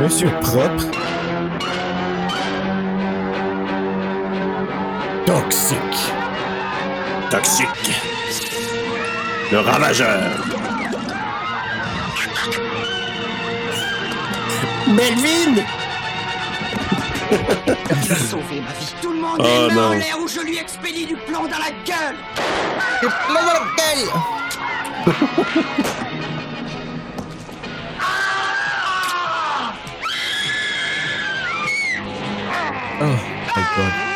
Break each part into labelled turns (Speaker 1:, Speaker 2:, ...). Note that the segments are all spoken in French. Speaker 1: Monsieur propre. Toxique.
Speaker 2: Toxique. Le ravageur.
Speaker 1: Melvin!
Speaker 3: Il a sauvé ma vie.
Speaker 4: Tout le monde
Speaker 2: Oh,
Speaker 4: est
Speaker 2: non.
Speaker 4: en l'air ou je lui expédie du plomb dans la gueule
Speaker 1: Oh my god.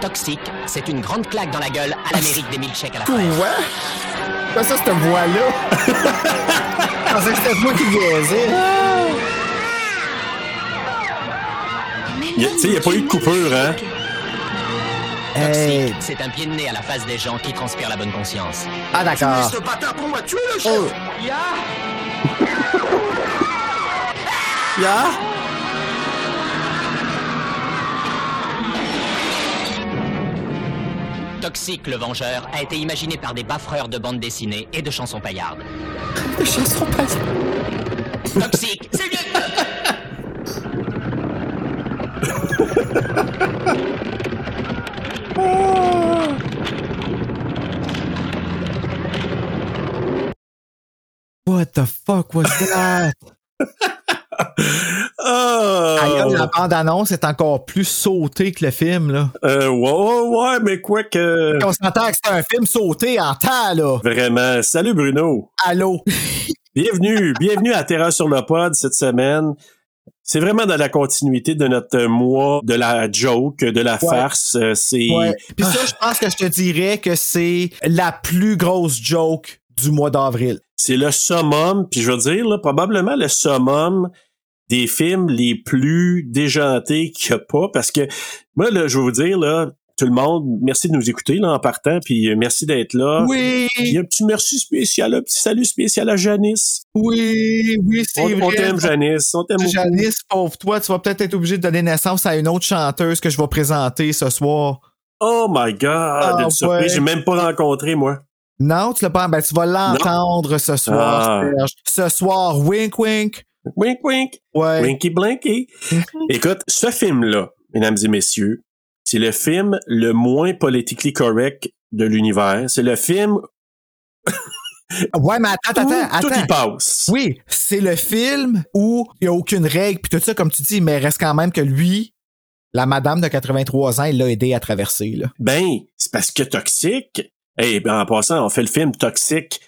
Speaker 3: Toxique, c'est une grande claque dans la gueule à l'Amérique des mille chèques à la fin.
Speaker 1: Quoi? Quoi ça, cette voix-là? Je pensais que c'était moi qui biaisais.
Speaker 2: Y a- Tu sais, il n'y a pas eu de coupure, hein?
Speaker 1: Hey.
Speaker 3: Toxique, c'est un pied de nez à la face des gens qui transpirent la bonne conscience.
Speaker 1: Ah, d'accord.
Speaker 4: Ce bâtard pour moi, tuez le chien
Speaker 1: Oh! Ya!
Speaker 3: Toxique, le vengeur, a été imaginé par des baffreurs de bandes dessinées et de chansons paillardes.
Speaker 1: Les chiens sont pas...
Speaker 3: Toxique, c'est bien...
Speaker 1: What the fuck was that? D'ailleurs,
Speaker 2: Ah!
Speaker 1: la bande-annonce est encore plus sautée que le film, là.
Speaker 2: Euh, ouais, ouais, ouais, mais quoi que.
Speaker 1: On s'entend que c'est un film sauté en temps, là.
Speaker 2: Vraiment. Salut Bruno.
Speaker 1: Allô?
Speaker 2: Bienvenue. Bienvenue à Terreur sur le pod cette semaine. C'est vraiment dans la continuité de notre mois de la joke, de la
Speaker 1: Ouais.
Speaker 2: farce. Euh, C'est.
Speaker 1: Ouais. Puis
Speaker 2: Ah.
Speaker 1: ça, je pense que je te dirais que c'est la plus grosse joke du mois d'avril.
Speaker 2: c'est le summum, puis je veux dire, là, probablement le summum des films les plus déjantés qu'il n'y a pas, parce que moi, là, je vais vous dire, là, tout le monde, merci de nous écouter là, en partant, puis euh, merci d'être là.
Speaker 1: Oui,
Speaker 2: Il y a un petit merci spécial, un petit salut spécial à Janice.
Speaker 1: oui, oui, c'est
Speaker 2: On,
Speaker 1: vrai.
Speaker 2: on t'aime, Janice. On t'aime beaucoup.
Speaker 1: Janice, pauvre toi, tu vas peut-être être obligé de donner naissance à une autre chanteuse que je vais présenter ce soir.
Speaker 2: Oh my God! une
Speaker 1: Ah, ouais.
Speaker 2: surprise, j'ai même pas rencontré, moi.
Speaker 1: Non, tu l'as pas. Ben, tu vas l'entendre ce soir,
Speaker 2: Ah.
Speaker 1: Serge. Ce soir, wink, wink.
Speaker 2: Wink, wink.
Speaker 1: Ouais.
Speaker 2: Winky Blinky. Écoute, ce film-là, mesdames et messieurs, c'est le film le moins politically correct de l'univers. C'est le film
Speaker 1: Ouais, mais attends,
Speaker 2: où
Speaker 1: attends,
Speaker 2: tout y
Speaker 1: attends.
Speaker 2: passe.
Speaker 1: Oui, c'est le film où il n'y a aucune règle, puis tout ça, comme tu dis, mais reste quand même que lui, la madame de 83 ans, il l'a aidé à traverser, là.
Speaker 2: Ben, c'est parce que toxique. Et ben, en passant, on fait le film Toxique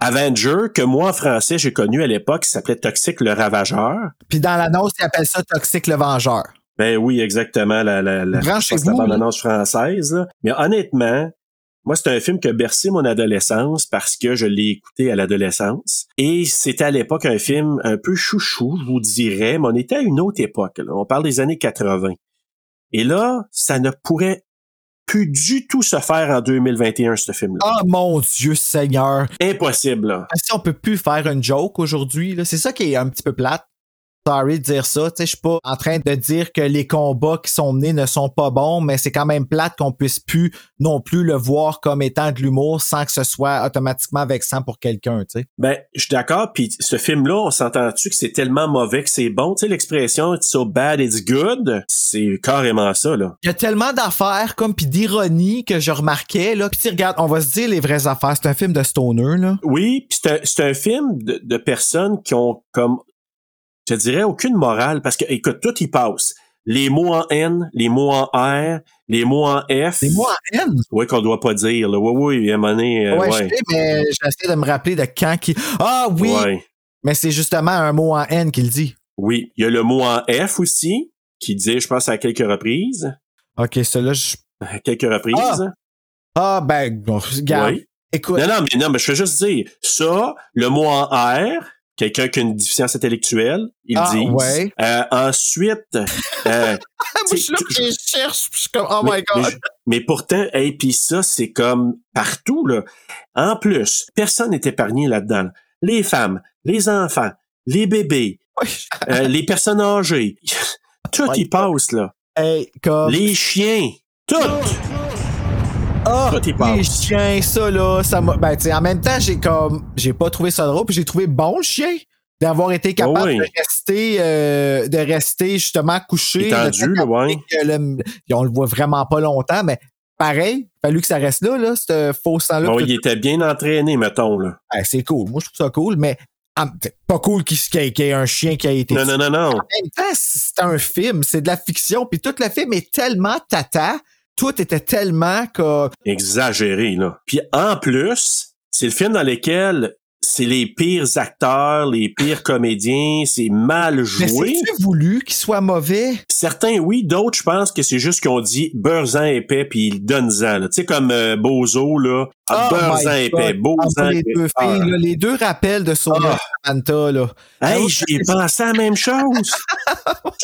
Speaker 2: Avenger que moi en français j'ai connu à l'époque qui s'appelait Toxique le Ravageur.
Speaker 1: Puis dans l'annonce, ils appellent ça toxique le vengeur.
Speaker 2: Ben oui, exactement la la la, je pense
Speaker 1: Branchez-vous,
Speaker 2: la
Speaker 1: là.
Speaker 2: bande-annonce française. là. Mais honnêtement, moi c'est un film qui a bercé mon adolescence parce que je l'ai écouté à l'adolescence et c'était à l'époque un film un peu chouchou, je vous dirais, mais on était à une autre époque. là. On parle des années 80. Et là, ça ne pourrait plus du tout se faire en 2021 ce film-là.
Speaker 1: Oh mon Dieu Seigneur! Ah,
Speaker 2: Impossible. là.
Speaker 1: Si on peut plus faire une joke aujourd'hui, là, c'est ça qui est un petit peu plate. sorry de dire ça. Tu sais, je suis pas en train de dire que les combats qui sont menés ne sont pas bons, mais c'est quand même plate qu'on puisse plus non plus le voir comme étant de l'humour sans que ce soit automatiquement vexant pour quelqu'un, tu sais.
Speaker 2: Ben, je suis d'accord. Puis ce film-là, on s'entend-tu que c'est tellement mauvais que c'est bon? Tu sais, l'expression « it's so bad, it's good », c'est carrément ça, là.
Speaker 1: Il y a tellement d'affaires comme puis d'ironie que je remarquais là. Puis tu sais, regarde, on va se dire les vraies affaires. C'est un film de stoner là.
Speaker 2: Oui, puis c'est un, c'est un film de, de personnes qui ont comme, je dirais, aucune morale. Parce que, écoute, tout y passe. Les mots en N, les mots en R, les mots en F.
Speaker 1: C'est moi en haine.
Speaker 2: Oui, qu'on doit pas dire. Là. Oui, oui, à un moment donné, euh,
Speaker 1: ouais,
Speaker 2: ouais.
Speaker 1: je sais, mais j'essaie de me rappeler de quand qui. Ah oui,
Speaker 2: Ouais.
Speaker 1: mais c'est justement un mot en haine qu'il dit.
Speaker 2: Oui, il y a le mot en F aussi, qui dit, je pense, à quelques reprises.
Speaker 1: Ok, cela je.
Speaker 2: À quelques reprises.
Speaker 1: Ah, Ah ben, bon, regarde.
Speaker 2: Oui.
Speaker 1: Écoute,
Speaker 2: Non, non, mais non, mais je veux juste dire, ça, le mot en R, quelqu'un qui a une déficience intellectuelle, il
Speaker 1: Ah,
Speaker 2: dit.
Speaker 1: ouais.
Speaker 2: Euh, ensuite, euh,
Speaker 1: Ah, Moi, je suis là, puis je les cherche, puis je suis comme oh my
Speaker 2: mais, mais
Speaker 1: god.
Speaker 2: je- mais pourtant, hey, puis ça, c'est comme partout, là. En plus, personne n'est épargné là-dedans. là. Les femmes, les enfants, les bébés, euh, les personnes âgées, tout y passe, là.
Speaker 1: Hey, comme
Speaker 2: Les chiens, tout!
Speaker 1: ah,
Speaker 2: tout y passe.
Speaker 1: les chiens, ça là, ça m'a. Ben tu sais, en même temps, j'ai comme, j'ai pas trouvé ça drôle, puis j'ai trouvé bon le chien d'avoir été capable
Speaker 2: Ah oui.
Speaker 1: de rester, euh, de rester justement couché.
Speaker 2: Étendu, là, ouais.
Speaker 1: que le- et on le voit vraiment pas longtemps, mais pareil, fallu que ça reste là, là, ce faux sang-là.
Speaker 2: Bon,
Speaker 1: Puis
Speaker 2: il était bien entraîné, mettons, là.
Speaker 1: tout- ouais, c'est cool. Moi, je trouve ça cool, mais en- c'est pas cool qu'il qu'il y ait- qu'il y ait un chien qui a été.
Speaker 2: Non, non, non, non.
Speaker 1: En même temps, c'est un film, c'est de la fiction, puis tout le film est tellement tata, tout était tellement que.
Speaker 2: Exagéré, là. Puis en plus, c'est le film dans lequel c'est les pires acteurs, les pires comédiens, c'est mal
Speaker 1: Mais
Speaker 2: joué.
Speaker 1: c'est-tu voulu qu'il soit mauvais?
Speaker 2: Certains, oui. D'autres, je pense que c'est juste qu'on dit beurre-en épais, puis ils donnent-en. là. Tu sais, comme euh, Bozo, là. Ah,
Speaker 1: Oh
Speaker 2: beurre-en
Speaker 1: my
Speaker 2: épais,
Speaker 1: God.
Speaker 2: beaux-en
Speaker 1: Entre les
Speaker 2: épais.
Speaker 1: deux
Speaker 2: Ah.
Speaker 1: filles, là, Ah les deux rappels de Sonia
Speaker 2: Ah.
Speaker 1: Samantha, là.
Speaker 2: Hey, j'ai pensé à la même chose.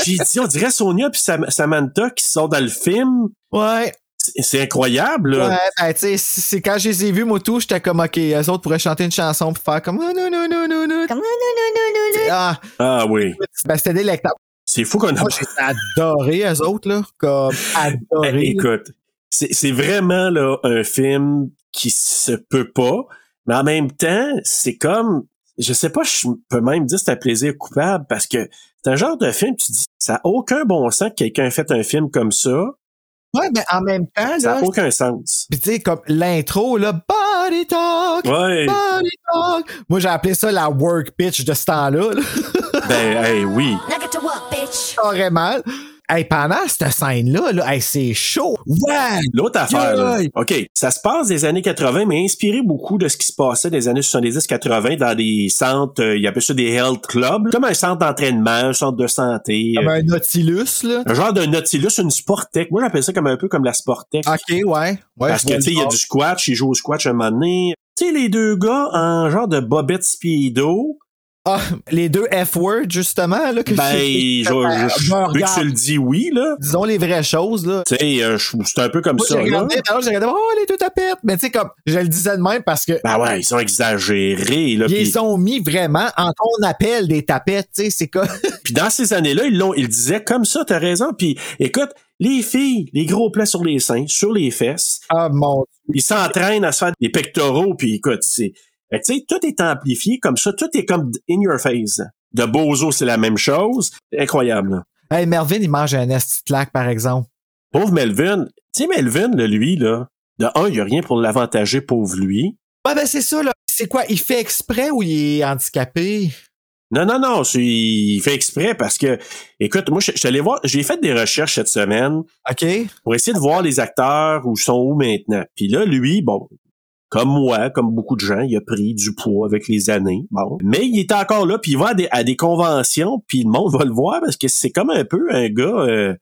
Speaker 2: j'ai dit, on dirait Sonia puis Sam- Samantha qui sont dans le film.
Speaker 1: Ouais,
Speaker 2: C'est- C'est incroyable, là.
Speaker 1: ouais, ben, tu sais, c'est c'est quand je les ai vus, Motu, j'étais comme, OK, eux autres pourraient chanter une chanson pour faire comme, non, non, non, non, non, non, ah, non, non, non, non, Ah,
Speaker 2: Ah oui.
Speaker 1: ben, c'était délectable.
Speaker 2: C'est fou qu'on a
Speaker 1: Moi, j'ai adoré, eux autres, là, comme,
Speaker 2: Ben,
Speaker 1: adoré.
Speaker 2: écoute, c'est c'est vraiment là un film qui se peut pas, mais en même temps, c'est comme je sais pas, je peux même dire que c'est un plaisir coupable parce que c'est un genre de film tu dis ça a aucun bon sens que quelqu'un ait fait un film comme ça,
Speaker 1: Ouais, mais en même temps,
Speaker 2: ça
Speaker 1: là,
Speaker 2: a aucun sens.
Speaker 1: pis tu sais, comme l'intro, là, Body Talk,
Speaker 2: Ouais,
Speaker 1: Body Talk. Moi, j'ai appelé ça la work pitch de ce temps-là, là.
Speaker 2: ben hey, oui.
Speaker 1: carrément. Hey, pendant cette scène-là, là, hey, c'est chaud. Ouais!
Speaker 2: L'autre affaire, là.
Speaker 1: Yoï!
Speaker 2: OK, ça se passe des années 80, mais inspiré beaucoup de ce qui se passait des années 70-80 dans des centres, euh, ils appellent ça des health clubs, comme un centre d'entraînement, un centre de santé.
Speaker 1: Comme un Nautilus, là.
Speaker 2: Un genre de Nautilus, une Sportec. Moi, j'appelle ça comme un peu comme la Sportec.
Speaker 1: OK, Ah, ouais. ouais
Speaker 2: Parce
Speaker 1: je
Speaker 2: que,
Speaker 1: vois
Speaker 2: tu sais, il y a
Speaker 1: le
Speaker 2: du squash, ils jouent au squash un moment donné. Tu sais, les deux gars en genre de bobette speedo,
Speaker 1: Ah, les deux F-words, justement, là. Que
Speaker 2: ben,
Speaker 1: je-
Speaker 2: je, je- je-
Speaker 1: Ben,
Speaker 2: vu que
Speaker 1: regarde,
Speaker 2: tu le dis oui, là,
Speaker 1: Disons les vraies choses, là.
Speaker 2: tu sais, euh, je- c'est un peu comme
Speaker 1: Moi, j'ai
Speaker 2: ça, là.
Speaker 1: regardé, alors j'ai regardé, oh, les deux tapettes. Mais tu sais, comme, je le disais de même parce que.
Speaker 2: Ben ouais, ils sont exagérés, là.
Speaker 1: Ils
Speaker 2: Puis,
Speaker 1: les ont mis vraiment en qu'on appelle des tapettes, tu sais, c'est quoi?
Speaker 2: puis dans ces années-là, ils l'ont, ils le disaient comme ça, t'as raison. Puis, écoute, les filles, les gros plats sur les seins, sur les fesses,
Speaker 1: Ah mon
Speaker 2: ils s'entraînent à se faire des pectoraux, puis écoute, c'est... Fait que, tu sais, tout est amplifié comme ça, tout est comme in your face. De Bozo, c'est la même chose. Incroyable. là.
Speaker 1: Hey, Mervyn, il mange un esti de claque, par exemple.
Speaker 2: Pauvre Melvin. Tu sais, Melvin, là, lui, là, de un, il y a rien pour l'avantager, pauvre lui.
Speaker 1: Ouais, ben c'est ça, là. C'est quoi? Il fait exprès ou il est handicapé?
Speaker 2: Non, non, non, c'est- il fait exprès parce que, écoute, moi, je je suis allé voir, j'ai fait des recherches cette semaine
Speaker 1: OK?
Speaker 2: pour essayer de voir les acteurs où sont où maintenant. Puis là, lui, bon, comme moi, comme beaucoup de gens, il a pris du poids avec les années. Bon. Mais il est encore là, puis il va à des, à des conventions, puis le monde va le voir parce que c'est comme un peu un gars euh,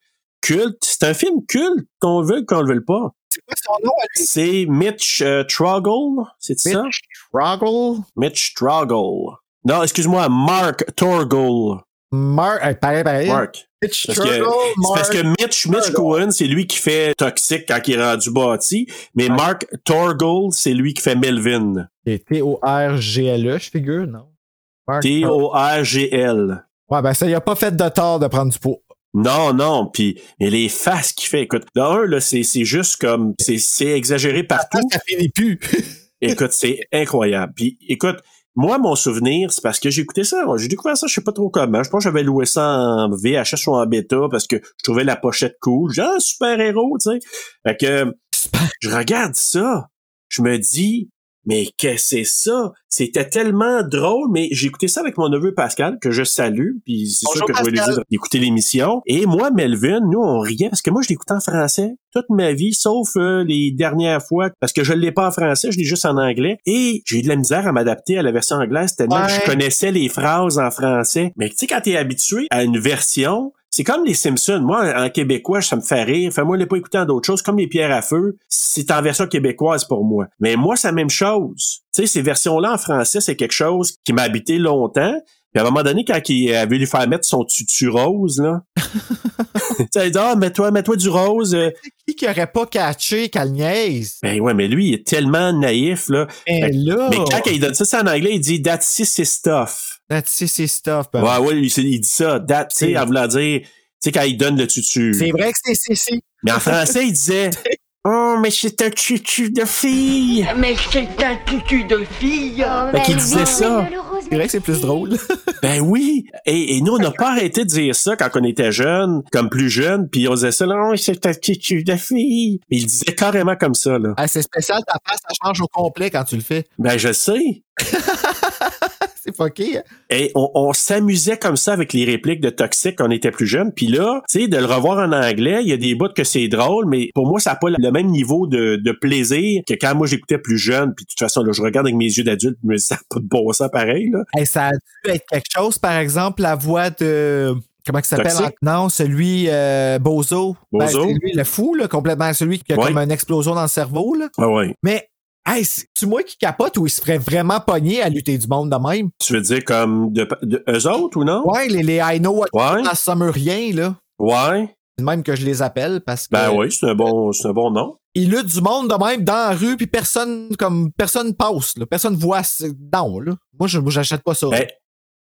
Speaker 2: culte. C'est un film culte, qu'on le veut, qu'on le veuille pas.
Speaker 1: Quoi son nom,
Speaker 2: C'est Mitch euh, Troggle, c'est ça?
Speaker 1: Mitch Troggle?
Speaker 2: Mitch Troggle. Non, excuse-moi, Mark Torgle.
Speaker 1: Mar euh, pareil, pareil.
Speaker 2: Mark.
Speaker 1: Mitch
Speaker 2: Parce
Speaker 1: Troggle,
Speaker 2: que- C'est
Speaker 1: Mark.
Speaker 2: parce que Mitch, Mitch
Speaker 1: Torgle.
Speaker 2: Cohen, c'est lui qui fait Toxic quand il est rendu bâti, mais Mark Torgold, c'est lui qui fait Melvin.
Speaker 1: E, C'est T-O-R-G-L-E, je figure, non? Mark Troggle.
Speaker 2: T-O-R-G-L.
Speaker 1: Ouais, ben ça, il a pas fait de tort de prendre du poids.
Speaker 2: Non, non, puis mais les faces qu'il fait, écoute, dans un, là, c'est, c'est juste comme, c'est, c'est exagéré partout.
Speaker 1: Ça finit plus.
Speaker 2: Écoute, c'est incroyable. Puis écoute, moi, mon souvenir, c'est parce que j'ai écouté ça. J'ai découvert ça, je sais pas trop comment. Je pense que j'avais loué ça en VHS ou en bêta parce que je trouvais la pochette cool. J'ai un super-héros, tu sais. Fait que je regarde ça. Je me dis, mais qu'est-ce que c'est ça? C'était tellement drôle, mais j'ai écouté ça avec mon neveu Pascal, que je salue, puis c'est sûr
Speaker 4: Bonjour,
Speaker 2: que je vais lui
Speaker 4: Pascal.
Speaker 2: dire d'écouter l'émission. Et moi, Melvin, nous, on riait, parce que moi, je l'écoutais en français toute ma vie, sauf euh, les dernières fois, parce que je l'ai pas en français, je l'ai juste en anglais. Et j'ai eu de la misère à m'adapter à la version anglaise, tellement que je
Speaker 1: Ouais.
Speaker 2: connaissais les phrases en français. Mais tu sais, quand t'es habitué à une version... C'est comme les Simpsons. Moi, en québécois, ça me fait rire. Enfin, moi, je l'ai pas écouté en d'autres choses, comme les pierres à feu. C'est en version québécoise pour moi. Mais moi, c'est la même chose. Tu sais, ces versions-là en français, c'est quelque chose qui m'a habité longtemps. Puis à un moment donné, quand il avait lui faire mettre son tutu rose, là. tu sais, il dit, ah, mets-toi, mets-toi du rose. Euh,
Speaker 1: Qui qui aurait pas catché qu'elle niaise?
Speaker 2: Ben ouais, mais lui, il est tellement naïf, là.
Speaker 1: Mais là,
Speaker 2: Ben, Mais quand il donne ça, c'est en anglais, il dit, that's is his stuff.
Speaker 1: that's it, c'est stuff. ben.
Speaker 2: Ouais, ouais, il, il dit ça, that, tu sais, en voulant dire, tu sais, quand il donne le tutu.
Speaker 1: C'est vrai que c'est- c'est c'est-
Speaker 2: Mais en français, il disait, oh, mais c'est un tutu de fille.
Speaker 4: Mais c'est un tutu de fille
Speaker 2: Fait qu'il disait ça.
Speaker 1: c'est vrai que c'est plus drôle.
Speaker 2: Ben oui! Et, et nous, on n'a pas arrêté de dire ça quand on était jeunes, comme plus jeunes, puis on disait ça, non, c'est ta petite de fille. Mais il disait carrément comme ça, là.
Speaker 1: Ah, c'est spécial, ta face, ça change au complet quand tu le fais.
Speaker 2: Ben, je sais.
Speaker 1: C'est fucké. hein?
Speaker 2: Et on, on s'amusait comme ça avec les répliques de Toxic quand on était plus jeunes. Puis là, tu sais, de le revoir en anglais, il y a des bouts que c'est drôle, mais pour moi, ça n'a pas le même niveau de, de plaisir que quand moi, j'écoutais plus jeune. Puis de toute façon, là, je regarde avec mes yeux d'adulte, mais ça n'a pas de bon sens pareil, là.
Speaker 1: Hey, ça a dû être quelque chose, par exemple, la voix de. Comment il s'appelle?
Speaker 2: Toxique?
Speaker 1: Non, celui euh, Bozo. Ben,
Speaker 2: Bozo?
Speaker 1: c'est lui, le fou, là, complètement. Celui qui a
Speaker 2: Ouais.
Speaker 1: comme une explosion dans le cerveau. Là.
Speaker 2: Ah ouais.
Speaker 1: Mais, hey, c'est-tu moi qui capote ou il se ferait vraiment pogner à lutter du monde de même?
Speaker 2: Tu veux dire comme de, de eux autres ou non?
Speaker 1: Ouais, les, les I know what
Speaker 2: Ouais.
Speaker 1: ça somme rien, là.
Speaker 2: Ouais.
Speaker 1: C'est de même que je les appelle parce que.
Speaker 2: Ben oui, c'est un bon, c'est un bon nom.
Speaker 1: Ils luttent du monde de même dans la rue, puis personne, comme, personne passe, là. Personne voit ce- non, là. Moi, je, moi, j'achète pas ça.
Speaker 2: Ben,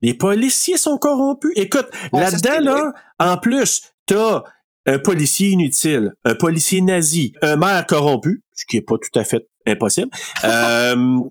Speaker 2: les policiers sont corrompus. Écoute,
Speaker 1: Ouais, ça,
Speaker 2: là-dedans,
Speaker 1: c'est
Speaker 2: là, en plus, t'as un policier inutile, un policier nazi, un maire corrompu, ce qui est pas tout à fait impossible. Euh, non,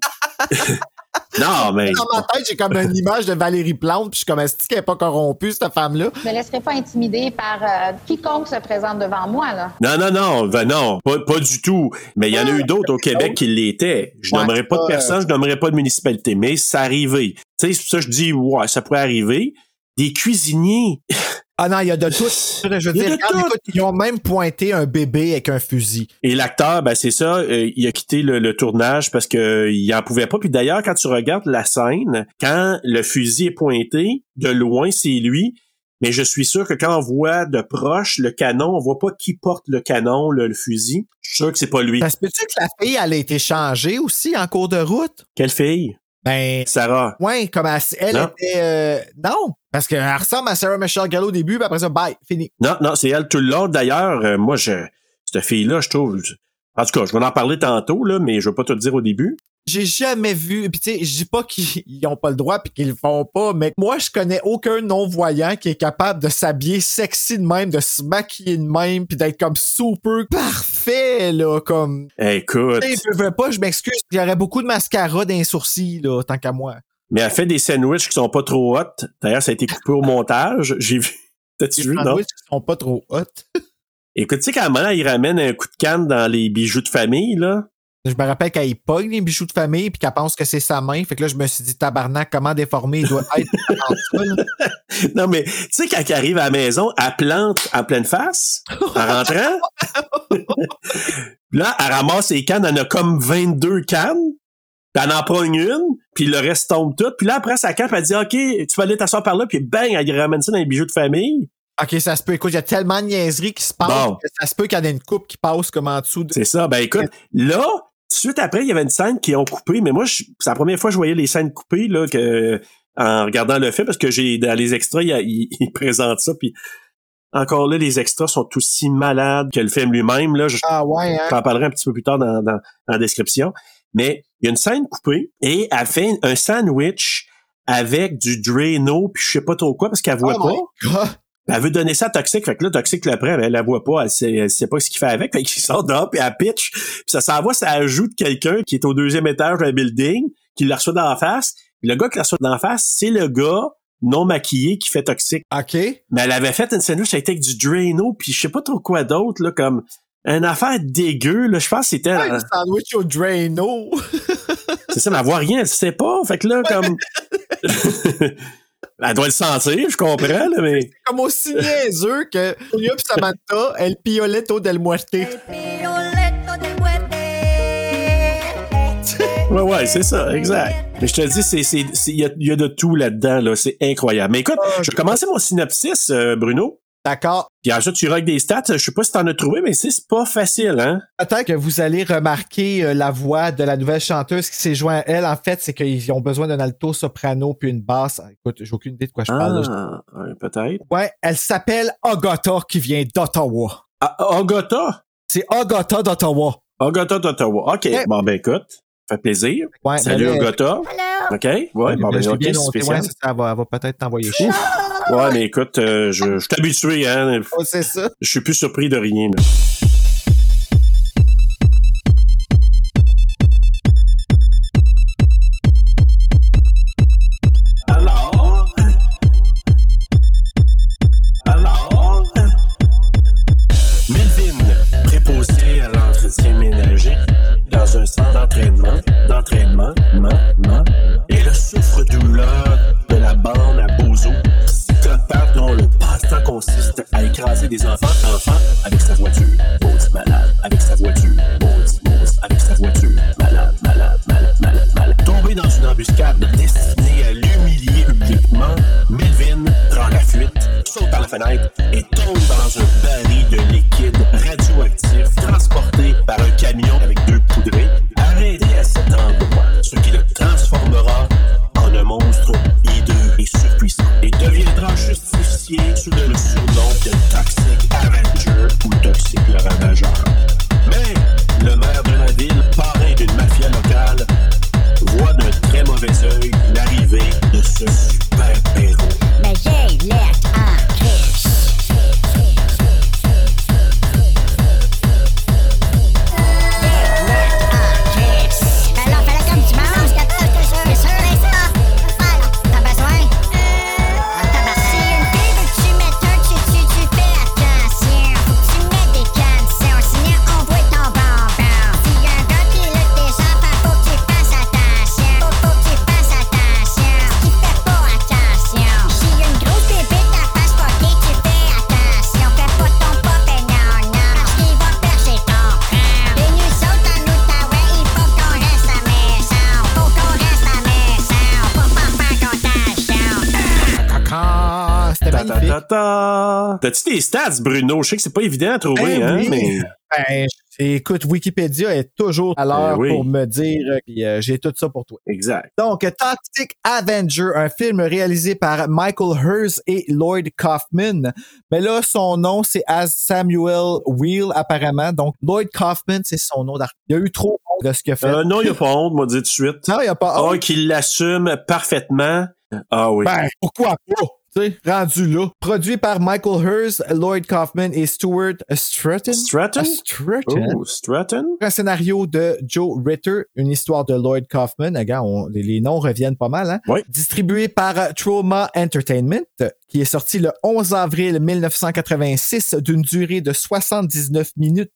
Speaker 2: mais
Speaker 1: dans ma tête, j'ai comme une image de Valérie Plante, puis je suis comme, est-ce qu'elle est pas corrompue, cette femme-là?
Speaker 5: Je me laisserai pas intimider par euh, quiconque se présente devant moi, là.
Speaker 2: non, non, non, ben non, pas, pas du tout. Mais il y en a eu d'autres au Québec qui l'étaient. Je
Speaker 1: Ouais,
Speaker 2: nommerai pas de
Speaker 1: euh,
Speaker 2: personne, je nommerai pas de municipalité, mais ça arrivait. Tu sais, c'est pour ça que je dis, ouais, ça pourrait arriver. Des cuisiniers.
Speaker 1: Ah non, il y a de tout. Je veux
Speaker 2: Il y a
Speaker 1: dire,
Speaker 2: de
Speaker 1: regarde,
Speaker 2: tout.
Speaker 1: écoute, ils ont même pointé un bébé avec un fusil.
Speaker 2: Et l'acteur, ben c'est ça, euh, il a quitté le, le tournage parce que euh, il en pouvait pas. Puis d'ailleurs, quand tu regardes la scène, quand le fusil est pointé, de loin, c'est lui. Mais je suis sûr que quand on voit de proche le canon, on voit pas qui porte le canon, le, le fusil. Je suis sûr que c'est pas lui.
Speaker 1: Ça se peut-tu que la fille, elle a été changée aussi en cours de route?
Speaker 2: Quelle fille?
Speaker 1: Ben,
Speaker 2: Sarah.
Speaker 1: ouais, comme elle, elle
Speaker 2: Non.
Speaker 1: était. euh, non, parce qu'elle ressemble à Sarah Michelle Gallo au début, puis après ça, bye, fini.
Speaker 2: Non, non, c'est elle tout le long. D'ailleurs, euh, moi, je, cette fille-là, je trouve. En tout cas, je vais en parler tantôt, là, mais je vais pas te le dire au début.
Speaker 1: J'ai jamais vu. Puis tu sais, je dis pas qu'ils ont pas le droit puis qu'ils le font pas, mais moi je connais aucun non-voyant qui est capable de s'habiller sexy de même, de se maquiller de même, puis d'être comme super parfait là, comme.
Speaker 2: Eh, Écoute.
Speaker 1: Tu sais, je veux pas, je m'excuse. Il y aurait beaucoup de mascara dans les sourcils là, tant qu'à moi.
Speaker 2: Mais elle fait des sandwichs qui sont pas trop hot. D'ailleurs, ça a été coupé au montage. J'ai vu. T'as-tu vu?
Speaker 1: Les
Speaker 2: Non.
Speaker 1: sandwichs qui sont pas trop hot.
Speaker 2: Écoute, tu sais, quand maman, il ramène un coup de canne dans les bijoux de famille, là.
Speaker 1: Je me rappelle qu'elle pogne les bijoux de famille puis qu'elle pense que c'est sa main. Fait que là, je me suis dit, tabarnak, comment déformé il doit être. dans ça, là.
Speaker 2: Non, mais, tu sais, quand elle arrive à la maison, elle plante en pleine face, en rentrant. Puis là, elle ramasse les cannes, elle en a comme 22 cannes. Puis elle en prend une, puis le reste tombe tout. Puis là, après, sa canne, puis elle dit, OK, tu vas aller t'asseoir par là, puis bang, elle lui ramène ça dans les bijoux de famille.
Speaker 1: OK, ça se peut. Écoute, il y a tellement de niaiseries qui se passent
Speaker 2: Bon.
Speaker 1: que ça se peut qu'il y en ait une coupe qui passe comme en dessous de.
Speaker 2: C'est ça. Ben écoute, là, tout de suite après, il y avait une scène qui ont coupé, mais moi, je- c'est la première fois que je voyais les scènes coupées là, que, en regardant le film, parce que j'ai dans les extras, il, y a- il- il présente ça, puis encore là, les extras sont aussi malades que le film lui-même. Là, je
Speaker 1: Ah ouais, hein?
Speaker 2: t'en parlerai un petit peu plus tard dans, dans- dans la description. Mais il y a une scène coupée et elle fait un sandwich avec du Drano puis je sais pas trop quoi parce qu'elle voit
Speaker 1: Oh my God.
Speaker 2: pas. Elle veut donner ça à Toxic, fait que là, Toxic l'après, elle, la voit pas, elle sait, elle sait pas ce qu'il fait avec, fait qu'il sort dehors puis elle pitch, puis ça s'en va, ça ajoute quelqu'un qui est au deuxième étage d'un building, qui la reçoit dans la face, Puis le gars qui la reçoit dans la face, c'est le gars non maquillé qui fait Toxic.
Speaker 1: OK.
Speaker 2: Mais elle avait fait une sandwich avec du Drano puis je sais pas trop quoi d'autre là comme une affaire dégueu là, je pense que c'était euh,
Speaker 1: Ah, le sandwich au Drano.
Speaker 2: c'est ça mais elle voit rien, elle sait pas. Fait que là comme elle doit le sentir, je comprends là mais
Speaker 1: Comme aussi niaiseux que Julia pis Samantha, El Pioletto del Muerte.
Speaker 6: Pioletto del muerte.
Speaker 2: ouais ouais, c'est ça, exact. Mais je te dis c'est c'est c'est- il y a, il y a de tout là-dedans là, c'est incroyable. Mais écoute, je vais commencer mon synopsis euh, Bruno.
Speaker 1: D'accord.
Speaker 2: Puis ensuite tu rock des stats, je sais pas si t'en as trouvé mais c'est c'est pas facile hein.
Speaker 1: Peut-être que vous allez remarquer euh, la voix de la nouvelle chanteuse qui s'est jointe à elle. En fait, c'est qu'ils ont besoin d'un alto soprano puis une basse. Écoute, j'ai aucune idée de quoi je parle. là.
Speaker 2: Ah, ouais, peut-être.
Speaker 1: Ouais, elle s'appelle Agata qui vient d'Ottawa.
Speaker 2: Ah, Ogata.
Speaker 1: C'est Agata d'Ottawa.
Speaker 2: Ogata d'Ottawa. OK,
Speaker 1: Ouais.
Speaker 2: bon ben écoute, ça fait plaisir.
Speaker 1: Ouais,
Speaker 2: Salut
Speaker 1: mais-
Speaker 2: Ogata.
Speaker 6: Alors,
Speaker 2: OK? Ouais, bon,
Speaker 1: Je
Speaker 2: ben,
Speaker 1: l'ai
Speaker 2: ok,
Speaker 1: bien
Speaker 2: c'est
Speaker 1: noté,
Speaker 2: spécial.
Speaker 1: ouais, c'est ça, elle va, elle va peut-être t'envoyer chier.
Speaker 2: Ouais, mais écoute, euh, je, je suis habitué, hein.
Speaker 1: Oh, c'est ça.
Speaker 2: Je suis plus surpris de rien, là. Alors? Alors? Melvin, préposé à l'entretien ménager, dans un centre d'entraînement, d'entraînement, man, man, et le souffre-douleur de la bande à Bozo, psychopathe dont le passe-temps consiste à écraser des enfants, enfants, avec sa voiture, maudit malade, avec sa voiture, maudit monstre, avec sa voiture, malade, malade, malade, malade, malade. Tombé dans une embuscade destinée à l'humilier publiquement, Melvin prend la fuite, saute par la fenêtre et tombe dans un baril de liquide radioactif transporté par un camion avec deux poudrées, arrêté à cet endroit, ce qui le transformera en un monstre hideux et surpuissant et deviendra justifié sous le surnom de Toxic Avenger ou Toxic le Ravageur. Mais le maire de la ville, parrain d'une mafia locale, voit d'un très mauvais œil l'arrivée de ce super héros.
Speaker 6: mais j'ai l'air en crise. J'ai l'air en crise. Alors, fais-le comme tu manges, t'as- t'as- t'as- t'as- sûr, hein, ça? Voilà, t'as besoin? Ah, tabarcine. Tu mets tout, tu- tu- tu fais attention. Tu mets des cannes, sinon on voit ton bonbon. S'il y a un gars qui lutte des enfants, faut que tu fasses attention. Faut- faut que tu fasses attention. Si tu fais pas attention. S'il y a une grosse pépite à face poquée, tu fais attention. Fais pas ton pop et non, non. Parce qu'il va percer ton crâne. Et nous autres en Outaouais, il faut qu'on reste à la maison. Faut qu'on reste à la maison. Faut pas faire contagion.
Speaker 1: Caca, Ah, c'était
Speaker 2: Ta ta
Speaker 1: magnifique.
Speaker 2: ta ta. T'as-tu des stats, Bruno? Je sais que c'est pas évident à trouver,
Speaker 1: Eh
Speaker 2: hein,
Speaker 1: oui.
Speaker 2: mais.
Speaker 1: Ben, écoute, Wikipédia est toujours à l'heure
Speaker 2: Eh oui.
Speaker 1: pour me dire, euh, puis euh, j'ai tout ça pour toi.
Speaker 2: Exact.
Speaker 1: Donc, Toxic Avenger, un film réalisé par Michael Hurst et Lloyd Kaufman. Mais là, son nom, c'est As Samuel Wheel, apparemment. Donc, Lloyd Kaufman, c'est son nom d'artiste. Il y a eu trop honte de ce qu'il a fait.
Speaker 2: Euh, non, il a pas honte, moi, dire tout de suite.
Speaker 1: non, il n'y a pas
Speaker 2: Ah,
Speaker 1: honte.
Speaker 2: qu'il l'assume parfaitement. Ah oui.
Speaker 1: Ben, pourquoi pas? Tu sais, rendu là. Produit par Michael Hurst, Lloyd Kaufman et Stuart Stratton.
Speaker 2: Stratton?
Speaker 1: Stratton.
Speaker 2: Oh, Stratton?
Speaker 1: un scénario de Joe Ritter, une histoire de Lloyd Kaufman. Regarde, on- les, les noms reviennent pas mal. Hein?
Speaker 2: Oui.
Speaker 1: Distribué par euh, Trauma Entertainment, euh, qui est sorti le 11 avril 1986 d'une durée de 79 minutes,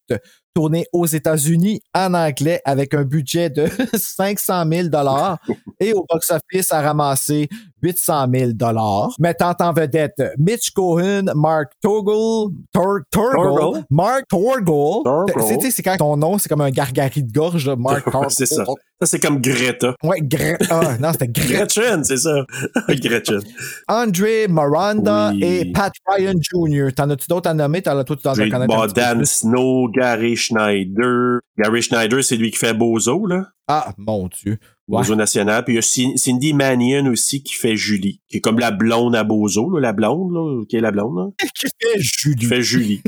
Speaker 1: tourné aux États-Unis en anglais avec un budget de 500 000 dollars et au box-office a ramassé 800 000 dollars, mettant en vedette Mitch Cohen, Mark Torgel, Tor- Torgel,
Speaker 2: Torgel.
Speaker 1: Mark Torgel,
Speaker 2: Torgel.
Speaker 1: T- c'est- tu sais, c'est quand ton nom, c'est comme un gargari de gorge, là, Mark Torgel.
Speaker 2: C'est ça. Ça, c'est comme Greta.
Speaker 1: Ouais, Gre- ah, non, c'était Gre-
Speaker 2: Gretchen, c'est ça. Gretchen.
Speaker 1: André Miranda
Speaker 2: Oui.
Speaker 1: et Pat Ryan Jr. T'en as-tu d'autres à nommer? T'en as toi, tu t'en
Speaker 2: Jake
Speaker 1: Ah, connais un petit peu
Speaker 2: Bodan
Speaker 1: plus.
Speaker 2: Snow, Gary Schneider. Gary Schneider, c'est lui qui fait Bozo, là.
Speaker 1: Ah, mon Dieu. Ouais.
Speaker 2: Bozo national. Puis il y a Cin- Cindy Mannion aussi qui fait Julie, qui est comme la blonde à Bozo, là, la blonde, là, qui est la blonde, là,
Speaker 1: Qui fait
Speaker 2: qui
Speaker 1: Julie?
Speaker 2: fait Julie.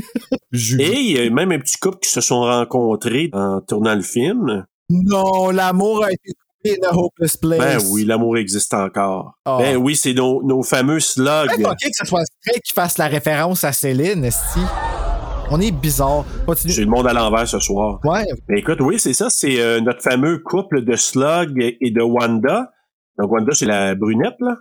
Speaker 1: Julie.
Speaker 2: Et il y a même un petit couple qui se sont rencontrés en tournant le film.
Speaker 1: Non, l'amour a été In a hopeless place.
Speaker 2: Ben oui, l'amour existe encore.
Speaker 1: Ah.
Speaker 2: Ben oui, c'est nos, nos fameux
Speaker 1: C'est
Speaker 2: slugs.
Speaker 1: pas ok que ce soit Stray qui fasse la référence à Céline, esti. On est bizarre.
Speaker 2: J'ai
Speaker 1: Continue.
Speaker 2: le monde à l'envers ce soir.
Speaker 1: Ouais,
Speaker 2: Ben écoute, oui, c'est ça. C'est euh, notre fameux couple de slugs et de Wanda. Donc, Wanda, c'est la brunette, là.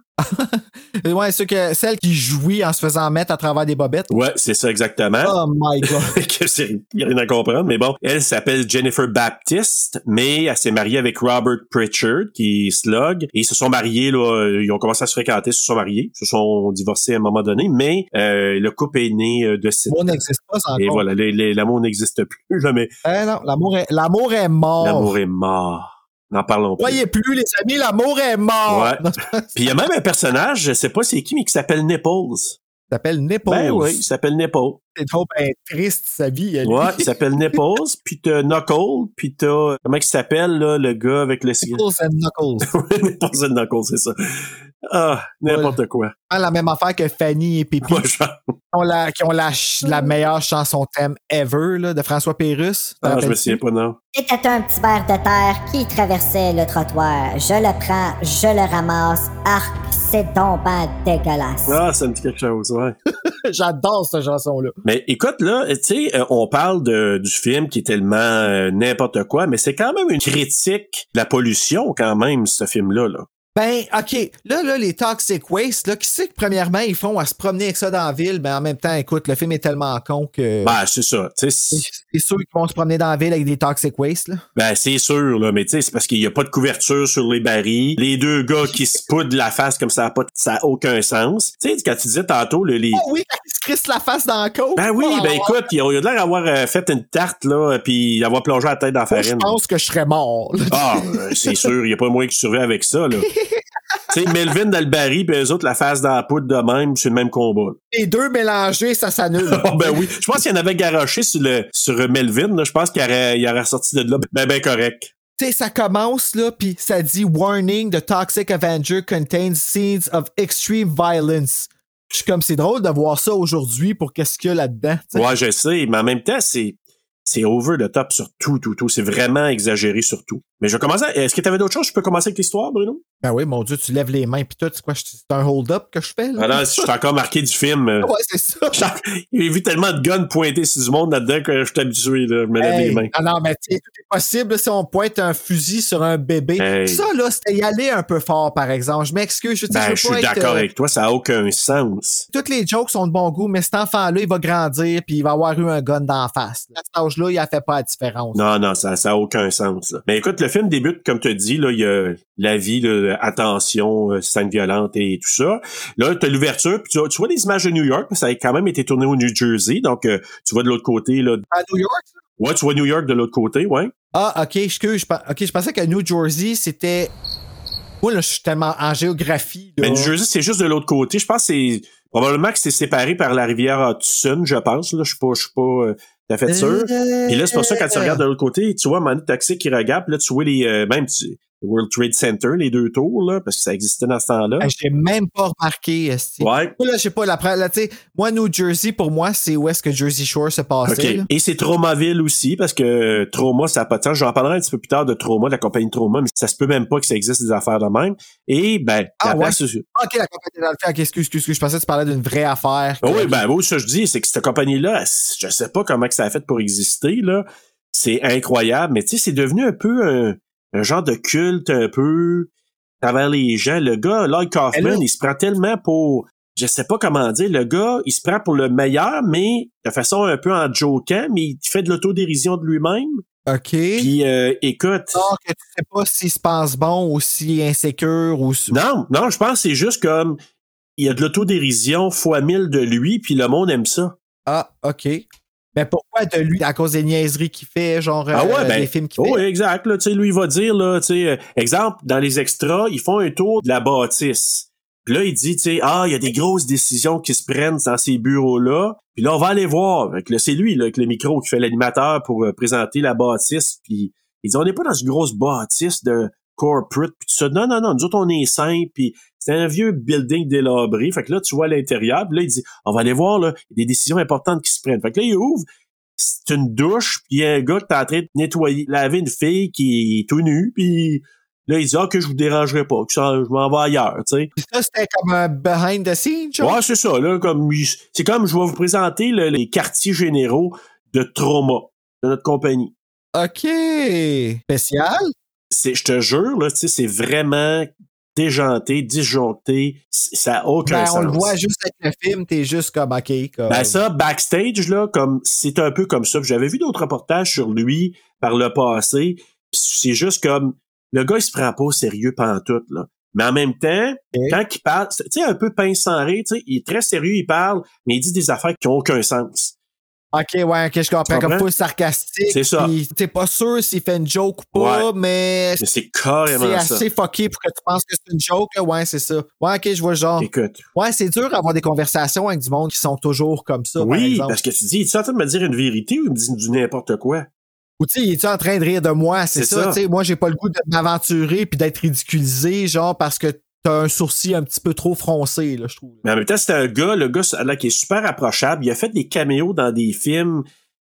Speaker 1: euh, ouais, ceux que, celle qui jouit en se faisant mettre à travers des bobettes.
Speaker 2: Ouais, c'est ça exactement.
Speaker 1: Oh my god.
Speaker 2: que c'est y a rien à comprendre, mais bon, elle s'appelle Jennifer Baptiste, mais elle s'est mariée avec Robert Pritchard, qui est slug, et ils se sont mariés, là, euh, ils ont commencé à se fréquenter, ils se sont mariés, ils se sont divorcés à un moment donné, mais euh, le couple est né euh, de cette...
Speaker 1: L'amour n'existe pas encore.
Speaker 2: Et voilà, les- les- l'amour n'existe plus, là, mais
Speaker 1: Eh non, l'amour est, l'amour est mort.
Speaker 2: l'amour est mort. N'en parlons pas.
Speaker 1: Oh. Voyez plus, les amis, l'amour est mort.
Speaker 2: Ouais.
Speaker 1: Non, ça
Speaker 2: Puis il y a même un personnage, je sais pas c'est qui, mais qui s'appelle Nipples.
Speaker 1: s'appelle Nipple.
Speaker 2: Ben oui, il s'appelle Nipples.
Speaker 1: C'est trop ben, triste, sa vie. elle.
Speaker 2: Ouais, il s'appelle Nipples, puis t'as Knuckle, puis t'as... Comment il s'appelle, là, le gars avec le... cigare?
Speaker 1: Nipples and Knuckles.
Speaker 2: Nipples and Knuckles, c'est ça. Ah, n'importe quoi.
Speaker 1: Vraiment la même affaire que Fanny et Pipi,
Speaker 2: Moi, genre,
Speaker 1: qui ont, la, qui ont la, ch- la meilleure chanson thème ever là, de François Pérusse.
Speaker 2: ah, je
Speaker 1: T'en
Speaker 2: me
Speaker 1: rappelles-tu?
Speaker 2: souviens pas, non.
Speaker 6: C'était un petit ver de terre qui traversait le trottoir. Je le prends, je le ramasse. Arc, c'est donc ben dégueulasse.
Speaker 2: Ah, ça me dit quelque chose, ouais.
Speaker 1: J'adore cette chanson-là.
Speaker 2: Mais écoute, là, tu sais, euh, on parle de, du film qui est tellement euh, n'importe quoi, mais c'est quand même une critique de la pollution, quand même, ce film-là. Là.
Speaker 1: Ben, OK. Là, là, les Toxic Waste, là, qui c'est que premièrement, ils font à se promener avec ça dans la ville, mais en même temps, écoute, le film est tellement con que.
Speaker 2: Ben, c'est ça. tu sais, C'est
Speaker 1: C'est sûr qu'ils vont se promener dans la ville avec des Toxic Waste, là.
Speaker 2: ben, c'est sûr, là, mais tu sais, c'est parce qu'il n'y a pas de couverture sur les barils. Les deux gars qui se poudent la face comme ça, a pas de- ça a aucun sens. Tu sais, quand tu disais tantôt, le, les,
Speaker 1: Ah oui, ils se crissent la face dans la côte.
Speaker 2: Ben oui,
Speaker 1: Oh,
Speaker 2: ben écoute, il a il a l'air d'avoir euh, fait une tarte, là, euh, puis d'avoir plongé la tête dans la
Speaker 1: moi, Je
Speaker 2: farine.
Speaker 1: pense que je serais mort. là.
Speaker 2: Ah, euh, c'est sûr, il n'y a pas moyen que tu survives avec ça, là. tu sais, Melvin dans le baril, puis eux autres, la face dans la poudre de même, c'est le même combat.
Speaker 1: Les deux mélangés, ça s'annule.
Speaker 2: Ah ben oui, je pense qu'il y en avait garoché sur, le, sur euh, Melvin, là. Je pense qu'il aurait, il aurait sorti de là, ben ben correct.
Speaker 1: tu sais, ça commence là, puis ça dit Warning, the Toxic Avenger contains scenes of extreme violence. Je suis comme, c'est drôle de voir ça aujourd'hui pour qu'est-ce qu'il y a là-dedans. tu sais.
Speaker 2: Ouais, je sais, mais en même temps, c'est... C'est over the top sur tout, tout, tout. C'est vraiment exagéré sur tout. Mais je vais commencer. à- Est-ce que tu avais d'autres choses? Je peux commencer avec l'histoire, Bruno?
Speaker 1: Ben oui, mon Dieu, tu lèves les mains, puis tout, c'est quoi, je- c'est un hold-up que je fais là?
Speaker 2: Ah non, je suis encore marqué du film. euh.
Speaker 1: Ouais, c'est ça.
Speaker 2: J'ai vu tellement de guns pointés sur du monde là-dedans que je suis habitué, là. Je me lève les
Speaker 1: Hey,
Speaker 2: mains.
Speaker 1: ah non, mais tu sais, tout est possible si on pointe un fusil sur un bébé.
Speaker 2: Hey.
Speaker 1: Ça, là, c'était y aller un peu fort, par exemple. Je m'excuse, je, tu sais,
Speaker 2: Ben,
Speaker 1: je veux
Speaker 2: je
Speaker 1: pas
Speaker 2: suis
Speaker 1: être,
Speaker 2: d'accord
Speaker 1: euh,
Speaker 2: avec toi, ça a aucun sens.
Speaker 1: toutes les jokes sont de bon goût, mais cet enfant-là, il va grandir puis il va avoir eu un gun d'en face. À cet âge-là, il a fait pas la différence.
Speaker 2: Non, non, ça ça a aucun sens. là. Mais écoute, le film débute, comme tu dis, là, il y a la vie, là, attention, euh, scène violente et tout ça. Là, tu as l'ouverture, puis tu, vois- tu vois des images de New York, parce que ça a quand même été tourné au New Jersey, donc euh, tu vois de l'autre côté, là.
Speaker 1: À New York? ça?
Speaker 2: Ouais, tu vois New York de l'autre côté, ouais.
Speaker 1: Ah, ok, excuse, je, pe- ok, je pensais que New Jersey, c'était. Moi, là, je suis tellement en géographie. là.
Speaker 2: Mais Ben, New Jersey, c'est juste de l'autre côté. Je pense que c'est probablement que c'est séparé par la rivière Hudson, je pense. Là, je suis pas, je suis pas euh, tout à fait sûr. Et là, c'est pour ça quand tu regardes de l'autre côté, tu vois Manu Toxic qui regarde, puis là, tu vois les euh, même tu- le World Trade Center, les deux tours, là, parce que ça existait dans ce temps-là.
Speaker 1: Ah, J'ai même pas remarqué. esti.
Speaker 2: Ouais.
Speaker 1: Moi, là, je sais pas, la, pre- là, tu sais, moi, New Jersey, pour moi, c'est où est-ce que Jersey Shore se passait.
Speaker 2: OK.
Speaker 1: là.
Speaker 2: Et c'est Traumaville aussi, parce que euh, Trauma, ça n'a pas de sens. J'en parlerai un petit peu plus tard de Trauma, de la compagnie Trauma, mais ça se peut même pas que ça existe des affaires de même. Et ben, la
Speaker 1: Ah, ouais.
Speaker 2: place-
Speaker 1: Ok, la compagnie d'Alpha, ok, excuse, excuse, excuse, je pensais que tu parlais d'une vraie affaire.
Speaker 2: Ah oui, ben oui, ça je dis, c'est que cette compagnie-là, elle, je sais pas comment que ça a fait pour exister, là. C'est incroyable, mais tu sais, c'est devenu un peu un, un genre de culte un peu à travers les gens. Le gars, Lloyd Kaufman,
Speaker 1: Allô?
Speaker 2: il se prend tellement pour. Je sais pas comment dire, le gars, il se prend pour le meilleur, mais de façon un peu en jokant, mais il fait de l'autodérision de lui-même.
Speaker 1: Ok.
Speaker 2: Puis euh, écoute.
Speaker 1: Alors que tu sais pas s'il se pense bon ou s'il est insécure ou si-
Speaker 2: Non, non, je pense que c'est juste comme il y a de l'autodérision fois mille de lui, puis le monde aime ça.
Speaker 1: Ah, ok. Mais pourquoi de lui à cause des niaiseries qu'il fait, genre
Speaker 2: Ah ouais,
Speaker 1: euh,
Speaker 2: ben,
Speaker 1: des films qu'il fait?
Speaker 2: Oui, exact. Là, tu sais, lui, il va dire, là, tu sais, euh, exemple, dans les extras, ils font un tour de la bâtisse. Puis là, il dit, tu sais, ah, il y a des grosses décisions qui se prennent dans ces bureaux-là. Puis là, on va aller voir. Fait que là, c'est lui, là, avec le micro, qui fait l'animateur pour euh, présenter la bâtisse. Puis il dit, on n'est pas dans une grosse bâtisse de corporate. Puis tout ça. Non, non, non, nous autres, on est simples. Puis c'est un vieux building délabré. Fait que là, tu vois à l'intérieur. Puis là, il dit, on va aller voir, là, il y a des décisions importantes qui se prennent. Fait que là, il ouvre c'est une douche, puis il y a un gars qui est en train de nettoyer, laver une fille qui est tout nue, puis Là, il dit, ah, que je vous dérangerai pas, que ça- je m'en vais ailleurs, tu sais.
Speaker 1: Puis ça, c'était comme un behind the scenes, genre?
Speaker 2: Ouais, c'est ça, là, comme, il- c'est comme, je vais vous présenter, là, les quartiers généraux de trauma de notre compagnie.
Speaker 1: OK. Spécial.
Speaker 2: C'est, je te jure, là, tu sais, c'est vraiment déjanté, disjoncté, c- ça a aucun
Speaker 1: Ben,
Speaker 2: sens.
Speaker 1: on le voit juste avec le film, t'es juste comme, OK, comme...
Speaker 2: Ben ça, backstage, là, comme c'est un peu comme ça. Puis J'avais vu d'autres reportages sur lui par le passé. Puis C'est juste comme le gars, il se prend pas au sérieux pantoute, là. Mais en même temps,
Speaker 1: Ok.
Speaker 2: quand il parle, c'est- tu sais, un peu pince sans rire, tu sais, il est très sérieux, il parle, mais il dit des affaires qui ont aucun sens.
Speaker 1: OK, ouais, OK, je comprends.
Speaker 2: Tu
Speaker 1: Comme
Speaker 2: comprends?
Speaker 1: full sarcastique.
Speaker 2: C'est ça.
Speaker 1: puis T'es pas sûr s'il fait une joke ou pas, mais
Speaker 2: Mais c'est
Speaker 1: c'est
Speaker 2: carrément ça.
Speaker 1: assez fucké pour que tu penses que c'est une joke. là. Ouais, c'est ça. Ouais, OK, je vois le genre.
Speaker 2: Écoute,
Speaker 1: Ouais, c'est dur d'avoir des conversations avec du monde qui sont toujours comme ça, par
Speaker 2: oui,
Speaker 1: exemple.
Speaker 2: parce que tu dis, tu es en train de me dire une vérité ou il me dit du n'importe quoi?
Speaker 1: Ou tu sais, il est en train de rire de moi? C'est
Speaker 2: C'est
Speaker 1: ça,
Speaker 2: ça.
Speaker 1: tu sais. Moi, j'ai pas le goût de m'aventurer puis d'être ridiculisé, genre, parce que t'as un sourcil un petit peu trop froncé, là, je trouve.
Speaker 2: Mais en même temps, c'est un gars, le gars là, qui est super approchable. Il a fait des caméos dans des films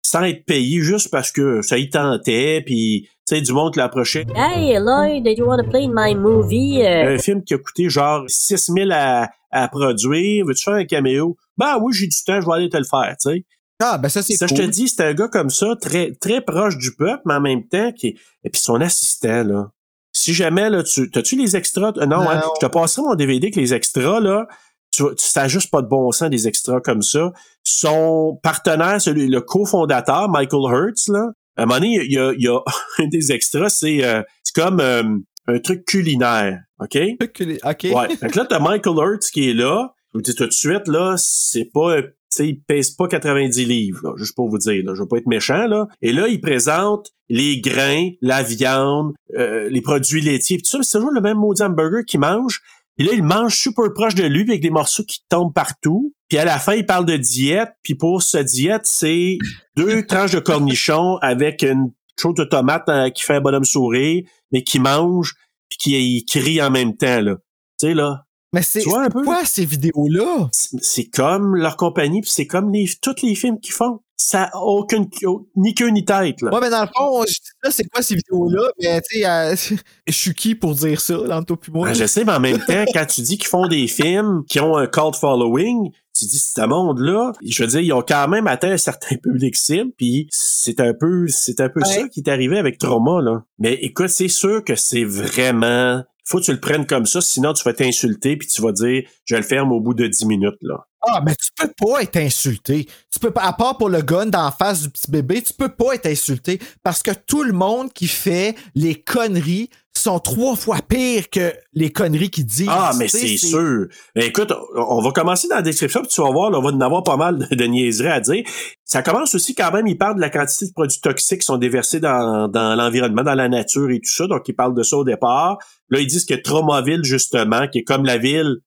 Speaker 2: sans être payé juste parce que ça y tentait, puis tu sais, du monde qui l'approchait.
Speaker 7: Hey, Lloyd, do you want to play in my movie? Euh,
Speaker 2: Un film qui a coûté genre 6000 à, à produire. Veux-tu faire un caméo? Ben oui, j'ai du temps, je vais aller te le faire, tu sais.
Speaker 1: Ah, ben ça, c'est
Speaker 2: Ça,
Speaker 1: cool.
Speaker 2: je te dis, c'est un gars comme ça, très, très proche du peuple, mais en même temps, qui est... et puis son assistant, là. Si jamais, là, tu, t'as-tu les extras? Euh, Non,
Speaker 1: Non.
Speaker 2: hein, je te passerai mon DVD avec les extras, là. Tu, vois, tu- ça a juste pas de bon sens, des extras comme ça. Son partenaire, celui, le cofondateur, Michael Hertz, là. À un moment donné, il y a, il y a un des extras, c'est, euh, c'est comme euh, un truc culinaire, OK?
Speaker 1: OK.
Speaker 2: Ouais. Fait que là, t'as Michael Hurts qui est là. Je vous dis tout de suite, là, c'est pas, un- tu sais, il pèse pas 90 livres, là, juste pour vous dire, là. Je veux pas être méchant, là. Et là, il présente les grains, la viande, euh, les produits laitiers, pis tout ça. mais C'est toujours le même maudit hamburger qu'il mange. Et là, il mange super proche de lui, avec des morceaux qui tombent partout. Puis à la fin, il parle de diète. Puis pour sa diète, c'est deux tranches de cornichons avec une chose de tomate euh, qui fait un bonhomme sourire, mais qui mange, puis qui crie en même temps, là. Tu sais, là,
Speaker 1: Mais c'est
Speaker 2: Tu vois un
Speaker 1: c'est
Speaker 2: peu?
Speaker 1: quoi ces vidéos-là?
Speaker 2: c'est c'est comme leur compagnie, puis c'est comme les, tous les films qu'ils font. Ça a aucune, au- ni queue ni tête, là.
Speaker 1: Ouais, mais dans le fond, je dis là, c'est quoi ces vidéos-là? Mais tu sais, euh, je suis qui pour dire ça, dans toi puis moi?
Speaker 2: Ouais, Ben, je sais, mais en même temps, quand tu dis qu'ils font des films qui ont un cult following, tu dis, ce monde-là, je veux dire, ils ont quand même atteint un certain public cible, puis c'est un peu, c'est un peu ça qui est arrivé avec Trauma, là. Mais écoute, c'est sûr que c'est vraiment, faut que tu le prennes comme ça, sinon tu vas t'insulter, puis tu vas dire, je le ferme au bout de 10 minutes, là.
Speaker 1: Ah, mais tu peux pas être insulté. Tu peux pas, à part pour le gun d'en face du petit bébé, tu peux pas être insulté parce que tout le monde qui fait les conneries sont trois fois pire que les conneries qu'ils disent.
Speaker 2: Ah, mais
Speaker 1: Tu sais,
Speaker 2: c'est sûr. Ben, écoute, on on va commencer dans la description, puis tu vas voir, là, on va en avoir pas mal de, de niaiseries à dire. Ça commence aussi quand même, il parle de la quantité de produits toxiques qui sont déversés dans, dans l'environnement, dans la nature et tout ça. Donc, il parle de ça au départ. Là, ils disent que Tromaville, justement, qui est comme la ville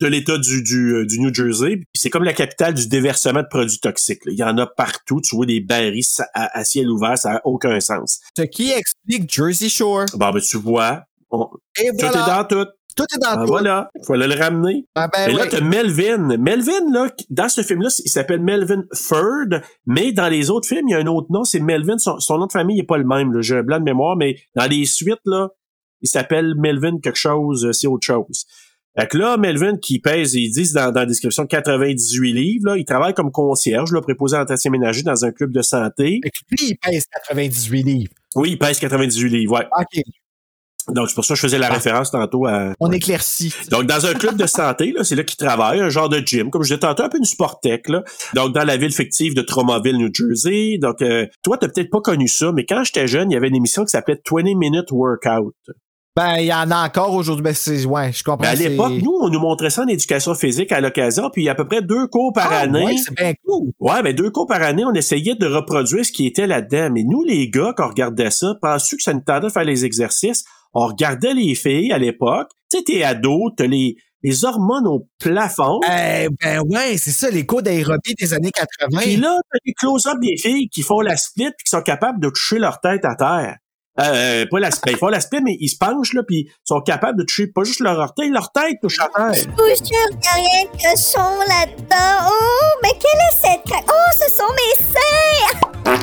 Speaker 2: de l'État du, du, euh, du New Jersey, puis c'est comme la capitale du déversement de produits toxiques. là. Il y en a partout. Tu vois des barils ça- à, à ciel ouvert, ça n'a aucun sens.
Speaker 1: Ce qui explique Jersey Shore.
Speaker 2: Bon, ben, tu vois, on-
Speaker 1: Et
Speaker 2: tout est
Speaker 1: voilà.
Speaker 2: dans tout.
Speaker 1: Tout est dans
Speaker 2: Ah,
Speaker 1: tout.
Speaker 2: voilà, il fallait le ramener.
Speaker 1: Ah, ben
Speaker 2: Et là,
Speaker 1: oui.
Speaker 2: t'as Melvin. Melvin, là, qui- dans ce film-là, il s'appelle Melvin Ford, mais dans les autres films, il y a un autre nom, c'est Melvin. Son, son nom de famille n'est pas le même, là. j'ai un blanc de mémoire, mais dans les suites, là, il s'appelle Melvin quelque chose, euh, c'est autre chose. Fait que là, Melvin, qui pèse, ils disent dans, dans la description 98 livres, là, il travaille comme concierge, là, préposé en tâtier ménager dans un club de santé.
Speaker 1: Fait que lui, il pèse 98 livres.
Speaker 2: Oui, il pèse 98 livres, ouais.
Speaker 1: OK,
Speaker 2: Donc, c'est pour ça que je faisais la
Speaker 1: Ah.
Speaker 2: référence tantôt à,
Speaker 1: on éclaircit.
Speaker 2: Donc, dans un club de santé, là, c'est là qu'il travaille, un genre de gym, comme je disais tantôt, un peu une sportec, là. Donc, dans la ville fictive de Tromaville, New Jersey. Donc, euh, toi, t'as peut-être pas connu ça, mais quand j'étais jeune, il y avait une émission qui s'appelait 20 Minute Workout.
Speaker 1: Ben, il y en a encore aujourd'hui. Ben, c'est, ouais, je comprends.
Speaker 2: Ben, à
Speaker 1: c'est-
Speaker 2: l'époque, nous, on nous montrait ça en éducation physique à l'occasion, puis à peu près deux cours par
Speaker 1: Ah,
Speaker 2: année.
Speaker 1: ouais, c'est bien cool.
Speaker 2: Ouais, ben deux cours par année, on essayait de reproduire ce qui était là-dedans. Mais nous, les gars, quand on regardait ça, penses-tu que ça nous tentait de faire les exercices? On regardait les filles à l'époque. Tu sais, t'es ado, t'as les, les hormones au plafond.
Speaker 1: Eh, ben ouais, c'est ça, les cours d'aérobie des années 80.
Speaker 2: Puis là, t'as des close-up des filles qui font la split puis qui sont capables de toucher leur tête à terre. Euh, pas la split, ils font la split, mais ils se penchent là puis ils sont capables de toucher pas juste leur orteil, leur tête touche à terre.
Speaker 6: Je vous jure qu'il n'y a rien que son là-dedans. Oh, mais quelle est cette craque? Oh, ce sont mes seins!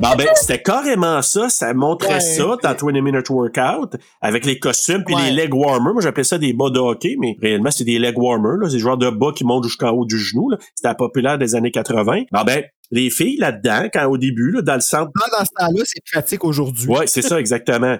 Speaker 2: Bon, ben, c'était carrément ça. Ça montrait
Speaker 1: Ouais.
Speaker 2: ça dans 20 Minute Workout avec les costumes puis
Speaker 1: Ouais.
Speaker 2: les leg warmers. Moi, j'appelais ça des bas de hockey, mais réellement, c'est des leg warmers. là. C'est le genre de bas qui montent jusqu'en haut du genou. là. C'était populaire des années 80. Bon, ben, les filles là-dedans, quand au début, là, dans le centre.
Speaker 1: Dans ce temps-là, c'est pratique aujourd'hui.
Speaker 2: Ouais, c'est ça, exactement.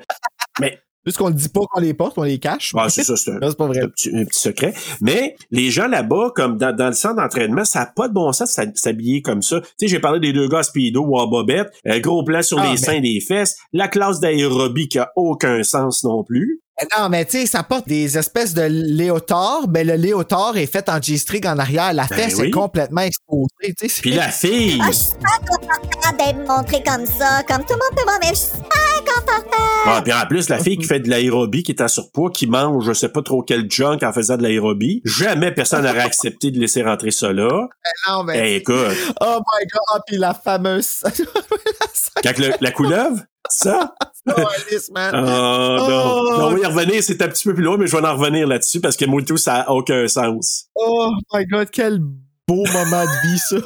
Speaker 1: Juste qu'on ne dit pas qu'on les porte, on les cache.
Speaker 2: Ah, c'est ça, c'est un,
Speaker 1: Là, c'est pas vrai.
Speaker 2: un petit, un petit secret. Mais les gens là-bas, comme dans, dans le centre d'entraînement, ça n'a pas de bon sens de s'ha- s'habiller comme ça. Tu sais, j'ai parlé des deux gars à speedo ou en bobette, un gros plan sur
Speaker 1: Ah,
Speaker 2: les
Speaker 1: mais-
Speaker 2: seins, des fesses, la classe d'aérobie qui a aucun sens non plus.
Speaker 1: Non, mais tu sais, ça porte des espèces de léotards, mais le léotard est fait en G-string en arrière. La
Speaker 2: Ben
Speaker 1: tête
Speaker 2: oui.
Speaker 1: est complètement exposée. tu sais, c'est-
Speaker 2: Puis la fille,
Speaker 6: Ah, je suis pas confortable d'être montrée comme ça, comme tout le monde peut voir, mais je suis pas confortable.
Speaker 2: ah, puis en plus la fille qui fait de l'aérobie, qui est en surpoids, qui mange je sais pas trop quel junk en faisant de l'aérobie, jamais personne n'aurait accepté de laisser rentrer ça là.
Speaker 1: Non, mais-
Speaker 2: Eh, écoute,
Speaker 1: Oh my god, ah, puis la fameuse
Speaker 2: quand le- la couleuvre, ça...
Speaker 1: Alice, man.
Speaker 2: Ah, non.
Speaker 1: Oh.
Speaker 2: Non, on va y revenir, c'est un petit peu plus loin, mais je vais en revenir là-dessus parce que Moutou, ça n'a aucun sens.
Speaker 1: Oh my god, quel beau moment de vie, ça.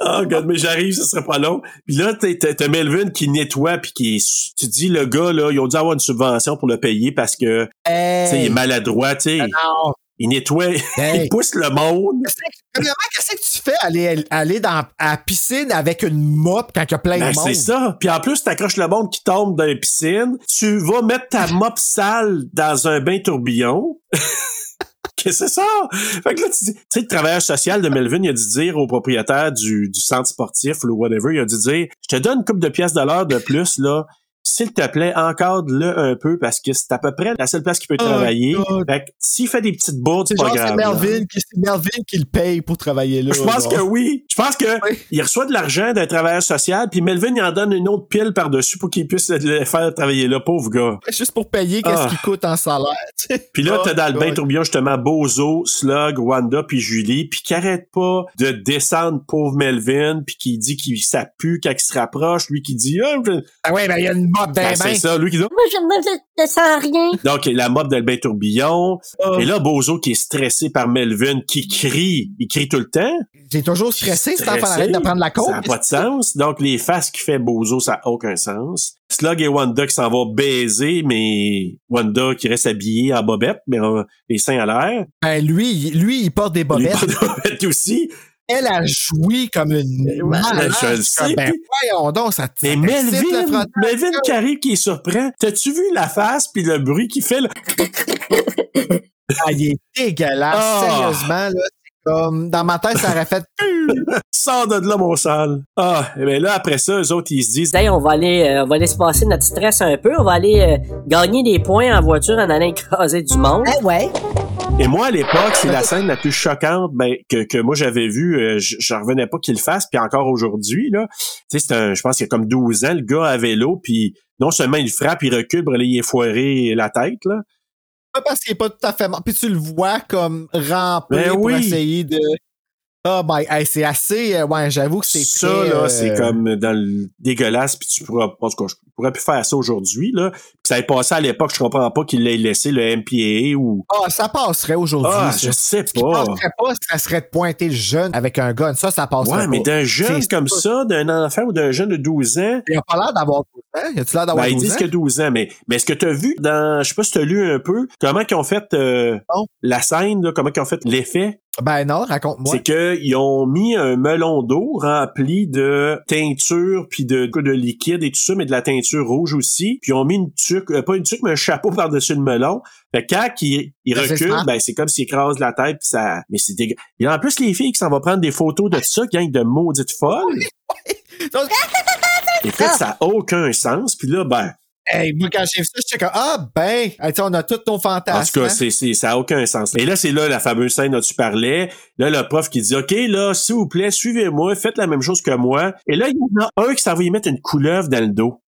Speaker 2: Oh, God, mais j'arrive, ce serait pas long. Puis là, t'as- t'as t'as Melvin qui nettoie puis qui est su- tu dis, le gars, là, ils ont dû avoir une subvention pour le payer parce que, tu sais, il est
Speaker 1: Hey.
Speaker 2: maladroit, tu sais.
Speaker 1: Non.
Speaker 2: Il nettoie, il
Speaker 1: Hey.
Speaker 2: pousse le monde.
Speaker 1: Vraiment, qu'est-ce que tu fais aller, aller dans, à la piscine avec une mop quand il y a plein
Speaker 2: Ben,
Speaker 1: de monde?
Speaker 2: c'est ça. Puis en plus, t'accroches le monde qui tombe dans la piscine. Tu vas mettre ta mop sale dans un bain tourbillon. Qu'est-ce que c'est ça? Fait que là, tu dis, tu sais, le travailleur social de Melvin, il a dû dire au propriétaire du, du centre sportif ou whatever, il a dû dire, je te donne une coupe de pièces de l'heure de plus, là. S'il te plaît, encadre-le un peu parce que c'est à peu près la seule place qu'il peut
Speaker 1: Oh,
Speaker 2: travailler.
Speaker 1: God.
Speaker 2: Fait que s'il fait des petites bourdes,
Speaker 1: C'est
Speaker 2: c'est pas
Speaker 1: genre, c'est
Speaker 2: grave. là.
Speaker 1: Melvin, qui- c'est Melvin qui le paye pour travailler là.
Speaker 2: Je pense
Speaker 1: genre.
Speaker 2: que oui. Je pense que
Speaker 1: Oui.
Speaker 2: il reçoit de l'argent d'un travailleur social, puis Melvin il en donne une autre pile par-dessus pour qu'il puisse le- le faire travailler là, pauvre gars.
Speaker 1: Juste pour payer qu'est-ce
Speaker 2: Ah.
Speaker 1: qu'il coûte en salaire. tu sais.
Speaker 2: Puis là,
Speaker 1: Oh,
Speaker 2: t'as dans le bain
Speaker 1: God.
Speaker 2: tourbillon justement Bozo, Slug, Wanda, puis Julie, puis qui arrête pas de descendre pauvre Melvin, puis qui dit qu'il ça pue quand il se rapproche, lui qui dit Ah, je-
Speaker 1: Ah ouais, ben il y a une mop dans
Speaker 2: Ben,
Speaker 1: les
Speaker 2: c'est
Speaker 1: mains.
Speaker 2: ça, lui qui dit Ah.
Speaker 7: Moi, je ne me- je sens rien.
Speaker 2: donc la mob dans le bain tourbillon.
Speaker 1: Oh.
Speaker 2: Et là, Bozo qui est stressé par Melvin, qui crie, il crie tout le temps.
Speaker 1: J'ai toujours stressé, cet enfant arrête de prendre la
Speaker 2: Ça
Speaker 1: côte.
Speaker 2: n'a pas de sens. Donc, les faces qui fait Bozo, ça n'a aucun sens. Slug et Wanda qui s'en vont baiser, mais Wanda qui reste habillée en bobette, mais euh, les seins à l'air.
Speaker 1: Ben lui, il- lui, il porte des
Speaker 2: Les
Speaker 1: bobettes.
Speaker 2: bobettes aussi.
Speaker 1: Elle a joui comme une malade.
Speaker 2: Ben, je le sais,
Speaker 1: Ben
Speaker 2: puis-
Speaker 1: voyons donc, ça
Speaker 2: Mais
Speaker 1: ça excite le
Speaker 2: Melvin,
Speaker 1: front-
Speaker 2: Melvin qui arrive, qui est surprend. T'as-tu vu la face puis le bruit qu'il fait? là?
Speaker 1: Ah, il est dégueulasse.
Speaker 2: Ah.
Speaker 1: Sérieusement, là, c'est comme dans ma tête, ça aurait fait.
Speaker 2: Sors de là, mon sale. Ah, mais là, après ça, eux autres, ils se disent,
Speaker 7: Hey, on va aller, euh, on va laisser passer notre stress un peu. On va aller euh, gagner des points en voiture en allant écraser du monde.
Speaker 6: ouais?
Speaker 2: Et moi, à l'époque, c'est la scène la plus choquante ben, que, que moi j'avais vue. Euh, j- J'en revenais pas qu'il le fasse. Puis encore aujourd'hui, là, tu sais, c'est un- je pense qu'il y a comme 12 ans, le gars à vélo, puis non seulement il frappe, il recule, ben là, il est foiré la tête, là.
Speaker 1: Pas parce qu'il est pas tout à fait mort. Puis tu le vois comme ramper
Speaker 2: Ben
Speaker 1: pour
Speaker 2: oui.
Speaker 1: essayer de. Ah, ben, hey, c'est assez. euh, Ouais, j'avoue que c'est
Speaker 2: ça,
Speaker 1: très,
Speaker 2: là,
Speaker 1: euh,
Speaker 2: c'est comme dans le dégueulasse, puis tu pourras, en tout cas, je pourrais plus faire ça aujourd'hui, là. Puis ça est passé à l'époque, je comprends pas qu'il l'ait laissé, le MPAA ou...
Speaker 1: Ah, ça passerait aujourd'hui.
Speaker 2: Ah,
Speaker 1: ça.
Speaker 2: je sais
Speaker 1: Ce qui
Speaker 2: pas.
Speaker 1: passerait pas, ça serait de pointer le jeune avec un gun. Ça, ça passerait
Speaker 2: Ouais,
Speaker 1: pas.
Speaker 2: mais d'un jeune
Speaker 1: C'est
Speaker 2: comme
Speaker 1: ça.
Speaker 2: ça, d'un enfant ou d'un jeune de 12 ans,
Speaker 1: Il a pas l'air d'avoir 12 ans. Il a-tu l'air
Speaker 2: Ben,
Speaker 1: d'avoir
Speaker 2: ils
Speaker 1: 12
Speaker 2: disent
Speaker 1: Ah ans?
Speaker 2: que 12 ans, mais, mais est-ce que tu as vu dans, je sais pas si tu as lu un peu, comment qu'ils ont fait euh,
Speaker 1: Non.
Speaker 2: la scène, là, comment qu'ils ont fait l'effet,
Speaker 1: Ben non, raconte-moi.
Speaker 2: c'est qu'ils ont mis un melon d'eau rempli de teinture, puis de, de liquide et tout ça, mais de la teinture rouge aussi, puis ils ont mis une tuque, euh, pas une tuque, mais un chapeau par-dessus le melon. Fait que quand il, il
Speaker 1: Ben, c'est
Speaker 2: recule,
Speaker 1: smart.
Speaker 2: ben c'est comme s'il écrase la tête, puis ça... Mais c'est dégueu. Et en plus, les filles qui s'en vont prendre des photos de ça, gang de maudites folles.
Speaker 1: Donc-
Speaker 2: Écoute, ça a aucun sens, puis là, ben...
Speaker 1: Hey, moi, quand j'ai vu ça, j'étais comme, ah, ben, hey, tu sais, on a tous nos fantasmes.
Speaker 2: En tout cas,
Speaker 1: hein.
Speaker 2: c'est, c'est, ça n'a aucun sens. Et là, c'est là la fameuse scène dont tu parlais. Là, le prof qui dit, OK, là, s'il vous plaît, suivez-moi, faites la même chose que moi. Et là, il y en a un qui s'en va y mettre une couleuvre dans le dos.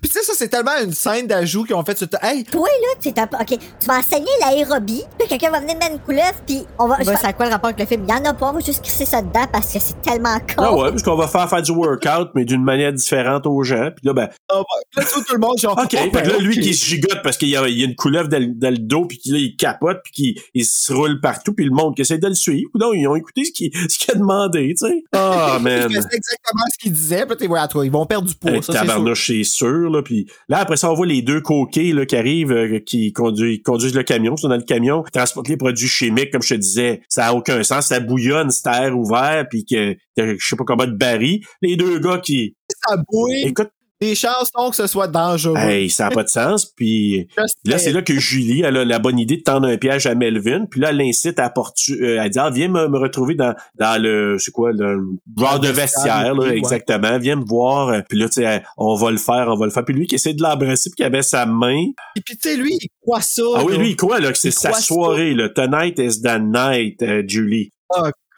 Speaker 1: Puis tu sais, ça, c'est tellement une scène d'ajout qu'ils ont fait. sur le- Hey,
Speaker 8: Toi, là, tu t'as pas- OK, tu vas enseigner l'aérobie, puis quelqu'un va venir mettre une couleuvre, puis on va. je vais- ça a quoi le rapport avec le film? Il y en a pas, moi, juste crisser ça dedans parce que c'est tellement con.
Speaker 1: Oh.
Speaker 2: Ah ouais, parce qu'on va faire faire du workout, mais d'une manière différente aux gens. Puis là, ben,
Speaker 1: on va- là, tout, tout le monde, genre.
Speaker 2: OK.
Speaker 1: oh,
Speaker 2: fait que
Speaker 1: ben,
Speaker 2: là, lui
Speaker 1: ok.
Speaker 2: qui se gigote parce qu'il y a, il y a une couleuvre dans, le- dans le dos, puis qu'il- là, il capote, puis qu'il il se roule partout, puis le monde qui essaie de le suivre. Non, ils ont écouté ce qu'il ce qu'il a demandé, tu sais. Ah, man.
Speaker 1: Il faisait exactement ce qu'il disait, puis t'es ouais, à toi, ils vont perdre du poids.
Speaker 2: Hey,
Speaker 1: ça, c'est sûr.
Speaker 2: tabarnouche, c'est sûr. Là, puis là, après ça, on voit les deux coquets là, qui arrivent, euh, qui conduisent, conduisent le camion, sont dans le camion, transportent les produits chimiques, comme je te disais. Ça a aucun sens, ça bouillonne, c'est à air ouvert, puis que t'as je sais pas combien de barils. Les deux gars qui...
Speaker 1: Ça bouille,
Speaker 2: Écoute,
Speaker 1: les chances sont que ce soit dangereux.
Speaker 2: hey, ça n'a pas de sens, puis...
Speaker 1: Je
Speaker 2: Là,
Speaker 1: sais.
Speaker 2: c'est là que Julie, elle a la bonne idée de tendre un piège à Melvin, puis là, elle l'incite à portu, euh, elle dit, ah, viens me, me retrouver dans, dans le, c'est quoi, le genre de vestiaire, là,
Speaker 1: oui, ouais.
Speaker 2: exactement, viens me voir, euh, puis là, tu sais, elle, on va le faire, on va le faire, puis lui qui essaie de l'embrasser, puis qui avait sa main.
Speaker 1: Et puis, tu sais, lui, il croit ça.
Speaker 2: Ah oui,
Speaker 1: là.
Speaker 2: lui, il croit, là, que c'est
Speaker 1: Il
Speaker 2: sa
Speaker 1: croit ça.
Speaker 2: soirée, là, tonight is the night, euh, Julie.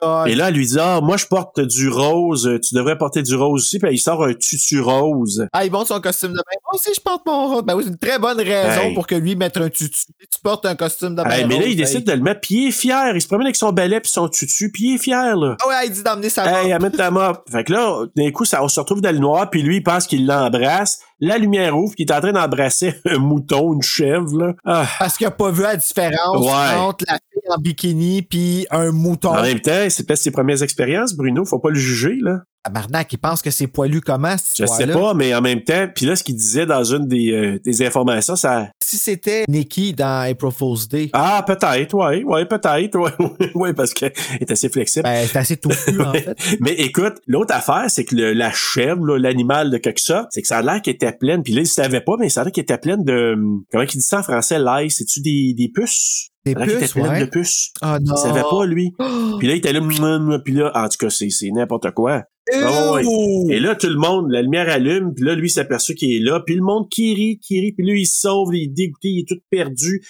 Speaker 1: Ah,
Speaker 2: Et là, elle lui dit, ah, moi, je porte du rose, euh, tu devrais porter du rose aussi, puis elle, il sort un tutu rose.
Speaker 1: Ah, il monte son costume de bain. Moi aussi, je porte mon rose. Ben oui, c'est une très bonne raison
Speaker 2: Hey.
Speaker 1: pour que lui mette un tutu. Tu portes un costume de bain.
Speaker 2: Hey, mais là,
Speaker 1: Ah, ben, rose,
Speaker 2: il décide de le mettre, puis il est fier, il se promène avec son balai puis son tutu, puis il est fier, là.
Speaker 1: Ah ouais, il dit d'emmener sa
Speaker 2: Hey,
Speaker 1: robe.
Speaker 2: amène ta mop. Fait que là, d'un coup, ça, on se retrouve dans le noir, puis lui, il pense qu'il l'embrasse. La lumière ouvre, puis il est en train d'embrasser un mouton, une chèvre, là. Ah.
Speaker 1: Parce qu'il n'a pas vu la différence
Speaker 2: Ouais. Ah
Speaker 1: entre la fille en bikini puis un mouton.
Speaker 2: En même temps, c'est peut-être ses premières expériences, Bruno. Faut pas le juger, là.
Speaker 1: Tabarnak, il pense que c'est poilu comment, cette
Speaker 2: Je sais
Speaker 1: histoire-là?
Speaker 2: pas, mais en même temps, puis là, ce qu'il disait dans une des, euh, des informations, ça...
Speaker 1: Si c'était Nikki dans April Fool's Day,
Speaker 2: Ah, peut-être, ouais, ouais, peut-être, ouais, ouais, ouais, parce qu'elle est assez flexible.
Speaker 1: ben, c'est assez touffu, en fait.
Speaker 2: Mais écoute, l'autre affaire, c'est que le- la chèvre, là, l'animal de quelque sorte, c'est que ça a l'air qu'elle était pleine. Puis là, il savait pas, mais ça a l'air qu'elle était pleine de... hum, Comment qu'il dit ça en français, l'ail? C'est-tu des, des puces?
Speaker 1: Des
Speaker 2: Ça a l'air qu'elle
Speaker 1: puces,
Speaker 2: était pleine de
Speaker 1: ouais.
Speaker 2: puces.
Speaker 1: Ah
Speaker 2: Il
Speaker 1: non. Oh!
Speaker 2: savait pas, lui. Puis là, il était là... mm, mm, Puis là, en tout cas, c'est c'est n'importe quoi. Ah ouais.
Speaker 1: Ew.
Speaker 2: Et là, tout le monde, la lumière allume. Puis là, lui, il s'aperçoit qu'il est là. Puis le monde qui rit, qui rit. Puis lui, il se sauve. Il est dégoûté. Il est tout perdu.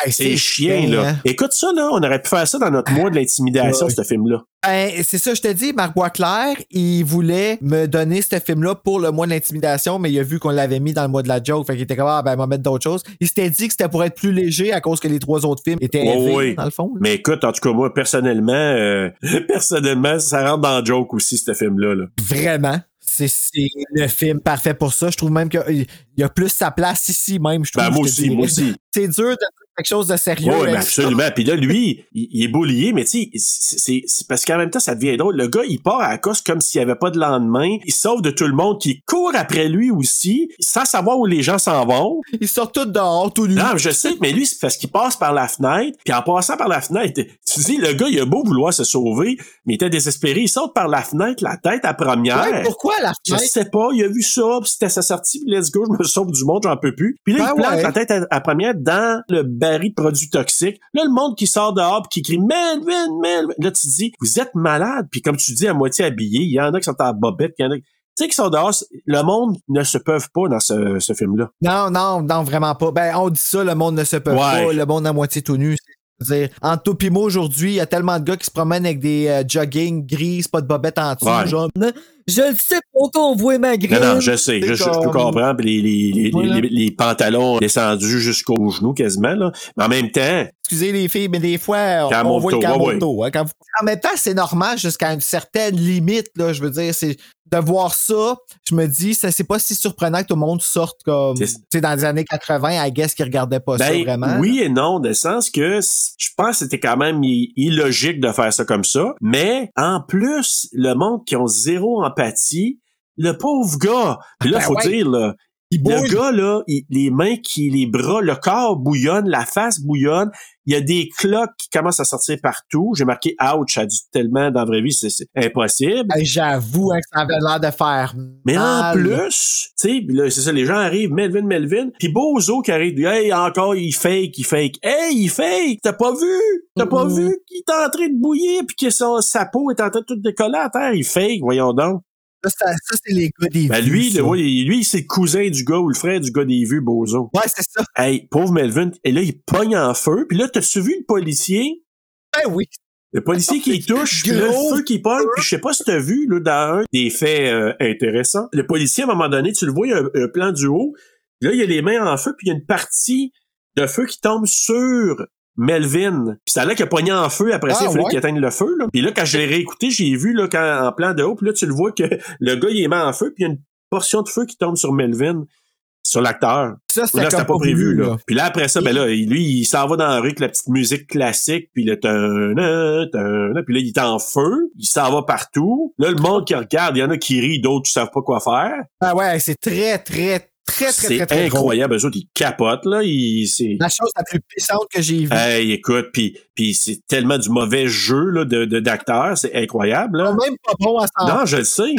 Speaker 1: Hey,
Speaker 2: C'est chien, là.
Speaker 1: hein.
Speaker 2: Écoute ça, là. On aurait pu faire ça dans notre mois de l'intimidation,
Speaker 1: Ouais.
Speaker 2: ce film-là.
Speaker 1: Ben, c'est ça, je te dis, Marc Boisclair, il voulait me donner ce film-là pour le mois de l'intimidation, mais il a vu qu'on l'avait mis dans le mois de la joke, fait qu'il était comme, ah, ben, on va mettre d'autres choses. Il s'était dit que c'était pour être plus léger à cause que les trois autres films étaient
Speaker 2: Ouais,
Speaker 1: élevés,
Speaker 2: ouais.
Speaker 1: dans le fond. là.
Speaker 2: Mais écoute, en tout cas, moi, personnellement, euh, personnellement, ça rentre dans le joke aussi, ce film-là. là.
Speaker 1: Vraiment. C'est c'est le film parfait pour ça. Je trouve même qu'il y a plus sa place ici, même, je trouve.
Speaker 2: Ben, moi
Speaker 1: je te
Speaker 2: aussi,
Speaker 1: dirais.
Speaker 2: moi aussi.
Speaker 1: C'est dur de faire quelque chose de sérieux.
Speaker 2: Oui, mais
Speaker 1: avec ça.
Speaker 2: absolument. Puis là, lui, il, il est boulié, mais tu sais, c'est- c'est c'est parce qu'en même temps, ça devient drôle. Le gars, il part à la course comme s'il n'y avait pas de lendemain. Il sauve de tout le monde qui court après lui aussi, sans savoir où les gens s'en vont.
Speaker 1: Ils sortent tous dehors, tout nus.
Speaker 2: Non, je sais, mais lui, c'est parce qu'il passe par la fenêtre. Puis en passant par la fenêtre, tu dis, le gars, il a beau vouloir se sauver, mais il était désespéré. Il saute par la fenêtre, la tête à première.
Speaker 1: Ouais, pourquoi la
Speaker 2: Je
Speaker 1: fenêtre?
Speaker 2: sais pas, il a vu ça, puis c'était sa sortie, puis let's go, je me sauve du monde, j'en peux plus. Puis là,
Speaker 1: Ben
Speaker 2: il plante
Speaker 1: ouais.
Speaker 2: la tête à, à première dans le baril de produits toxiques. Là, le monde qui sort dehors, puis qui crie « Melvin, Melvin ». Là, tu te dis « Vous êtes malade ». Puis comme tu dis, à moitié habillé, il y en a qui sont en bobette, il y en a... qui- Tu sais, qui sont dehors, c'est- le monde ne se peuvent pas dans ce, ce film-là.
Speaker 1: Non, non, non, vraiment pas. Ben, on dit ça, le monde ne se peut
Speaker 2: Ouais.
Speaker 1: pas, le monde à moitié tout nu. C'est-à-dire, en tout pis moi, aujourd'hui, il y a tellement de gars qui se promènent avec des euh, jogging grises, pas de bobette en dessous,
Speaker 2: Ouais.
Speaker 1: genre, Non, je le sais pas qu'on voit ma grille.
Speaker 2: Non, non, je sais, je, je-
Speaker 1: c'est
Speaker 2: je peux
Speaker 1: comme-
Speaker 2: comprendre, puis les, les, les, les-
Speaker 1: Voilà.
Speaker 2: les- les pantalons descendus jusqu'aux genoux quasiment, là. Mais en même temps,
Speaker 1: Excusez les filles, mais des fois, on,
Speaker 2: Camoto,
Speaker 1: voit le
Speaker 2: ouais,
Speaker 1: camoto. hein, quand vous- En même temps, c'est normal jusqu'à une certaine limite, là, je veux dire, c'est de voir ça, je me dis, ça c'est pas si surprenant que tout le monde sorte comme, tu
Speaker 2: C'est-
Speaker 1: sais, dans les années 80, I guess qu'ils regardaient pas ça
Speaker 2: Ben,
Speaker 1: vraiment.
Speaker 2: Oui et non, dans le sens que c- je pense que c'était quand même i- illogique de faire ça comme ça. Mais en plus, le monde qui ont zéro empathie, le pauvre gars, puis là,
Speaker 1: Ben
Speaker 2: faut
Speaker 1: ouais.
Speaker 2: dire, là,
Speaker 1: Ils
Speaker 2: le
Speaker 1: bouillent.
Speaker 2: gars, là, il- les mains qui, les bras, le corps bouillonne, la face bouillonne. Il y a des cloques qui commencent à sortir partout. J'ai marqué ouch, ça a dû tellement dans la vraie vie, c'est c'est impossible.
Speaker 1: Ben, J'avoue hein, que ça avait l'air de faire.
Speaker 2: Mais en
Speaker 1: mal.
Speaker 2: plus, tu sais, là, c'est ça, les gens arrivent, Melvin, Melvin, puis Bozo qui arrive, hey, encore, il fake, il fake, hey, il fake, t'as pas vu, t'as pas
Speaker 1: Mm.
Speaker 2: vu qu'il est en train de bouillir, puis que son, sa peau est en train de toute décoller à terre, il fake, voyons donc.
Speaker 1: Ça, ça- ça, c'est les gars des
Speaker 2: Ben
Speaker 1: vues,
Speaker 2: lui,
Speaker 1: ça.
Speaker 2: le- oui, lui, c'est le cousin du gars ou le frère du gars des vues, Bozo.
Speaker 1: Ouais, c'est ça.
Speaker 2: Hey, pauvre Melvin, et là, il pogne en feu, puis là, t'as-tu vu le policier?
Speaker 1: Ben oui.
Speaker 2: Le policier qui y touche, puis là,
Speaker 1: Gros.
Speaker 2: le feu qui pogne, puis je sais pas si t'as vu, là, dans un des faits euh, intéressants, le policier, à un moment donné, tu le vois, il y a un, un plan du haut, puis là, il y a les mains en feu, puis il y a une partie de feu qui tombe sur Melvin. Puis ça là qu'il a pogné en feu, après ça,
Speaker 1: Ah,
Speaker 2: il fallait
Speaker 1: ouais?
Speaker 2: qu'il éteigne le feu, là. Puis là, quand je l'ai réécouté, j'ai vu, là, quand, en plan de haut, puis là, tu le vois que le gars, il est mis en feu, puis il y a une portion de feu qui tombe sur Melvin, sur l'acteur.
Speaker 1: Ça, c'était
Speaker 2: Là,
Speaker 1: comme
Speaker 2: c'était pas prévu, là. Puis là, après ça, ben là, il- lui, il s'en va dans la rue avec la petite musique classique, puis le tana, tana, puis là, il est en feu, il s'en va partout. Là, le monde qui regarde, il y en a qui rient, d'autres qui savent pas quoi faire.
Speaker 1: Ah ouais, c'est très, très, très, très, très,
Speaker 2: C'est
Speaker 1: très drôle.
Speaker 2: incroyable, eux autres, ils capotent, là, ils, c'est...
Speaker 1: La chose la plus puissante que j'ai vue.
Speaker 2: Hey, écoute, puis, puis c'est tellement du mauvais jeu, là, de, de- d'acteurs, c'est incroyable, là.
Speaker 1: Ils sont même pas bon à s'en
Speaker 2: Euh, Non, je le sais.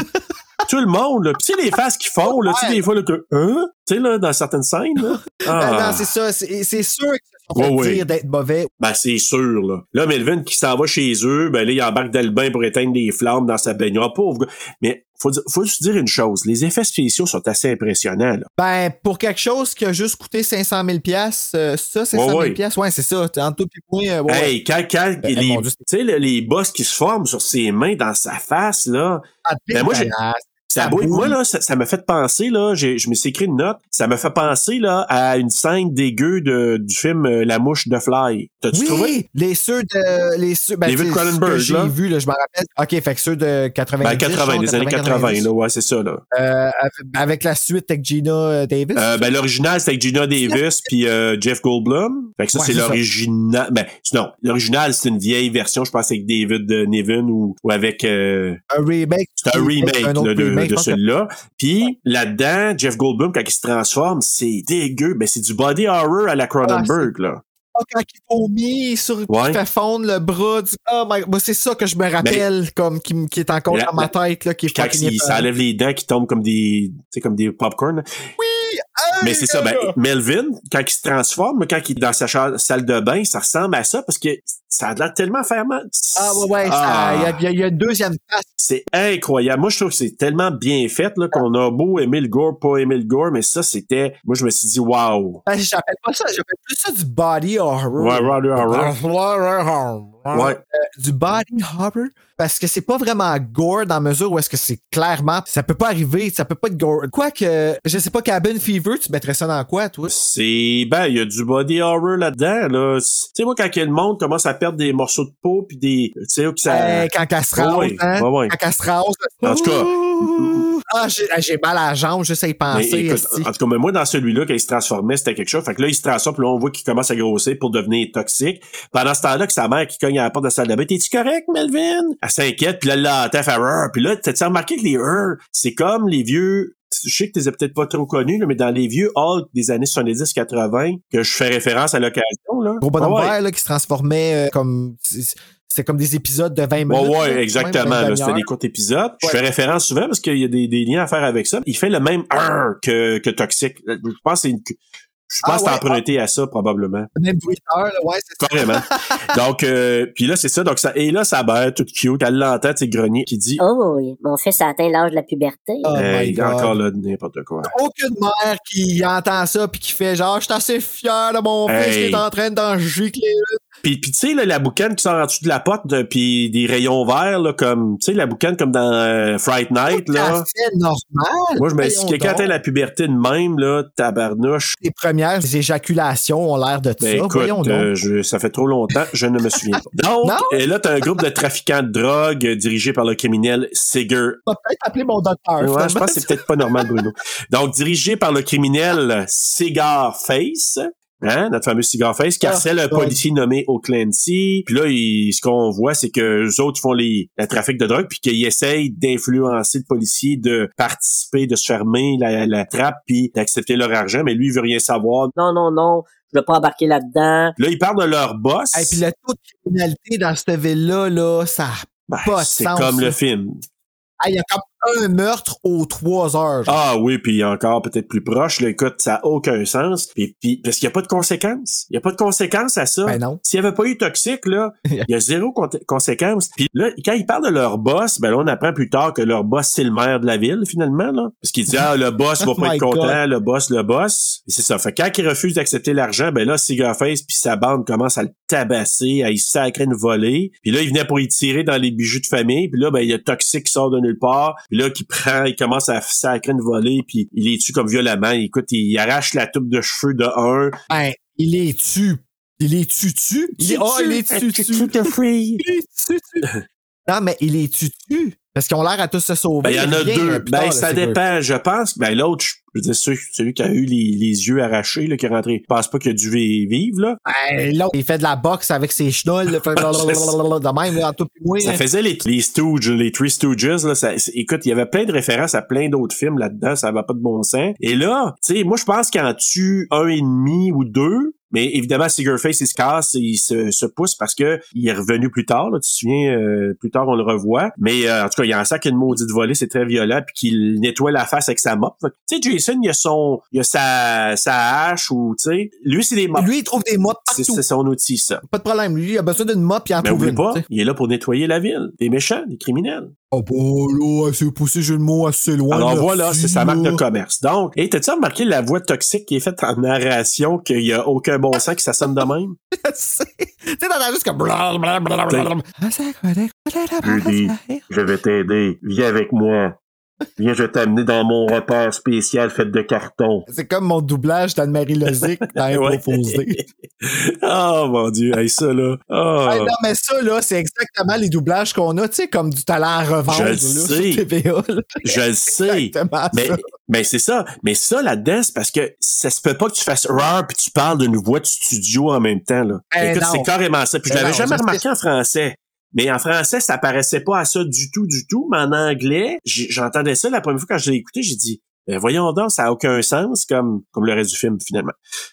Speaker 2: Tout le monde, là. Puis tu sais, les faces qu'ils font, là, tu sais, des fois, là, que, hein? Tu sais, là, dans certaines scènes, là.
Speaker 1: Ben
Speaker 2: Ah.
Speaker 1: non, c'est ça. C'est c'est sûr qu'ils se sont
Speaker 2: Ouais,
Speaker 1: fait
Speaker 2: ouais.
Speaker 1: dire d'être mauvais.
Speaker 2: Ben, c'est sûr, là. Là, Melvin qui s'en va chez eux, ben là, il embarque d'Albin pour éteindre les flammes dans sa baignoire. Pauvre gars. Mais faut, dire- faut juste dire une chose, les effets spéciaux sont assez impressionnants, là.
Speaker 1: Ben, pour quelque chose qui a juste coûté 500 000 pièces, euh, ça, 500 000
Speaker 2: ouais.
Speaker 1: pièces, ouais, c'est ça. T'es En tout pis point, euh, ouais, ouais.
Speaker 2: Hey, quand, quand
Speaker 1: Ben,
Speaker 2: les,
Speaker 1: mon Dieu,
Speaker 2: tu sais, là, les boss qui se forment sur ses mains dans sa face, là,
Speaker 1: Ah,
Speaker 2: ben, moi, j'ai-
Speaker 1: dégueulasse.
Speaker 2: ça
Speaker 1: Ah,
Speaker 2: bouille.
Speaker 1: oui.
Speaker 2: Moi, là, ça, ça m'a fait penser, là, j'ai- je me suis écrit une note, ça m'a fait penser, là, à une scène dégueu de, du film euh, La mouche de Fly. T'as-tu trouvé?
Speaker 1: Oui, les ceux de. Les ceux, ben,
Speaker 2: David
Speaker 1: tu sais, ceux
Speaker 2: Cronenberg,
Speaker 1: que J'ai
Speaker 2: là.
Speaker 1: vu, là, je m'en rappelle. OK, fait que ceux de 90.
Speaker 2: Ben, 80,
Speaker 1: je
Speaker 2: les
Speaker 1: pense,
Speaker 2: années 80,
Speaker 1: 90,
Speaker 2: là, ouais, c'est ça, là.
Speaker 1: euh, avec- avec la suite avec Gina euh, Davis.
Speaker 2: Euh, ben, l'original, c'est avec Gina Davis puis euh, Jeff Goldblum. Fait que ça,
Speaker 1: Ouais,
Speaker 2: c'est
Speaker 1: c'est ça.
Speaker 2: l'original. Ben, non, l'original, c'est une vieille version, je pense, avec David euh, Niven ou, ou avec... euh,
Speaker 1: un remake.
Speaker 2: c'est un remake,
Speaker 1: Un autre
Speaker 2: là, de,
Speaker 1: remake, je
Speaker 2: de
Speaker 1: pense que-
Speaker 2: celui-là. Puis là-dedans, Jeff Goldblum, quand il se transforme, c'est dégueu. Ben, c'est du body horror à la Cronenberg, là.
Speaker 1: Ah, quand il vomit sur
Speaker 2: Ouais.
Speaker 1: qui fait fondre le bras du oh my moi c'est ça que je me rappelle comme qui, m- qui est encore
Speaker 2: Mais la-
Speaker 1: dans ma tête là qui est
Speaker 2: Quand
Speaker 1: fucking
Speaker 2: il
Speaker 1: épeurant.
Speaker 2: s'enlève les dents qui tombent comme des, tu sais, comme des popcorn.
Speaker 1: oui hey,
Speaker 2: Mais c'est ça, ben,
Speaker 1: là!
Speaker 2: Melvin, quand il se transforme, quand il est dans sa cha- salle de bain, ça ressemble à ça parce que ça a l'air tellement faire mal.
Speaker 1: ah ouais ouais ça-
Speaker 2: Ah.
Speaker 1: il y a- il y, a- il y a une deuxième face
Speaker 2: C'est incroyable. Moi, je trouve que c'est tellement bien fait là qu'on a beau aimer le gore, pas aimer le gore, mais ça, c'était. Moi, je me suis dit, waouh.
Speaker 1: Ben, j'appelle pas ça j'appelle plus ça du body horror
Speaker 2: Ouais,
Speaker 1: Ah,
Speaker 2: ouais, ouais, ouais. Ouais.
Speaker 1: du body horror parce que c'est pas vraiment gore dans mesure où est-ce que c'est clairement ça peut pas arriver ça peut pas être gore quoique je sais pas Cabin Fever tu mettrais ça dans quoi toi
Speaker 2: C'est ben, il y a du body horror là-dedans. Là. Tu sais, moi, quand que le monde commence à perdre des morceaux de peau puis des, tu sais, que ça.
Speaker 1: Euh, quand elle se rase,
Speaker 2: Ouais,
Speaker 1: hein?
Speaker 2: ouais, ouais.
Speaker 1: Quand elle se rase.
Speaker 2: En tout cas,
Speaker 1: Ouh! Ah, j'ai j'ai mal à la jambe, juste à y
Speaker 2: Mais
Speaker 1: penser.
Speaker 2: écoute,
Speaker 1: esti.
Speaker 2: en tout cas, mais moi, dans celui-là, quand il se transformait, c'était quelque chose. Fait que là, il se transforme, puis là, on voit qu'il commence à grossir pour devenir toxique. Pendant ce temps-là, que sa mère qui cogne à la porte de la salle de bain, t'es-tu correct, Melvin? Elle s'inquiète, puis là, elle l'entend faire Rrr Puis là, t'as-tu remarqué que les hurr, c'est comme les vieux. Je sais que t'es peut-être pas trop connu, là, mais dans les vieux halls des années 70-80, que je fais référence à l'occasion, là.
Speaker 1: Gros bonhomme
Speaker 2: Ouais,
Speaker 1: vert là, qui se transformait euh, comme. c'est- C'est comme des épisodes de 20 minutes.
Speaker 2: Ouais,
Speaker 1: là,
Speaker 2: ouais, exactement.
Speaker 1: même
Speaker 2: là,
Speaker 1: une
Speaker 2: C'était des
Speaker 1: demi-heure.
Speaker 2: courts épisodes. Je
Speaker 1: Ouais.
Speaker 2: fais référence souvent parce qu'il y a des, des liens à faire avec ça. Il fait le même R que, que Toxic. Euh, Je pense que c'est une- Je pense
Speaker 1: Ah
Speaker 2: que c'est
Speaker 1: ouais,
Speaker 2: emprunté à ça, probablement.
Speaker 1: Même bruiteur, là, ouais, c'est ça.
Speaker 2: Carrément. Donc, euh, puis là, c'est ça. Donc, ça, et là, sa mère, toute cute, elle l'entend, tu sais, grenier, qui dit,
Speaker 8: Oh, oui, mon fils a atteint l'âge de la puberté.
Speaker 1: Oh
Speaker 2: Hey,
Speaker 1: my
Speaker 2: il est encore
Speaker 1: God.
Speaker 2: là, de n'importe quoi.
Speaker 1: Aucune mère qui entend ça puis qui fait genre, je suis assez fier de mon fils qui
Speaker 2: Hey.
Speaker 1: est en train d'en gicler.
Speaker 2: Puis, puis tu sais, là, la boucane qui sort en dessous de la porte, de- puis des rayons verts, là, comme, tu sais, la boucane comme dans euh, Fright Night, là.
Speaker 1: C'est normal.
Speaker 2: Moi, je me dis, si
Speaker 1: Voyons
Speaker 2: quelqu'un
Speaker 1: donc.
Speaker 2: atteint la puberté de même, là, tabarnouche,
Speaker 1: Les premières éjaculations ont l'air de
Speaker 2: Ben
Speaker 1: ça. Voyons
Speaker 2: écoute,
Speaker 1: donc.
Speaker 2: euh, je- ça fait trop longtemps, je ne me souviens pas. Donc,
Speaker 1: Non?
Speaker 2: euh, là, t'as un groupe de trafiquants de drogue euh, dirigé par le criminel Seger.
Speaker 1: On va peut-être appeler mon docteur.
Speaker 2: Ouais,
Speaker 1: finalement.
Speaker 2: je pense que c'est peut-être pas normal, Bruno. Donc, dirigé par le criminel Cigar Face. Hein, notre fameux Cigar Face, qui
Speaker 1: Ah,
Speaker 2: harcèle un
Speaker 1: ouais.
Speaker 2: policier nommé O'Clancy. Puis là, il- ce qu'on voit, c'est que eux autres font les, la trafic de drogue, puis qu'ils essayent d'influencer le policier de participer, de se fermer la, la trappe, puis d'accepter leur argent, mais lui, il veut rien savoir.
Speaker 7: Non, non, non, je veux pas embarquer là-dedans.
Speaker 2: Là, il parle de leur boss.
Speaker 1: Et puis le taux de criminalité dans cette ville-là, là, ça.
Speaker 2: Ben,
Speaker 1: pas de
Speaker 2: c'est
Speaker 1: sens,
Speaker 2: comme
Speaker 1: ça.
Speaker 2: le film.
Speaker 1: Ah, Il y a comme un meurtre aux trois heures. genre.
Speaker 2: Ah oui, puis encore peut-être plus proche. Là, écoute, ça n'a aucun sens. Puis, puis- parce qu'il n'y a pas de conséquences. Il n'y a pas de conséquences à ça.
Speaker 1: Ben non.
Speaker 2: S'il n'y avait pas eu toxique, là, il y a zéro con- conséquence. Puis là, quand ils parlent de leur boss, ben là, on apprend plus tard que leur boss, c'est le maire de la ville, finalement, là. Parce qu'il dit, ah, le boss va
Speaker 1: Oh
Speaker 2: pas
Speaker 1: my
Speaker 2: être content,
Speaker 1: God.
Speaker 2: le boss, le boss. Et c'est ça. Fait que quand il refuse d'accepter l'argent, ben là, Cigarface puis sa bande commence à le tabasser, à y sacrer une volée. Puis là, il venait pour y tirer dans les bijoux de famille. Puis là, ben, il y a Toxic qui sort de nulle part. Puis là, qui prend, il commence à sacrer une volée, puis il les tue comme violemment. Écoute, il arrache la toupe de cheveux de un.
Speaker 1: Ben, il les tue. Il les tue, tue. Il Ah, il les tue, tue.
Speaker 2: Tout de free.
Speaker 1: Il les tue, tue. Non, mais il les tue, tue. Parce qu'ils ont l'air à tous se sauver.
Speaker 2: Ben, il y en a
Speaker 1: Rien,
Speaker 2: deux.
Speaker 1: euh, plus tard,
Speaker 2: Ben,
Speaker 1: là,
Speaker 2: ça
Speaker 1: c'est que-
Speaker 2: dépend. Je pense que ben, l'autre, je je veux dire, celui, celui qui a eu les, les yeux arrachés, là, qui est rentré, je pense pas qu'il a dû vi- vivre, là.
Speaker 1: Ben, l'autre, il fait de la boxe avec ses chenolles. là, fait blablabla, de même, là, en tout point.
Speaker 2: Ça faisait les, les Stooges, les Three Stooges, là. Ça, c'est- écoute, il y avait plein de références à plein d'autres films là-dedans, ça va pas de bon sens. Et là, tu sais, moi, je pense qu'il en tue un et demi ou deux. Mais évidemment, Sigurface, il se casse et il se, se pousse parce que il est revenu plus tard. Là, tu te souviens, euh, plus tard, on le revoit. Mais euh, en tout cas, il en sac une maudite volée, c'est très violent, puis qu'il nettoie la face avec sa mop. Tu sais, Jason, il a son, il a sa, sa hache ou, tu sais, lui, c'est des mops.
Speaker 1: Lui, il trouve des mops
Speaker 2: C'est
Speaker 1: partout.
Speaker 2: c'est son outil, ça.
Speaker 1: Pas de problème. Lui, il a besoin d'une mop, puis il en
Speaker 2: Mais
Speaker 1: trouve
Speaker 2: oublie
Speaker 1: une.
Speaker 2: pas,
Speaker 1: tu sais.
Speaker 2: il est là pour nettoyer la ville, des méchants, des criminels.
Speaker 1: Oh, bon, là, c'est poussé, j'ai le mot assez loin.
Speaker 2: Alors
Speaker 1: merci,
Speaker 2: voilà, c'est sa marque de
Speaker 1: là.
Speaker 2: commerce. Donc, et t'as-tu remarqué la voix toxique qui est faite en narration qu'il y a aucun bon sens qui ça sonne de même?
Speaker 1: Tu sais, t'entends juste comme blablabla. Ah, ça, quoi, là, quoi, là, là,
Speaker 2: Judy.
Speaker 1: là, là.
Speaker 2: Je vais t'aider. Viens avec moi. Viens, je vais t'amener dans mon repère spécial fait de carton.
Speaker 1: C'est comme mon doublage d'Anne-Marie Lozic dans
Speaker 2: Ouais.
Speaker 1: Improposé.
Speaker 2: Oh mon dieu, hey, ça là. Oh.
Speaker 1: Hey, non, mais ça, là, c'est exactement les doublages qu'on a, tu sais, comme du talent à revendre
Speaker 2: Je le
Speaker 1: là,
Speaker 2: sais.
Speaker 1: sur TVA. là.
Speaker 2: je le sais.
Speaker 1: Exactement
Speaker 2: Mais,
Speaker 1: ça.
Speaker 2: mais c'est ça. Mais ça, là-dedans, c'est parce que ça se peut pas que tu fasses rare puis tu parles d'une voix de studio en même temps, là.
Speaker 1: Eh
Speaker 2: Écoute,
Speaker 1: non.
Speaker 2: c'est carrément ça. Puis je
Speaker 1: Eh
Speaker 2: l'avais
Speaker 1: non,
Speaker 2: jamais
Speaker 1: je
Speaker 2: remarqué en français. Mais en français, ça paraissait pas à ça du tout, du tout. Mais en anglais, j- j'entendais ça la première fois quand je l'ai écouté, j'ai dit, Ben, voyons donc, ça a aucun sens comme, comme le reste du film, finalement.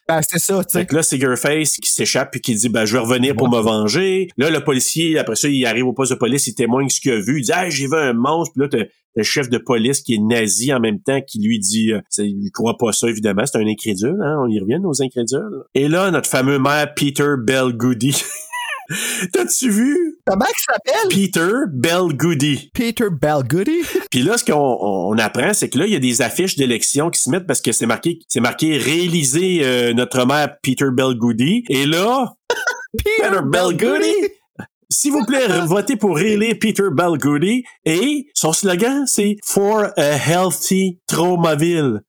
Speaker 1: Ben, c'est ça, tu
Speaker 2: Fait
Speaker 1: sais.
Speaker 2: que là, c'est Girlface qui s'échappe puis qui dit, ben, je vais revenir pour me venger. Là, le policier, après ça, il arrive au poste de police, il témoigne ce qu'il a vu. Il dit, ah, j'ai vu un monstre. Puis là, t'as t'as le chef de police qui est nazi en même temps qui lui dit, euh, ça, il lui croit pas ça, évidemment. C'est un incrédule, hein. On y revient, nos incrédules. Et là, notre fameux maire, Peter Bell Goody. T'as-tu vu?
Speaker 1: Comment il s'appelle?
Speaker 2: Peter Bell Goody.
Speaker 1: Peter Belgoody.
Speaker 2: Puis là, ce qu'on on- on apprend, c'est que là, il y a des affiches d'élection qui se mettent parce que c'est marqué, c'est marqué réaliser euh, notre maire Peter Bell Goody. Et là, Peter Belgoody. S'il vous plaît, votez pour élire Peter Balgoody et son slogan, c'est For a Healthy Traumaville.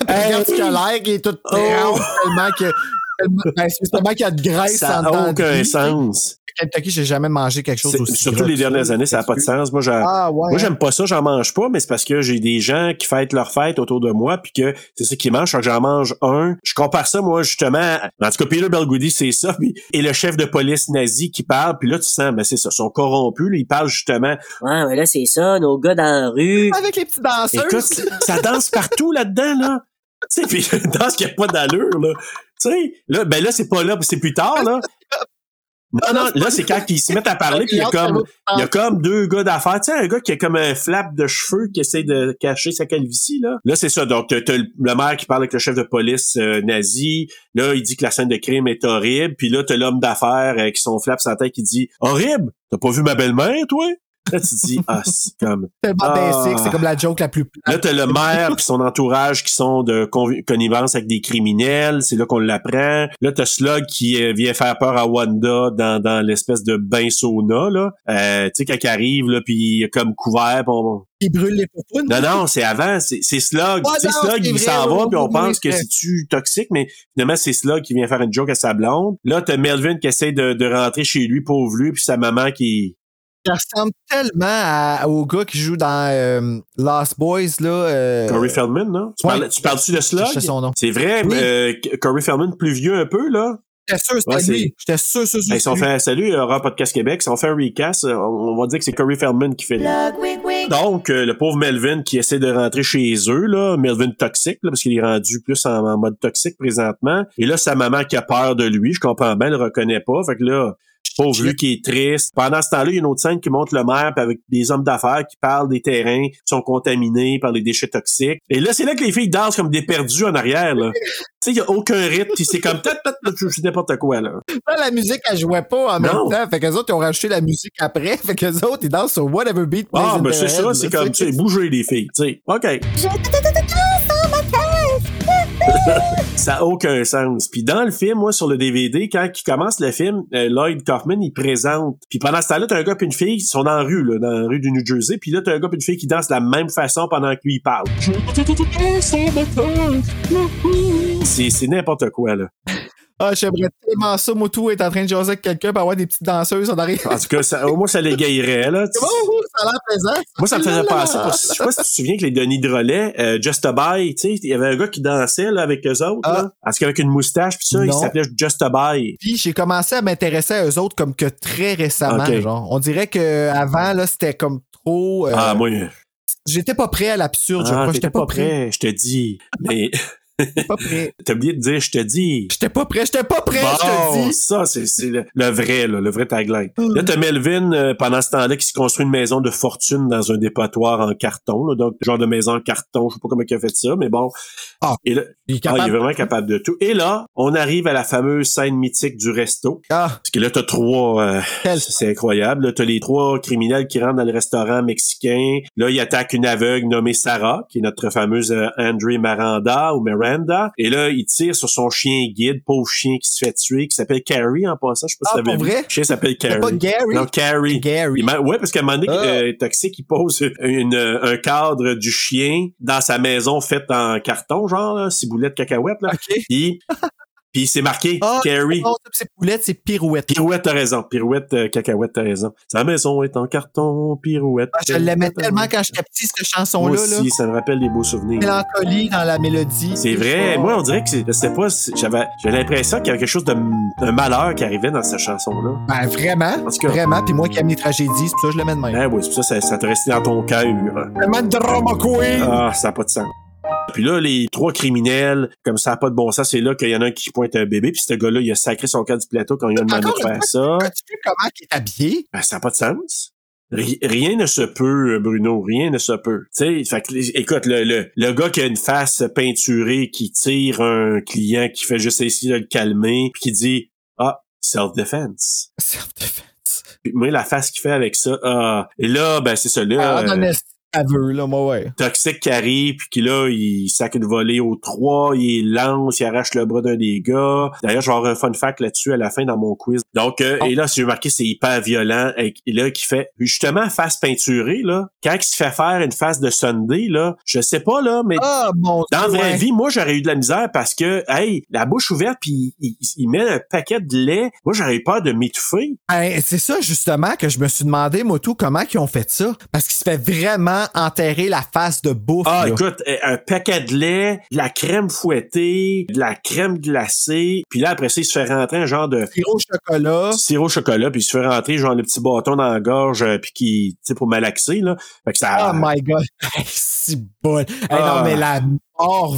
Speaker 1: Regarde ce qu'il a l'air, il est tout
Speaker 2: Oh.
Speaker 1: tellement tellement que. tellement- ben, c'est tellement qu'il y a de graisse
Speaker 2: ça
Speaker 1: en dedans
Speaker 2: n'a
Speaker 1: de
Speaker 2: aucun
Speaker 1: lui.
Speaker 2: sens.
Speaker 1: Kentucky, j'ai jamais mangé quelque chose
Speaker 2: C'est-
Speaker 1: aussi.
Speaker 2: Surtout
Speaker 1: gras
Speaker 2: les
Speaker 1: que ça.
Speaker 2: dernières années, ça n'a pas de sens. Moi, j'en-
Speaker 1: Ah ouais.
Speaker 2: moi, j'aime pas ça, j'en mange pas, mais c'est parce que j'ai des gens qui fêtent leur fête autour de moi, puis que c'est ça qu'ils mangent. Quand j'en mange un, je compare ça, moi, justement. à- En tout cas, Peter Belgoody, c'est ça. puis- et le chef de police nazi qui parle, puis là, tu sens, ben c'est ça, ils sont corrompus. Là, ils parlent justement
Speaker 7: Ouais, mais là, c'est ça, nos gars dans la rue.
Speaker 1: Avec les petits danseurs.
Speaker 2: Écoute, ça danse partout là-dedans, là. Tu sais, puis danse qu'il n'y a pas d'allure, là. Tu sais, là, ben là, c'est pas là, c'est plus tard, là. Non, non, là, c'est quand ils se mettent à parler, puis il y a comme, il y a comme deux gars d'affaires. Tu sais, un gars qui a comme un flap de cheveux qui essaie de cacher sa calvitie, là. Là, c'est ça. Donc, t'as t'as le le maire qui parle avec le chef de police euh, nazi. Là, il dit que la scène de crime est horrible. Puis là, t'as l'homme d'affaires euh, qui son flap sans tête qui dit « Horrible? T'as pas vu ma belle-mère, toi? » Là, tu dis « Ah, c'est comme... »
Speaker 1: tellement
Speaker 2: Ah.
Speaker 1: basic, c'est comme la joke la plus
Speaker 2: Là, t'as le maire puis son entourage qui sont de convi- connivence avec des criminels. C'est là qu'on l'apprend. Là, t'as Slug qui euh, vient faire peur à Wanda dans, dans l'espèce de bain sauna, là. Euh, tu sais, quand il arrive, là, puis il est comme couvert. Bon...
Speaker 1: qui brûle les poupounes.
Speaker 2: Non, non, c'est avant. C'est c'est Slug.
Speaker 1: Ah
Speaker 2: tu sais,
Speaker 1: non,
Speaker 2: Slug,
Speaker 1: c'est
Speaker 2: il
Speaker 1: vrai,
Speaker 2: s'en
Speaker 1: oui,
Speaker 2: va, puis on
Speaker 1: oui,
Speaker 2: pense
Speaker 1: oui,
Speaker 2: que c'est-tu toxique, mais finalement, c'est Slug qui vient faire une joke à sa blonde. Là, t'as Melvin qui essaie de, de rentrer chez lui, pauvre lui, puis sa maman qui...
Speaker 1: Ça ressemble tellement à- au gars qui joue dans euh, Lost Boys, là. euh,
Speaker 2: Corey Feldman, non? Tu
Speaker 1: ouais.
Speaker 2: parles- tu parles-tu de
Speaker 1: je
Speaker 2: Slug?
Speaker 1: sais son nom.
Speaker 2: C'est vrai,
Speaker 1: Oui.
Speaker 2: euh, Corey Feldman plus vieux un peu, là.
Speaker 1: J'étais sûr,
Speaker 2: Ouais,
Speaker 1: c'était
Speaker 2: c'est-
Speaker 1: lui. J'étais sûr, sûr, sûr.
Speaker 2: Hey, si on
Speaker 1: c'était lui.
Speaker 2: fait, salut, euh, Raw Podcast Québec. Si on fait un recast, euh, on, on va dire que c'est Corey Feldman qui fait. Donc, euh, le pauvre Melvin qui essaie de rentrer chez eux, là, Melvin toxique, là, parce qu'il est rendu plus en, en mode toxique présentement. Et là, sa maman qui a peur de lui, je comprends bien, elle le reconnaît pas. Fait que là, Pauvre lui qui est triste. Pendant ce temps-là, il y a une autre scène qui montre le maire puis avec des hommes d'affaires qui parlent des terrains qui sont contaminés par les déchets toxiques. Et là, c'est là que les filles dansent comme des perdus en arrière. là. tu sais, il y a aucun rythme. puis C'est comme tat, tat, tat, je sais n'importe quoi là.
Speaker 1: Là, la musique, elle jouait pas en
Speaker 2: Non.
Speaker 1: même temps. Fait que les autres, ils ont rajouté la musique après. Fait que les autres, ils dansent sur Whatever Beat.
Speaker 2: Ah,
Speaker 1: Plays in
Speaker 2: ben
Speaker 1: the
Speaker 2: c'est
Speaker 1: Head,
Speaker 2: ça,
Speaker 1: là,
Speaker 2: c'est comme tu sais, bouger les filles. Tu sais, ok.
Speaker 8: J'ai tout, tout, tout, tout, tout, ma
Speaker 2: Ça a aucun sens. Puis dans le film, moi, sur le DVD, quand il commence le film, euh, Lloyd Kaufman, il présente. Puis pendant ce temps-là, t'as un gars puis une fille, ils sont dans la rue, là, dans la rue du New Jersey. Puis là, t'as un gars puis une fille qui danse de la même façon pendant que lui, il parle. C'est c'est n'importe quoi, là.
Speaker 1: Ah, j'aimerais tellement ça. Moutou est en train de jaser avec quelqu'un pour avoir des petites danseuses en arrière.
Speaker 2: En tout cas, ça, au moins, ça l'égayerait, là.
Speaker 1: C'est bon, ouh, ça a l'air plaisant.
Speaker 2: Moi, ça me
Speaker 1: Là,
Speaker 2: faisait
Speaker 1: là,
Speaker 2: penser.
Speaker 1: là.
Speaker 2: pour- je sais pas si tu te souviens que les Denis de Relais, euh, Just a Bye, tu sais, il y avait un gars qui dansait, là, avec eux autres,
Speaker 1: Ah.
Speaker 2: là. Parce qu'avec une moustache, puis ça, il
Speaker 1: Non.
Speaker 2: s'appelait Just a Bye.
Speaker 1: Puis j'ai commencé à m'intéresser à eux autres comme que très récemment,
Speaker 2: Ok.
Speaker 1: genre. On dirait que avant là, c'était comme trop. euh,
Speaker 2: Ah, moi,
Speaker 1: J'étais pas prêt à l'absurde, je
Speaker 2: ah,
Speaker 1: crois.
Speaker 2: t'étais
Speaker 1: J'étais pas, prêt.
Speaker 2: je te dis. Mais
Speaker 1: J'étais pas prêt.
Speaker 2: T'as oublié de dire, je te dis.
Speaker 1: J'étais pas prêt. J'étais pas prêt, je te
Speaker 2: Bon,
Speaker 1: dis.
Speaker 2: ça, c'est c'est le, le vrai, là, le vrai tagline. Là, t'as Melvin, euh, pendant ce temps-là, qui se construit une maison de fortune dans un dépotoir en carton. Là, donc, genre de maison en carton, je sais pas comment il a fait ça, mais bon.
Speaker 1: Ah.
Speaker 2: Et là,
Speaker 1: Il est
Speaker 2: ah, il est
Speaker 1: capable.
Speaker 2: vraiment capable de tout. Et là, on arrive à la fameuse scène mythique du resto.
Speaker 1: Ah,
Speaker 2: Parce que là, t'as trois... euh,
Speaker 1: quel-
Speaker 2: c'est incroyable. là. T'as les trois criminels qui rentrent dans le restaurant mexicain. Là, ils attaquent une aveugle nommée Sarah, qui est notre fameuse euh, André Miranda ou Miranda. Et là, ils tirent sur son chien guide, pauvre chien qui se fait tuer, qui s'appelle Carrie en passant. Je sais pas
Speaker 1: Ah,
Speaker 2: si t'avais
Speaker 1: pour
Speaker 2: vu.
Speaker 1: vrai?
Speaker 2: Le chien s'appelle
Speaker 1: C'est
Speaker 2: Carrie.
Speaker 1: pas Gary.
Speaker 2: Non, Carrie.
Speaker 1: Gary.
Speaker 2: Il m'a- ouais, parce qu'à un moment donné,
Speaker 1: Ah.
Speaker 2: euh, Toxic, il pose une, euh, un cadre du chien dans sa maison faite en carton, genre, là, ciboulette, cacahuète, là.
Speaker 1: Ah, Ok.
Speaker 2: Puis, puis c'est marqué
Speaker 1: Ah,
Speaker 2: Carrie.
Speaker 1: Non, c'est poulettes, c'est pirouette.
Speaker 2: Pirouette, t'as raison. Pirouette, euh, cacahuète, t'as raison. Sa maison est en carton, pirouette. Euh,
Speaker 1: Ah, Je l'aimais tellement quand j'étais petit, cette
Speaker 2: Moi
Speaker 1: chanson-là. Là.
Speaker 2: aussi, ça me rappelle des beaux souvenirs.
Speaker 1: Mélancolie dans la euh, mélodie.
Speaker 2: C'est vrai. Moi, on dirait que c'est- je sais pas, si- j'avais, j'avais l'impression qu'il y avait quelque chose de, un malheur qui arrivait dans cette chanson-là.
Speaker 1: Ben, vraiment.
Speaker 2: En tout cas,
Speaker 1: Vraiment. Puis moi qui aime les tragédies, c'est pour ça que je le mets de même.
Speaker 2: ben oui, c'est pour ça, ça, ça te restait dans ton cœur. hein.
Speaker 1: Vraiment drama queen.
Speaker 2: Ah, ça n'a pas de sens. Puis là, les trois criminels, comme ça n'a pas de bon sens, c'est là qu'il y en a un qui pointe un bébé, puis ce gars-là, il a sacré son cas du plateau quand il a demandé
Speaker 1: Encore
Speaker 2: de
Speaker 1: une euh,
Speaker 2: faire ça.
Speaker 1: As-tu vu comment il est habillé?
Speaker 2: Ben, ça n'a pas de sens. Ri- Rien ne se peut, euh, Bruno. Rien ne se peut. Tu sais, fait que, les- écoute, le, le, le gars qui a une face peinturée, qui tire un client, qui fait juste essayer de le calmer, puis qui dit Ah, self-defense. Euh.
Speaker 1: Self-defense.
Speaker 2: Puis moi, la face qu'il fait avec ça, ah. Et là, ben c'est ça, là.
Speaker 1: Ah,
Speaker 2: euh,
Speaker 1: non, aveu, là, moi, ouais.
Speaker 2: Toxique qui arrive, puis qui là, il sac une volée aux trois, il lance, il arrache le bras d'un des gars. D'ailleurs, je vais avoir un fun fact là-dessus à la fin dans mon quiz. Donc, euh,
Speaker 1: Ah.
Speaker 2: et là, si j'ai marqué, c'est hyper violent. Et et là, qui fait justement face peinturée, là, quand il se fait faire une face de Sunday, là, je sais pas, là, mais
Speaker 1: Ah, mon
Speaker 2: dans la
Speaker 1: Dieu,
Speaker 2: vraie
Speaker 1: ouais.
Speaker 2: vie, moi, j'aurais eu de la misère parce que, hey, la bouche ouverte, puis il, il- il met un paquet de lait. Moi, j'aurais eu peur de m'étouffer.
Speaker 1: Hey, Ben, c'est ça, justement, que je me suis demandé, moi, tout, comment ils ont fait ça. Parce qu'il se fait vraiment enterrer la face de bouffe.
Speaker 2: Ah,
Speaker 1: là.
Speaker 2: écoute, euh, un paquet de lait, de la crème fouettée, de la crème glacée, puis là, après ça, il se fait rentrer un genre de
Speaker 1: Sirop au chocolat.
Speaker 2: sirop au chocolat, puis il se fait rentrer genre le petit bâton dans la gorge, euh, puis qui, tu sais, pour malaxer, là. Fait que ça...
Speaker 1: Oh my god. Hey, si bon.
Speaker 2: Ah.
Speaker 1: non, mais la mort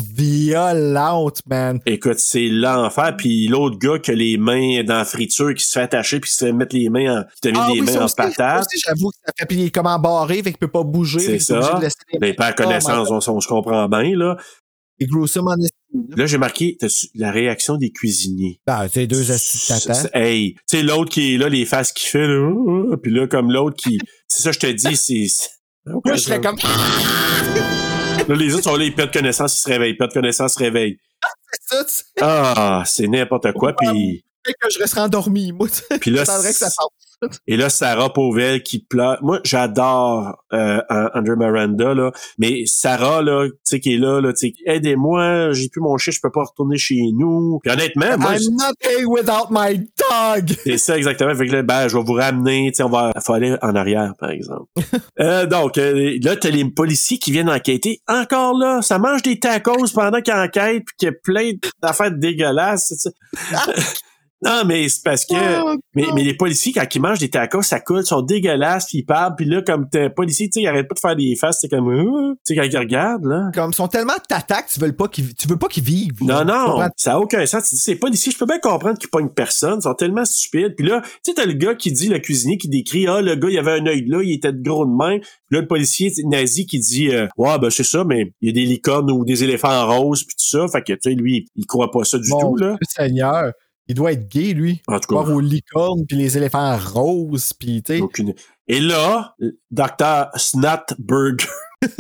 Speaker 1: violente, man.
Speaker 2: Écoute, c'est l'enfer, puis l'autre gars qui a les mains dans la friture, qui se fait attacher, puis qui se fait mettre les mains en... qui te met
Speaker 1: Ah
Speaker 2: les
Speaker 1: oui, ça
Speaker 2: mains en
Speaker 1: aussi, ça
Speaker 2: patate.
Speaker 1: aussi, J'avoue que ça fait puis il est comme embarré, fait qu'il peut pas bouger.
Speaker 2: C'est
Speaker 1: fait qu'il est
Speaker 2: ça.
Speaker 1: obligé de laisser les-
Speaker 2: Ben, par connaissance, on, on se comprend bien, là. Ben.
Speaker 1: Il est gruesome en est-
Speaker 2: Là, j'ai marqué t'as-tu- la réaction des cuisiniers.
Speaker 1: Ben, tu sais, deux astuces
Speaker 2: C'est-
Speaker 1: tata.
Speaker 2: c'est- Hey, tu sais l'autre qui est là, les faces qui fait là, euh, euh, puis là comme l'autre qui, c'est ça je te dis, c'est. c'est-
Speaker 1: Moi, je serais comme.
Speaker 2: Là, les autres sont là, ils perdent connaissance, ils se réveillent, ils perdent connaissance, ils se réveillent.
Speaker 1: C'est ça, tu sais,
Speaker 2: Ah, c'est n'importe quoi. Puis,
Speaker 1: que je resterais endormi, moi, tu sais.
Speaker 2: puis là,
Speaker 1: J'attendrais que ça sorte.
Speaker 2: et là Sarah Pauvel qui pleure. Moi, j'adore euh, Andrew Miranda là, mais Sarah là, tu sais qui est là, là, tu sais, aidez-moi, j'ai plus mon chien, je peux pas retourner chez nous. Puis honnêtement, Eh, moi,
Speaker 1: I'm not here without my dog.
Speaker 2: C'est ça exactement. Fait que là, ben, je vais vous ramener, tu sais, on va faut aller en arrière, par exemple. Euh, donc, euh, là, t'as les policiers qui viennent enquêter. Encore là, ça mange des tacos pendant qu'ils enquêtent, puis qu'il y a plein d'affaires dégueulasses. tu sais. Non, mais c'est parce que. mais, mais les policiers, quand ils mangent des tacos, ça coule, ils sont dégueulasses, puis ils parlent, puis là, comme t'es policier, tu sais, ils arrêtent pas de faire des faces, c'est comme. euh, tu sais, quand ils regardent, là.
Speaker 1: Comme ils sont tellement t'attaques, tu veux pas qu'ils, tu veux pas qu'ils vivent.
Speaker 2: Non,
Speaker 1: Tu
Speaker 2: non,
Speaker 1: comprends?
Speaker 2: ça n'a aucun sens. Tu dis, c'est policiers, je peux bien comprendre qu'ils pognent personne, ils sont tellement stupides. Puis là, tu sais, t'as le gars qui dit, le cuisinier qui décrit, ah, le gars, il avait un œil de là, il était de gros de main. Puis là, le policier nazi qui dit, euh, ouais, ben c'est ça, mais il y a des licornes ou des éléphants en rose, puis tout ça. Fait que, tu sais, lui, il croit pas ça du
Speaker 1: Mon
Speaker 2: tout, là.
Speaker 1: Dieu Seigneur, il doit être gay, lui.
Speaker 2: En tout cas,
Speaker 1: Voir aux licornes, puis les éléphants roses, puis tu sais.
Speaker 2: aucune... Et là, docteur Snatberg.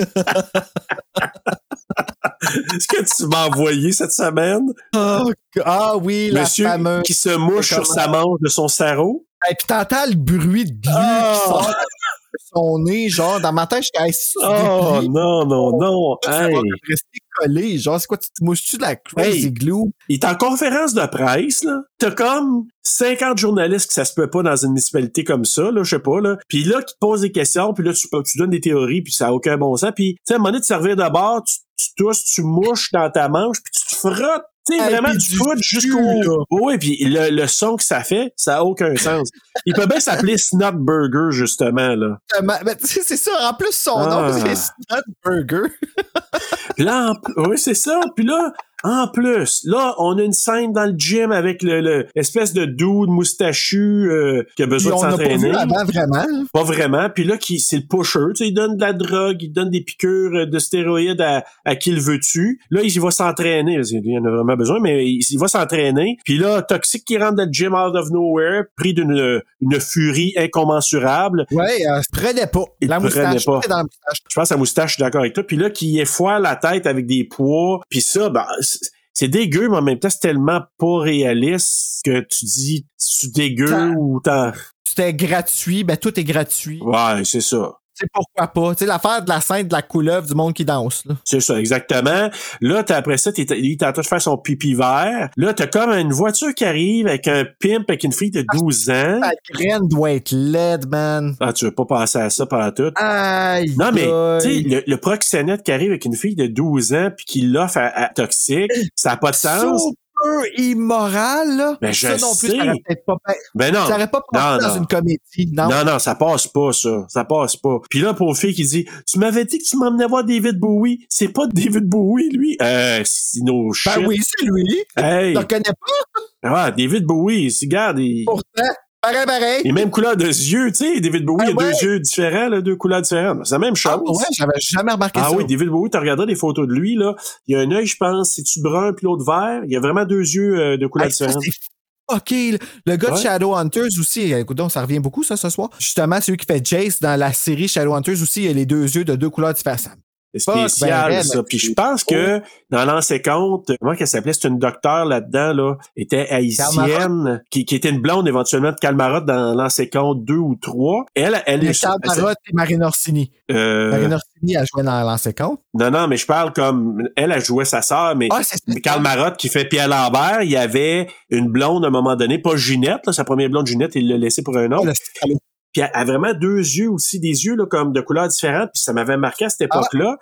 Speaker 2: Est-ce que tu m'as envoyé cette semaine?
Speaker 1: Ah, ah oui, la
Speaker 2: Monsieur
Speaker 1: fameuse.
Speaker 2: qui se mouche sur sa manche de son sarreau?
Speaker 1: Et puis t'entends le bruit de glu
Speaker 2: Ah!
Speaker 1: qui sort de son nez, genre, dans ma tête, je suis assis.
Speaker 2: Oh non, non, non.
Speaker 1: Ça
Speaker 2: Hey.
Speaker 1: va rester collé. Genre, c'est quoi, tu te mouches-tu de la crazy
Speaker 2: Hey.
Speaker 1: glue?
Speaker 2: Il est en conférence de presse, là. T'as comme 50 journalistes que ça se peut pas dans une municipalité comme ça, là, je sais pas, là. Puis là, qui te posent des questions, puis là, tu, tu donnes des théories, puis ça a aucun bon sens. Puis, tu sais, à un moment donné, de servir de bord, tu, tu tousses, tu mouches dans ta manche, puis tu te frottes. Tu sais,
Speaker 1: Hey,
Speaker 2: vraiment
Speaker 1: puis
Speaker 2: du
Speaker 1: du
Speaker 2: foot
Speaker 1: cul, là.
Speaker 2: jusqu'au... Oui, puis le, le son que ça fait, ça a aucun sens. Il peut bien s'appeler Snotburger, justement, là.
Speaker 1: Exactement. Mais tu sais, c'est ça. En plus, son
Speaker 2: Ah.
Speaker 1: nom, c'est Snot Burger.
Speaker 2: Puis là, en pl- oui, c'est ça. Puis là, en plus, là, on a une scène dans le gym avec le, le- espèce de dude moustachu euh, qui a
Speaker 1: Puis
Speaker 2: besoin
Speaker 1: on
Speaker 2: de
Speaker 1: n'a pas
Speaker 2: s'entraîner.
Speaker 1: vu avant vraiment.
Speaker 2: Pas vraiment. Puis là, qui, c'est le pusher. Tu sais, il donne de la drogue, il donne des piqûres euh, de stéroïdes à, à qui le veux-tu. Là, il va s'entraîner. parce qu'il y en a vraiment besoin, mais il, il va s'entraîner. Puis là, Toxic qui rentre dans le gym out of nowhere, pris d'une une furie incommensurable.
Speaker 1: Ouais, euh, prenait pas.
Speaker 2: Il
Speaker 1: la
Speaker 2: prenait
Speaker 1: moustache.
Speaker 2: pas.
Speaker 1: c'était Dans la moustache.
Speaker 2: Je pense à moustache, je suis d'accord avec toi. Puis là, qui effoie la tête avec des poids. Puis ça, ben, c'est- c'est dégueu, mais en même temps, c'est tellement pas réaliste que tu dis, tu dégueu
Speaker 1: Ça-
Speaker 2: ou t'en...
Speaker 1: C'était gratuit. Ben, tout est gratuit.
Speaker 2: Ouais, c'est ça.
Speaker 1: Tu sais pourquoi pas. Tu sais, l'affaire de la scène de la couleuvre du monde qui danse. Là.
Speaker 2: C'est ça, exactement. Là, t'as- après ça, t'es, il est en train de faire son pipi vert. Là, t'as comme une voiture qui arrive avec un pimp, avec une fille de 12 ans.
Speaker 1: La graine doit être laide, man.
Speaker 2: Ah, tu veux pas passer à ça pendant tout.
Speaker 1: Aïe.
Speaker 2: Non, mais,
Speaker 1: aïe.
Speaker 2: tu sais, le, le proxénète qui arrive avec une fille de 12 ans puis qui l'offre à, à Toxic, ça n'a pas de sens.
Speaker 1: Super immoral, là.
Speaker 2: Mais
Speaker 1: ça
Speaker 2: je
Speaker 1: non plus,
Speaker 2: sais.
Speaker 1: ça aurait peut-être pas,
Speaker 2: Ben non.
Speaker 1: ça aurait pas passé
Speaker 2: non,
Speaker 1: dans
Speaker 2: non.
Speaker 1: une comédie, non?
Speaker 2: Non, non, ça passe pas, ça. Ça passe pas. Puis là, pour fille qui dit Tu m'avais dit que tu m'emmenais voir David Bowie. C'est pas David Bowie, lui. Euh, c'est nos
Speaker 1: ben
Speaker 2: shit.
Speaker 1: oui, c'est lui.
Speaker 2: Hey.
Speaker 1: Tu le connais pas,
Speaker 2: Ah, David Bowie, c'est- regarde, il,
Speaker 1: pourtant. Pareil, pareil.
Speaker 2: les mêmes couleurs de yeux, tu sais, David Bowie,
Speaker 1: Ah
Speaker 2: il a
Speaker 1: ouais.
Speaker 2: deux yeux différents, là, deux couleurs différentes. C'est la même chose.
Speaker 1: Ah ouais, j'avais jamais remarqué
Speaker 2: Ah
Speaker 1: ça.
Speaker 2: oui, David Bowie, tu regarderas des photos de lui, là. Il a un œil, je pense, c'est-tu brun puis l'autre vert? Il a vraiment deux yeux euh, de couleurs
Speaker 1: Hey, ça,
Speaker 2: différentes.
Speaker 1: c'est OK, le le gars
Speaker 2: Ouais.
Speaker 1: de Shadowhunters aussi, eh, écoute donc, ça revient beaucoup ça ce soir. Justement, celui qui fait Jace dans la série Shadowhunters aussi, il a les deux yeux de deux couleurs différentes.
Speaker 2: C'est
Speaker 1: pas Oh.
Speaker 2: spécial,
Speaker 1: bien raide,
Speaker 2: ça.
Speaker 1: mais
Speaker 2: Puis
Speaker 1: c'est-
Speaker 2: je pense que dans l'ancien compte, comment qu'elle s'appelait? C'est une docteure là-dedans, là. était haïtienne, qui, qui était une blonde éventuellement de Calmarotte dans l'ancien compte 2 ou 3. Elle, elle
Speaker 1: Les
Speaker 2: est...
Speaker 1: Charles Marotte et Marine Orsini.
Speaker 2: elle- euh,
Speaker 1: Marine Orsini a joué dans l'ancien compte.
Speaker 2: non, non, mais je parle comme... Elle a joué sa sœur, mais...
Speaker 1: Ah, c'est ça.
Speaker 2: Mais Karl Marotte qui fait Pierre Lambert, il y avait une blonde à un moment donné, pas Ginette, là, sa première blonde Ginette, il l'a laissée pour un
Speaker 1: Ah,
Speaker 2: autre.
Speaker 1: le-
Speaker 2: Puis elle a vraiment deux yeux aussi, des yeux là, comme de couleurs différentes, puis ça m'avait marqué à cette
Speaker 1: Ah.
Speaker 2: époque-là.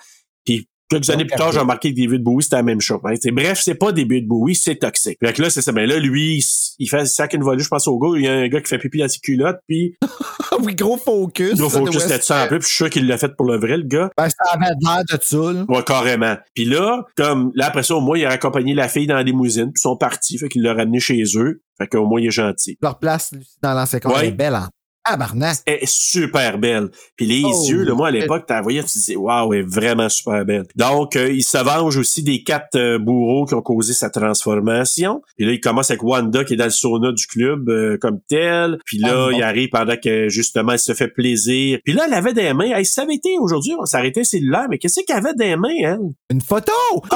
Speaker 2: Puis quelques années plus tard, j'ai remarqué que David Bowie, c'était la même chose. hein. C'est- Bref, c'est pas David Bowie, c'est toxique. Fait que là, c'est ça. Mais là, lui, il s- il fait sac une volée, je pense au gars, il y a un gars qui fait pipi dans ses culottes, puis
Speaker 1: Ah oui, gros focus.
Speaker 2: il faut
Speaker 1: ça, de
Speaker 2: focus
Speaker 1: West-
Speaker 2: là-dessus un peu, puis je suis sûr qu'il l'a fait pour le vrai, le gars.
Speaker 1: Ben, ça avait l'air de ça, là.
Speaker 2: Ouais, carrément. Puis là, comme là, après ça, au moins, il a accompagné la fille dans la limousine, puis ils sont partis, fait qu'il l'a ramené chez eux. Fait qu'au moins, il est gentil.
Speaker 1: Leur place dans l'ancien compte
Speaker 2: Ouais.
Speaker 1: elle est belle en tabarnak.
Speaker 2: Elle est super belle. Puis les
Speaker 1: Oh,
Speaker 2: yeux, là, moi, à
Speaker 1: oui.
Speaker 2: l'époque, t'en voyais, tu disais, waouh, elle est vraiment super belle. Donc, euh, il se venge aussi des quatre euh, bourreaux qui ont causé sa transformation. Puis là, il commence avec Wanda, qui est dans le sauna du club, euh, comme tel. Puis là,
Speaker 1: Ah, bon.
Speaker 2: il arrive pendant que, justement, il se fait plaisir. Puis là, elle avait des mains. Hey, ça avait été aujourd'hui, on s'arrêtait cellulaire, mais qu'est-ce qu'elle avait des mains, elle? Ah!
Speaker 1: Une photo! Oh, du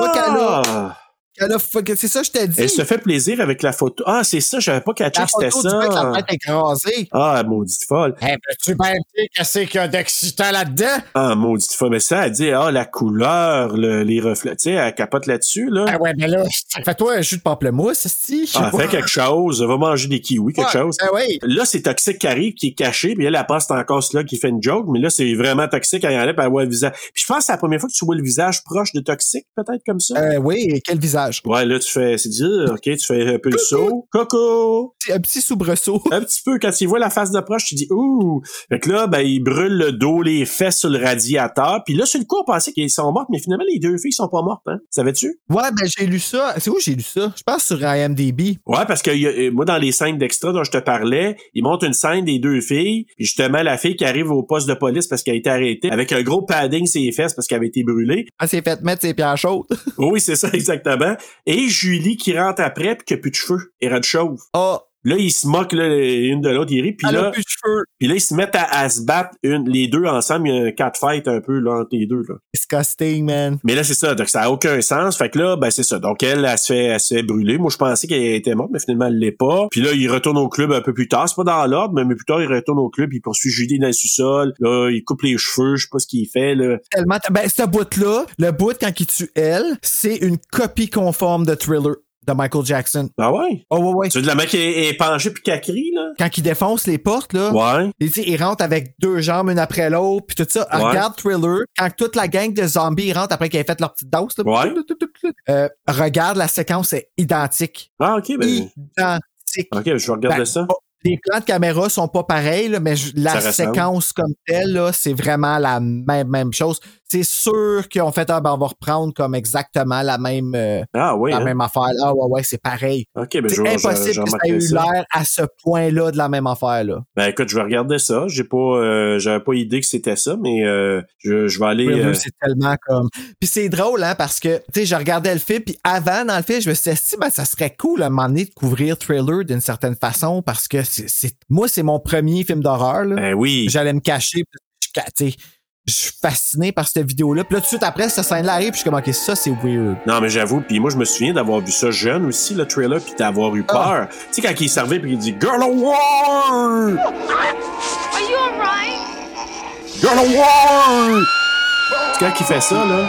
Speaker 1: gars qu'elle a. qu'elle a fuck- C'est ça, que je t'ai dit.
Speaker 2: Elle se fait plaisir avec la photo. Ah, c'est ça, j'avais pas catché
Speaker 1: la
Speaker 2: que c'était
Speaker 1: photo du mec, la
Speaker 2: ça.
Speaker 1: tête écrasée.
Speaker 2: Ah, maudite folle.
Speaker 1: Eh, ben, tu bien dire qu'est-ce qu'il y a d'excitant là-dedans?
Speaker 2: Ah, maudite folle. Mais ça, elle dit, ah, la couleur, le- les reflets. Tu sais, elle capote là-dessus, là.
Speaker 1: Ah ouais, mais là, fais-toi un jus de pamplemousse, si.
Speaker 2: Ah, fait quelque chose. Va manger des kiwis, quelque chose.
Speaker 1: Ah ouais.
Speaker 2: Là, c'est toxique qui arrive, qui est caché, puis elle, elle passe encore cela qui fait une joke, mais là, c'est vraiment toxique, elle enlève, puis elle voit le visage. Puis je pense que c'est la première fois que tu vois le visage proche de toxique, peut-être comme ça.
Speaker 1: Euh, oui, et quel visage pages.
Speaker 2: Ouais, là, tu fais, c'est dur, ok, tu fais un peu le saut. Coco!
Speaker 1: Petit- Un petit soubresaut.
Speaker 2: Un petit peu, quand il voit la face d'approche, tu dis, ouh! Fait que là, ben, il brûle le dos, les fesses sur le radiateur. Puis là, sur le coup, on pensait qu'ils sont mortes, mais finalement, les deux filles sont pas mortes, hein. Savais-tu?
Speaker 1: Ouais, ben j'ai lu ça. C'est où j'ai lu ça? Je pense sur IMDB.
Speaker 2: Ouais, parce que il y a- euh, moi, dans les scènes d'extra dont je te parlais, ils montent une scène des deux filles, puis justement, la fille qui arrive au poste de police parce qu'elle a été arrêtée, avec un gros padding sur les fesses parce qu'elle avait été brûlée.
Speaker 1: Elle s'est Ah, fait mettre ses pierres chaudes.
Speaker 2: Oui, c'est ça, exactement. Et Julie qui rentre après puis qui a plus de cheveux et rend chauve.
Speaker 1: Ah,
Speaker 2: Là, ils se moquent là, une de l'autre, ils rient, puis
Speaker 1: elle a
Speaker 2: là,
Speaker 1: plus de cheveux.
Speaker 2: puis là, ils se mettent à, à se battre une, les deux ensemble, il y a un catfight un peu là, entre les deux. Là.
Speaker 1: Disgusting, man.
Speaker 2: Mais là, c'est ça, donc ça a aucun sens. Fait que là, ben c'est ça. Donc elle, elle se fait, elle se fait brûler. Moi, je pensais qu'elle était morte, mais finalement, elle l'est pas. Puis là, il retourne au club un peu plus tard. C'est pas dans l'ordre, mais- mais plus tard, il retourne au club, il poursuit Julie dans le sous-sol. Là, il coupe les cheveux, je sais pas ce qu'il fait. Là.
Speaker 1: Tellement. Ben, ce bout-là, le bout quand il tue elle, c'est une copie conforme de Thriller de Michael Jackson.
Speaker 2: Ah ouais?
Speaker 1: Oh, ouais, ouais.
Speaker 2: Tu veux de la mec qui est, est penchée puis qu'elle crie, là?
Speaker 1: Quand il défonce les portes, là.
Speaker 2: Ouais.
Speaker 1: Il, dit, il rentre avec deux jambes, une après l'autre, puis tout ça. Ah,
Speaker 2: Ouais.
Speaker 1: Regarde Thriller, quand toute la gang de zombies rentre après qu'ils aient fait leur petite danse, là.
Speaker 2: Ouais.
Speaker 1: Euh, regarde, la séquence est identique.
Speaker 2: Ah, ok, ben.
Speaker 1: Identique.
Speaker 2: Ok, je regarde
Speaker 1: Ben,
Speaker 2: ça.
Speaker 1: pas- Les plans de caméra sont pas pareils, là, mais je- la
Speaker 2: Ça ressemble.
Speaker 1: séquence comme telle, là, c'est vraiment la même, même chose. C'est sûr qu'ils ont fait, ah, ben, on va reprendre comme exactement la même, euh,
Speaker 2: Ah oui.
Speaker 1: la
Speaker 2: hein.
Speaker 1: même affaire. Ah, ouais, ouais, c'est pareil.
Speaker 2: Ok, ben je
Speaker 1: C'est
Speaker 2: vais
Speaker 1: impossible
Speaker 2: je vais
Speaker 1: que ça
Speaker 2: remarquer
Speaker 1: ait eu
Speaker 2: ça.
Speaker 1: l'air à ce point-là de la même affaire, là.
Speaker 2: Ben écoute, je vais regarder ça. J'ai pas, euh, j'avais pas idée que c'était ça, mais euh, je, je vais aller.
Speaker 1: Thriller,
Speaker 2: euh,
Speaker 1: c'est tellement comme. Puis c'est drôle, hein, parce que, tu sais, je regardais le film, puis avant, dans le film, je me suis dit, si, ben, ça serait cool, à un moment donné, de couvrir Thriller d'une certaine façon, parce que c'est, c'est- moi, c'est mon premier film d'horreur, là.
Speaker 2: Ben oui.
Speaker 1: J'allais me cacher, puis je, tu sais, je suis fasciné par cette vidéo-là. Puis là, tout de suite après, cette scène-là arrive, puis je suis comme, OK, ça, c'est weird.
Speaker 2: Non, mais j'avoue, puis moi, je me souviens d'avoir vu ça jeune aussi, le trailer, puis d'avoir eu peur. Tu sais, quand il servait, puis il dit Girl of War!
Speaker 6: Are you alright?
Speaker 2: Girl of War! C'est quand il fait ça, là.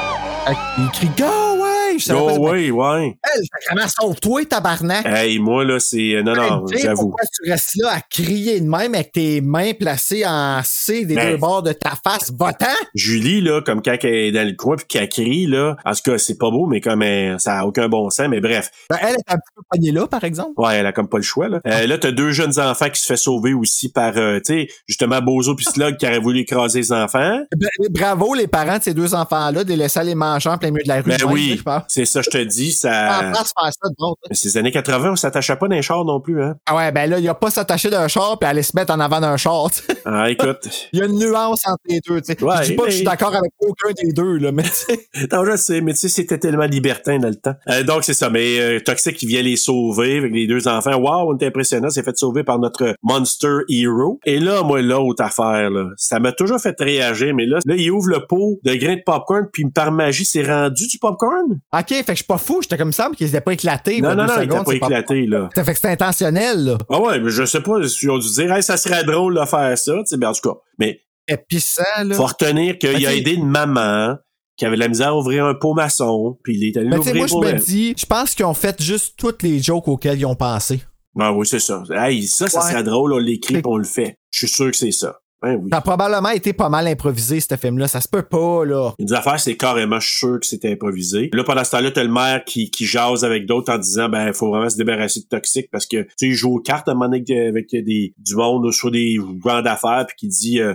Speaker 1: Il crie, go away! Je savais pas,
Speaker 2: Oh, ouais, ouais.
Speaker 1: Hey, sacrément, sauve-toi, tabarnak!
Speaker 2: Hey, moi, là, c'est. Non, non,
Speaker 1: Tu sais
Speaker 2: Euh, j'avoue.
Speaker 1: Pourquoi tu restes là à crier de même avec tes mains placées en C des
Speaker 2: Mais-
Speaker 1: deux bords de ta face? Va-t'en!
Speaker 2: Julie, là, comme quand elle est dans le coin, puis qu'elle crie, là. En tout cas, c'est pas beau, mais comme elle- ça a aucun bon sens, mais bref.
Speaker 1: Ben, elle est un petit peu poignée là, par exemple.
Speaker 2: Ouais, elle a comme pas le choix, là. Euh, là, t'as deux jeunes enfants qui se fait sauver aussi par, euh, tu sais, justement, Bozo puis Slug qui aurait voulu écraser les enfants.
Speaker 1: Ben, bravo les parents de ces deux enfants-là de les laisser aller manger en plein milieu de la rue.
Speaker 2: Ben
Speaker 1: Je pense,
Speaker 2: oui, Euh.
Speaker 1: je pense.
Speaker 2: c'est ça, je te dis,
Speaker 1: En
Speaker 2: ça...
Speaker 1: place, faire ça de hein. drôle.
Speaker 2: Mais Ces années 80, on s'attachait pas d'un char non plus, hein?
Speaker 1: Ah ouais, ben là, il a pas s'attacher d'un char puis aller se mettre en avant d'un char. tu sais.
Speaker 2: Ah, écoute,
Speaker 1: Il y a une nuance entre les deux. tu sais.
Speaker 2: Ouais,
Speaker 1: je dis pas que je suis
Speaker 2: mais-
Speaker 1: d'accord avec aucun des deux, là, mais tu sais,
Speaker 2: non, je sais, mais tu sais, c'était tellement libertin dans le temps. Euh, donc, c'est ça, mais euh, Toxic qui vient les sauver avec les deux enfants. Waouh, on était impressionnant, c'est fait sauver par notre Monster Hero. Et là, moi, l'autre affaire, là, ça m'a toujours fait réagir, mais là, là, il ouvre le pot de grains de popcorn, puis par magie, c'est rendu du popcorn?
Speaker 1: OK, fait que je suis pas fou. J'étais comme ça, mais qu'ils étaient pas éclatés.
Speaker 2: Non,
Speaker 1: ben,
Speaker 2: non,
Speaker 1: deux
Speaker 2: non, il t'a
Speaker 1: secondes,
Speaker 2: pas
Speaker 1: c'est
Speaker 2: éclaté, là.
Speaker 1: Ça fait que c'est intentionnel, là.
Speaker 2: Ah ouais, mais je sais pas, ils ont dû dire, hey, ça serait drôle de faire ça, tu sais, ben, en tout cas. Mais
Speaker 1: Et pissant, là. Ben,
Speaker 2: faut retenir qu'il a
Speaker 1: Ok.
Speaker 2: aidé une maman qui avait de la misère à ouvrir un pot maçon, puis il est allé
Speaker 1: Ben, tu sais,
Speaker 2: l'ouvrir
Speaker 1: moi, je
Speaker 2: pour
Speaker 1: me
Speaker 2: elle.
Speaker 1: dis, je pense qu'ils ont fait juste toutes les jokes auxquelles ils ont pensé.
Speaker 2: Ah oui, c'est ça. Hey, ça, ça
Speaker 1: Ouais.
Speaker 2: serait drôle, on l'écrit
Speaker 1: C'est-
Speaker 2: puis on le fait. Je suis sûr que c'est ça. Hein, oui.
Speaker 1: Ça a probablement été pas mal improvisé, ce film-là. Ça se peut pas, là.
Speaker 2: Une des affaires, c'est carrément je suis sûr que c'était improvisé. Là, pendant ce temps-là, t'as le maire qui, qui jase avec d'autres en disant, ben, faut vraiment se débarrasser de toxique parce que, tu sais, il joue aux cartes à un moment donné avec- avec des, du monde sur des gens d'affaires puis qui dit, euh,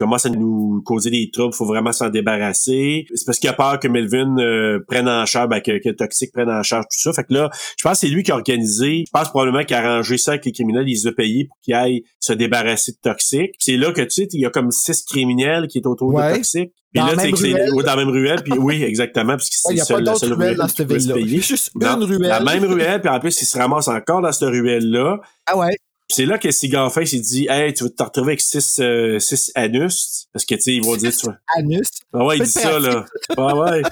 Speaker 2: commence à nous causer des troubles, faut vraiment s'en débarrasser. C'est parce qu'il a peur que Melvin euh, prenne en charge, ben, que, que Toxic prenne en charge tout ça. Fait que là, je pense que c'est lui qui a organisé, je pense probablement qu'il a arrangé ça avec les criminels, il les a payés pour qu'ils aillent se débarrasser de Toxic. Puis C'est là que tu sais, il y a comme six criminels qui est autour
Speaker 1: Ouais.
Speaker 2: de Toxic. Puis
Speaker 1: Dans
Speaker 2: là,
Speaker 1: la
Speaker 2: tu sais
Speaker 1: même
Speaker 2: que c'est
Speaker 1: ruelle.
Speaker 2: ouais, dans la même ruelle, puis oui, exactement, parce que c'est
Speaker 1: Il n'y a pas
Speaker 2: seul- la
Speaker 1: d'autres
Speaker 2: seule
Speaker 1: ruelle
Speaker 2: ruelle
Speaker 1: dans
Speaker 2: qui
Speaker 1: cette
Speaker 2: peut se
Speaker 1: ville-là. Il y a
Speaker 2: payer.
Speaker 1: juste
Speaker 2: Non,
Speaker 1: une ruelle.
Speaker 2: La même ruelle, puis en plus, il se ramasse encore dans cette ruelle-là.
Speaker 1: Ah ouais.
Speaker 2: Puis c'est là que Siganface, il dit, hey, tu vas te retrouver avec six, euh, six anus. Parce que, tu sais, ils vont dire, tu vas-
Speaker 1: Anus.
Speaker 2: Ah ouais, il
Speaker 1: Peu de
Speaker 2: dit ça, là. Ah ouais.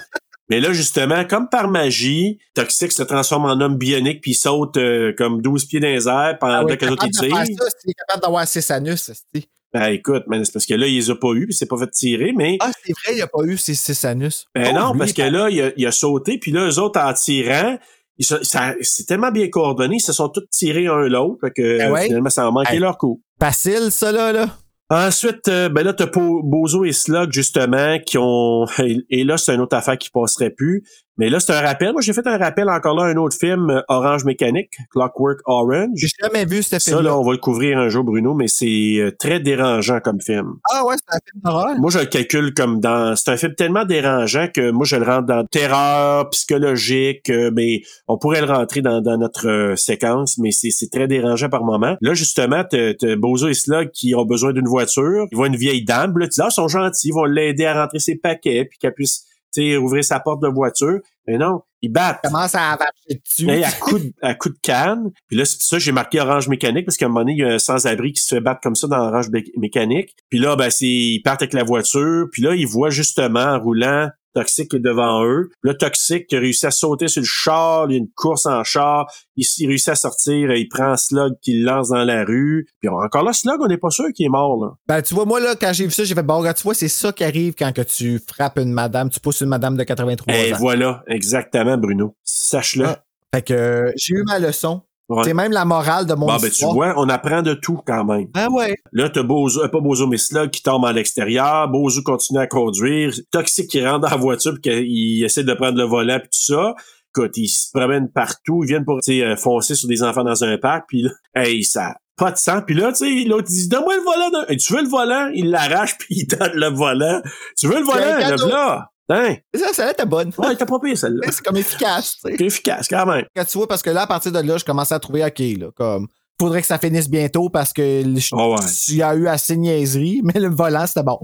Speaker 2: Mais là, justement, comme par magie, Toxic se transforme en homme bionique, puis il saute euh, comme 12 pieds dans les airs pendant
Speaker 1: Ah ouais,
Speaker 2: que l'autre
Speaker 1: capable
Speaker 2: il
Speaker 1: de faire
Speaker 2: tire.
Speaker 1: ça, c'est capable d'avoir six anus. c'est-
Speaker 2: Ben écoute, man, c'est parce que là, il les a pas eu, puis c'est pas fait tirer, mais
Speaker 1: Ah, c'est vrai, il n'y a pas eu ces six anus.
Speaker 2: Ben
Speaker 1: Oh,
Speaker 2: non,
Speaker 1: lui,
Speaker 2: parce que là, il a, il a sauté, puis là, eux autres, en tirant, ils se- ça- c'est tellement bien coordonné, ils se sont tous tirés un l'autre, fait que
Speaker 1: Ben ouais.
Speaker 2: finalement, ça a manqué
Speaker 1: Hey.
Speaker 2: leur coup.
Speaker 1: Facile, ça, là. là.
Speaker 2: Ensuite, euh, ben là, t'as Po- Bozo et Slug, justement, qui ont... Et là, c'est une autre affaire qui passerait plus. Mais là, c'est un rappel. Moi, j'ai fait un rappel encore là à un autre film, euh, Orange Mécanique, Clockwork Orange.
Speaker 1: J'ai jamais vu ce
Speaker 2: Ça,
Speaker 1: film-là.
Speaker 2: là, on va le couvrir un jour, Bruno, mais c'est euh, très dérangeant comme film.
Speaker 1: Ah ouais, c'est un film d'horreur.
Speaker 2: Moi, je le calcule comme dans... C'est un film tellement dérangeant que moi, je le rentre dans terreur psychologique, euh, mais on pourrait le rentrer dans, dans notre euh, séquence, mais c'est c'est très dérangeant par moment. Là, justement, t'as t'as Bozo et Slug qui ont besoin d'une voiture. Ils voient une vieille dame. puis Là, tu dis, ah, ils sont gentils. Ils vont l'aider à rentrer ses paquets puis qu'elle puisse, tu sais, ouvrir sa porte de voiture. Mais non, ils battent.
Speaker 1: Il commence à avacher dessus.
Speaker 2: Hey, à coup de, à coup de canne. Puis là, c'est pour ça que j'ai marqué Orange Mécanique parce qu'à un moment donné, il y a un sans-abri qui se fait battre comme ça dans Orange Bé- Mécanique. Puis là, ben, c'est, ils partent avec la voiture. Puis là, ils voient justement, en roulant, Toxic qui est devant eux. Le Toxic qui a réussi à sauter sur le char. Il y a une course en char. Il, il réussit à sortir. Il prend Slug qui le lance dans la rue. Puis encore là, Slug, on n'est pas sûr qu'il est mort, là.
Speaker 1: Ben, tu vois, moi, là, quand j'ai vu ça, j'ai fait, bon, regarde, tu vois, c'est ça qui arrive quand que tu frappes une madame, tu pousses une madame de 83
Speaker 2: Et
Speaker 1: ans.
Speaker 2: voilà. Exactement, Bruno. Sache-le.
Speaker 1: Ah, Fait que euh, j'ai eu ma leçon.
Speaker 2: Ouais.
Speaker 1: C'est même la morale de mon
Speaker 2: Bon, ben, tu
Speaker 1: histoire.
Speaker 2: vois, on apprend de tout quand même.
Speaker 1: Ah ouais.
Speaker 2: Là, t'as Bozo, euh, pas Bozo, mais Slug qui tombe à l'extérieur. Bozo continue à conduire. Toxic qui rentre dans la voiture puis qu'il essaie de prendre le volant puis tout ça. Écoute, ils se promènent partout. Ils viennent pour, tu sais, euh, foncer sur des enfants dans un parc puis là, hey, ça a pas de sang. Puis là, tu sais, l'autre il dit, donne-moi le volant. donne- Hey, tu veux le volant? Il l'arrache puis il donne le volant. Tu veux le volant?
Speaker 1: un
Speaker 2: Le
Speaker 1: cadeau.
Speaker 2: volant. Hein?
Speaker 1: Ça, celle-là était bonne.
Speaker 2: Ouais, t'as pas payé celle-là.
Speaker 1: C'est comme efficace, tu sais.
Speaker 2: C'est efficace quand même.
Speaker 1: Quand tu vois, parce que là, à partir de là, je commençais à trouver, OK, là, comme, faudrait que ça finisse bientôt parce que je-
Speaker 2: Ah ouais.
Speaker 1: il y a eu assez de niaiserie, mais le volant, c'était bon.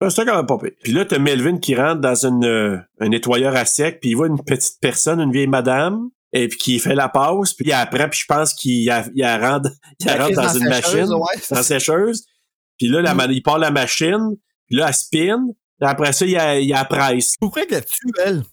Speaker 2: Ah, C'était quand même pas pire. Puis là, t'as Melvin qui rentre dans une, euh, un nettoyeur à sec, puis il voit une petite personne, une vieille madame, et puis qui fait la passe, puis il apprend, puis je pense qu'il la- il la rentre, il la rentre
Speaker 1: crise
Speaker 2: dans une
Speaker 1: la sécheuse,
Speaker 2: machine,
Speaker 1: ouais, Mm.
Speaker 2: dans
Speaker 1: ça,
Speaker 2: la sécheuse. Puis là, la, ma- il part la machine, puis là, elle spin, puis après ça, il la, il la presse.
Speaker 1: Je pourrais que tu, elle.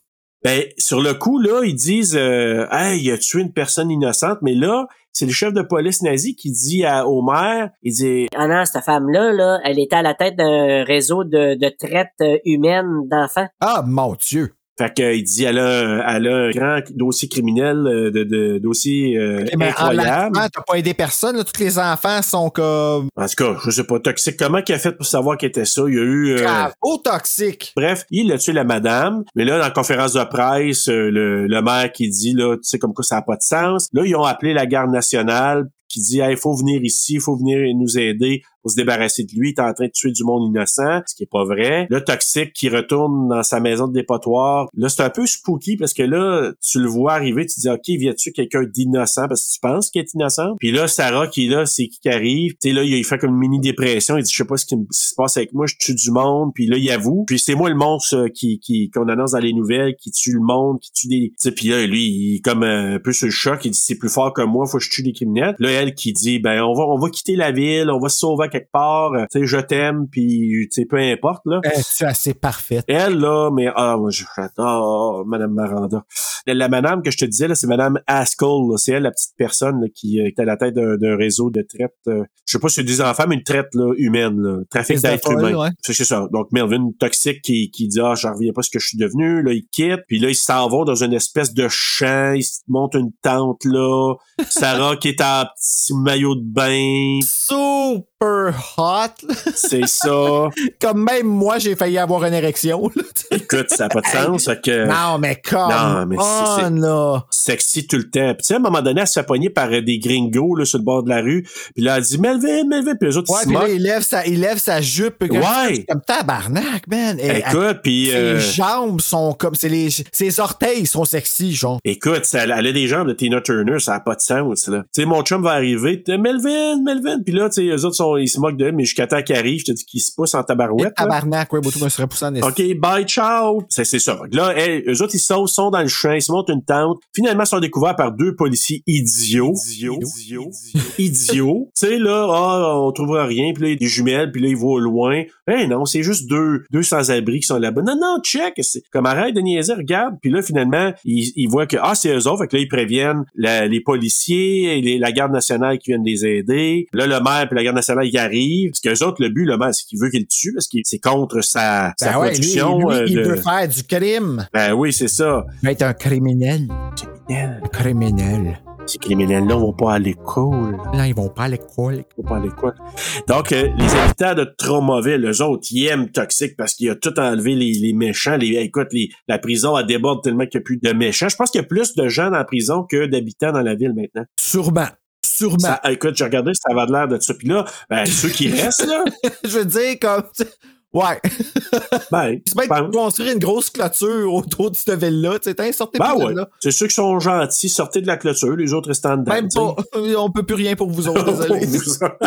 Speaker 2: Ben, sur le coup, là, ils disent euh, Hey, il a tué une personne innocente, mais là, c'est le chef de police nazi qui dit à Homer, il dit
Speaker 7: Ah non, cette femme-là, là, elle était à la tête d'un réseau de, de traite euh, humaine d'enfants.
Speaker 1: Ah, mon Dieu.
Speaker 2: Fait que, euh, il dit, elle a, un- elle a un grand dossier criminel, euh, de, de- dossier euh,
Speaker 1: Mais Eh ben, en
Speaker 2: incroyable.
Speaker 1: l'activant, t'as pas aidé personne, là. Tous les enfants sont comme,
Speaker 2: En tout cas, je sais pas, toxique. Comment qu'il a fait pour savoir qu'il était ça? Il y a eu... euh,
Speaker 1: bravo, toxique.
Speaker 2: Bref, il a tué la madame, mais là, dans la conférence de presse, euh, le, le maire qui dit, là, tu sais, comme quoi ça n'a pas de sens. Là, ils ont appelé la garde nationale qui dit, il faut venir ici, il faut venir nous aider pour se débarrasser de lui, il est en train de tuer du monde innocent, ce qui est pas vrai. Le toxique qui retourne dans sa maison de dépotoir. Là, c'est un peu spooky parce que là, tu le vois arriver, tu dis, OK, viens tu quelqu'un d'innocent parce que tu penses qu'il est innocent. Puis là, Sarah qui est là, c'est qui qui arrive. Tu sais, là, il fait comme une mini-dépression. Il dit, je sais pas ce qui me- ce qui se passe avec moi, je tue du monde. Puis là, il avoue. Puis c'est moi le monstre euh, qui, qui, qu'on annonce dans les nouvelles, qui tue le monde, qui tue des... Tu sais, puis là, lui, il est comme euh, un peu sur le choc. Il dit, c'est plus fort que moi, faut que je tue des criminels. Là, elle qui dit, ben, on va, on va quitter la ville, on va se sauver à quelque part. euh, Tu sais, je t'aime, puis tu sais, peu importe, là.
Speaker 1: Eh, tu es assez parfaite.
Speaker 2: Elle, là, mais ah, moi, je j'adore Madame Maranda. La, la madame que je te disais, là, c'est Madame Haskell. là. C'est elle, la petite personne là, qui euh, est à la tête d'un d'un réseau de traite. euh, je sais pas si c'est des enfants, mais une traite là, humaine, là, trafic
Speaker 1: Fils de
Speaker 2: d'êtres
Speaker 1: folle,
Speaker 2: humains.
Speaker 1: ouais.
Speaker 2: C'est c'est ça. Donc, Melvin, toxique, qui, qui dit, ah, je reviens pas ce que je suis devenu. Là, il quitte. Puis là, ils s'en vont dans une espèce de champ. Ils se montent une tente, là. Sarah, qui est en petit maillot de bain.
Speaker 1: Super hot, là.
Speaker 2: C'est ça.
Speaker 1: Comme même moi, j'ai failli avoir une érection, là.
Speaker 2: Écoute, ça n'a pas de sens. fait que...
Speaker 1: Non, mais comme.
Speaker 2: Euh, Non, mais c'est- c'est-
Speaker 1: là.
Speaker 2: sexy tout le temps. Puis tu sais, à un moment donné, elle se fait pogner par euh, des gringos là, sur le bord de la rue. Puis là, elle dit Melvin, Melvin. Puis les autres,
Speaker 1: Ouais,
Speaker 2: ils se
Speaker 1: puis là,
Speaker 2: moquent.
Speaker 1: il lève sa, il lève sa jupe. puis comme-
Speaker 2: Ouais.
Speaker 1: Comme tabarnak, man. Et-
Speaker 2: Écoute, puis
Speaker 1: ses
Speaker 2: euh,
Speaker 1: jambes sont comme. c'est Les, ses orteils sont sexy, genre.
Speaker 2: écoute, ça- elle a des jambes de Tina Turner, ça n'a pas de sens. là. Tu sais, mon chum va arriver, t'es Melvin, Melvin. Puis là, tu sais, eux autres, sont, ils se moquent d'elle, mais jusqu'à temps qu'il arrive, je te dis qu'ils se poussent en
Speaker 1: Et
Speaker 2: tabarouette. là.
Speaker 1: tabarnak, ouais, Boto me serait poussé en esti.
Speaker 2: OK, bye, ciao. C'est, c'est ça. Là, hey, eux autres, ils sont, sont dans le champ, ils se montent une tente. Finalement, ils sont découverts par deux policiers idiots. Idiots. Idiots. tu sais, là, ah, on trouvera rien. Puis là, il y a des jumelles, puis là, ils voient au loin. Eh non, c'est juste deux, deux sans-abri qui sont là-bas. Non, non, check. C'est comme arrête de niaiser, regarde. Puis là, finalement, ils, ils voient que, ah, c'est eux autres. Fait que là, ils préviennent la- les policiers, et les- la garde nationale qui viennent les aider. Là, le maire puis la garde nationale, ils arrivent. Parce qu'eux autres, le but, le maire, c'est qu'il veut qu'ils le tuent parce que c'est contre sa,
Speaker 1: Ben
Speaker 2: sa
Speaker 1: ouais, lui,
Speaker 2: production.
Speaker 1: lui,
Speaker 2: euh,
Speaker 1: il
Speaker 2: de-
Speaker 1: veut faire du crime.
Speaker 2: Ben oui, c'est ça.
Speaker 1: Il va être un criminel. Un criminel.
Speaker 2: Ces criminels-là vont pas à l'école.
Speaker 1: Là, ils vont pas à l'école.
Speaker 2: Faut pas aller quoi. Donc, euh, les habitants de Tromoville, eux autres, ils aiment Toxic parce qu'il a tout enlevé les, les méchants. Les, écoute, les- la prison, elle déborde tellement qu'il n'y a plus de méchants. Je pense qu'il y a plus de gens dans la prison que d'habitants dans la ville maintenant.
Speaker 1: Sûrement. Sûrement.
Speaker 2: Ça- écoute, j'ai regardé, ça avait l'air de ça. Puis là, ben, ceux qui restent, là,
Speaker 1: Je veux dire, comme. Ouais.
Speaker 2: ben,
Speaker 1: C'est bien
Speaker 2: ben,
Speaker 1: de construire une grosse clôture autour de cette ville-là. Tu sais, Hein, sortez
Speaker 2: ben
Speaker 1: pas de
Speaker 2: ouais.
Speaker 1: là.
Speaker 2: C'est ceux qui sont gentils, sortez de la clôture, les autres restent en dedans.
Speaker 1: Même
Speaker 2: Ben, tu sais. Oh,
Speaker 1: pas. On peut plus rien pour vous autres, désolé.
Speaker 2: Pour vous autres.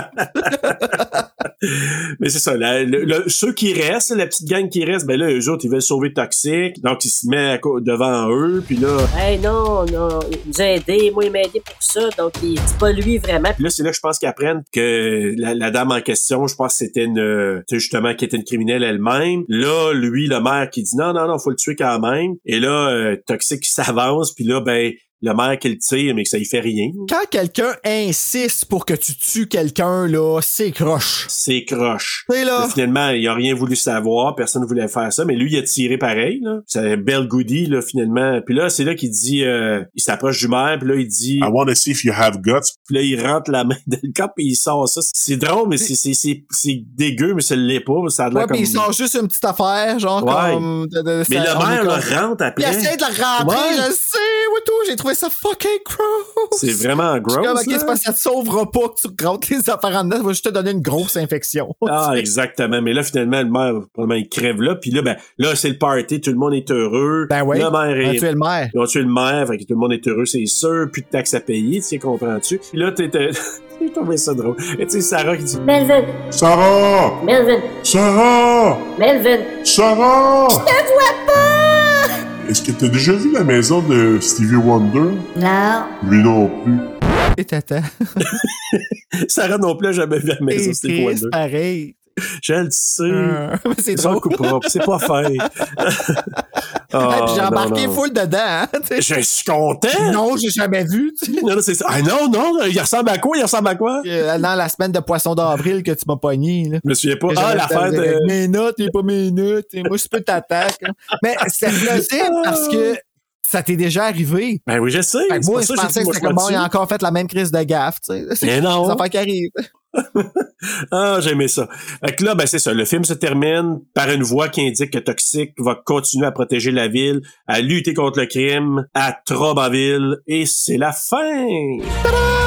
Speaker 2: Mais c'est ça. la- le- le- ceux qui restent, la petite gang qui reste, ben là, eux autres, ils veulent sauver Toxic. Donc, ils se mettent à co- devant eux. Puis là,
Speaker 7: Hey, non, non, il nous a aidés, moi, il m'a aidé pour ça, donc il dit pas lui vraiment.
Speaker 2: puis là c'est là que je pense qu'ils apprennent que la, la dame en question, je pense que c'était une... euh, tu sais, justement, qui était une criminelle elle-même. Là, lui, le maire, qui dit non, non, non, faut le tuer quand même. Et là, euh, Toxic, qui s'avance. Puis là, ben, le maire qui le tire, mais que ça y fait rien.
Speaker 1: Quand quelqu'un insiste pour que tu tues quelqu'un, là, c'est croche.
Speaker 2: C'est croche.
Speaker 1: C'est là.
Speaker 9: Oh.
Speaker 2: Mais finalement, il a rien voulu savoir, personne ne voulait faire ça, mais lui, il a tiré pareil. là. C'est Bell Goody, là, finalement. Puis là, c'est là qu'il dit, euh, il s'approche du maire, puis là, il dit,
Speaker 9: I want to see if you have guts.
Speaker 2: puis là, il rentre la main dans le camp, puis il sort ça. C'est drôle, mais c'est, c'est, c'est, c'est dégueu, mais ça l'est pas. Ça a l'air
Speaker 1: Ouais,
Speaker 2: comme...
Speaker 1: puis il sort juste une petite affaire, genre
Speaker 2: Ouais.
Speaker 1: comme. de- de- de-
Speaker 2: mais
Speaker 1: ça-
Speaker 2: le
Speaker 1: on est
Speaker 2: maire, là,
Speaker 1: comme-
Speaker 2: rentre
Speaker 1: Il
Speaker 2: après.
Speaker 1: essaie de la rentrer,
Speaker 2: Ouais.
Speaker 1: je sais, ou tout. J'ai trouvé ça fucking gross.
Speaker 2: C'est vraiment
Speaker 1: Je suis
Speaker 2: gross. hein?
Speaker 1: Comme, ok,
Speaker 2: là.
Speaker 1: c'est parce que ça te sauvera pas que tu rentres les affaires en dedans, ça va juste te donner une grosse infection.
Speaker 2: Ah, exactement. Mais là, finalement, le maire, probablement, il crève là. Puis là, ben, là, c'est le party. Tout le monde est heureux.
Speaker 1: Ben ouais.
Speaker 2: Le maire
Speaker 1: Ah,
Speaker 2: est
Speaker 1: tu es le maire.
Speaker 2: Ils ont tué le maire, fait que tout le monde est heureux, c'est sûr. Plus de taxes à payer, tu sais, comprends-tu? Puis là, t'es... t'es- J'ai trouvé ça drôle. Et tu sais, Sarah qui dit...
Speaker 6: Melvin,
Speaker 9: Sarah!
Speaker 6: Melvin,
Speaker 9: Sarah!
Speaker 6: Melvin.
Speaker 9: Sarah! Je te vois pas! Est-ce que t'as déjà vu la maison de Stevie Wonder?
Speaker 8: Non.
Speaker 9: Lui non plus.
Speaker 1: Et t'attends.
Speaker 2: Sarah non plus, a jamais vu la maison,
Speaker 1: Et
Speaker 2: c'était Ben, quoi,
Speaker 1: Chris,
Speaker 2: deux?
Speaker 1: pareil.
Speaker 2: Je le sais.
Speaker 1: Euh, c'est
Speaker 2: Ils sont
Speaker 1: drôle.
Speaker 2: coupables, c'est pas fait.
Speaker 1: Hey,
Speaker 2: Ah,
Speaker 1: puis j'ai
Speaker 2: non,
Speaker 1: embarqué
Speaker 2: non.
Speaker 1: full dedans, hein, tu sais.
Speaker 2: Je suis content!
Speaker 1: Non, j'ai jamais vu, tu sais.
Speaker 2: Non, non, c'est ça. Ah non, non, il ressemble à quoi? Il ressemble à quoi?
Speaker 1: Euh, Dans la semaine de poisson d'avril que tu m'as pogné, là.
Speaker 2: Je me souviens pas. Ah,
Speaker 1: J'avais-
Speaker 2: l'affaire de...
Speaker 1: j'avais euh, Mes notes, et pas mes notes. et moi, je peux t'attaquer. Mais c'est plausible parce que ça t'est déjà arrivé.
Speaker 2: Ben Ah! oui, je sais.
Speaker 1: Fait que
Speaker 2: c'est pour
Speaker 1: moi, je
Speaker 2: ça que j'ai
Speaker 1: pensais
Speaker 2: dit,
Speaker 1: que
Speaker 2: moi,
Speaker 1: c'était comme
Speaker 2: me
Speaker 1: bon, il a
Speaker 2: tue.
Speaker 1: encore fait la même crise de gaffe, tu sais. C'est
Speaker 2: Mais
Speaker 1: des
Speaker 2: non.
Speaker 1: affaires qui arrivent.
Speaker 2: Ah, j'aimais ça. Fait que là, ben c'est ça. Le film se termine par une voix qui indique que Toxic va continuer à protéger la ville, à lutter contre le crime, à Trobaville, et c'est la fin! Ah!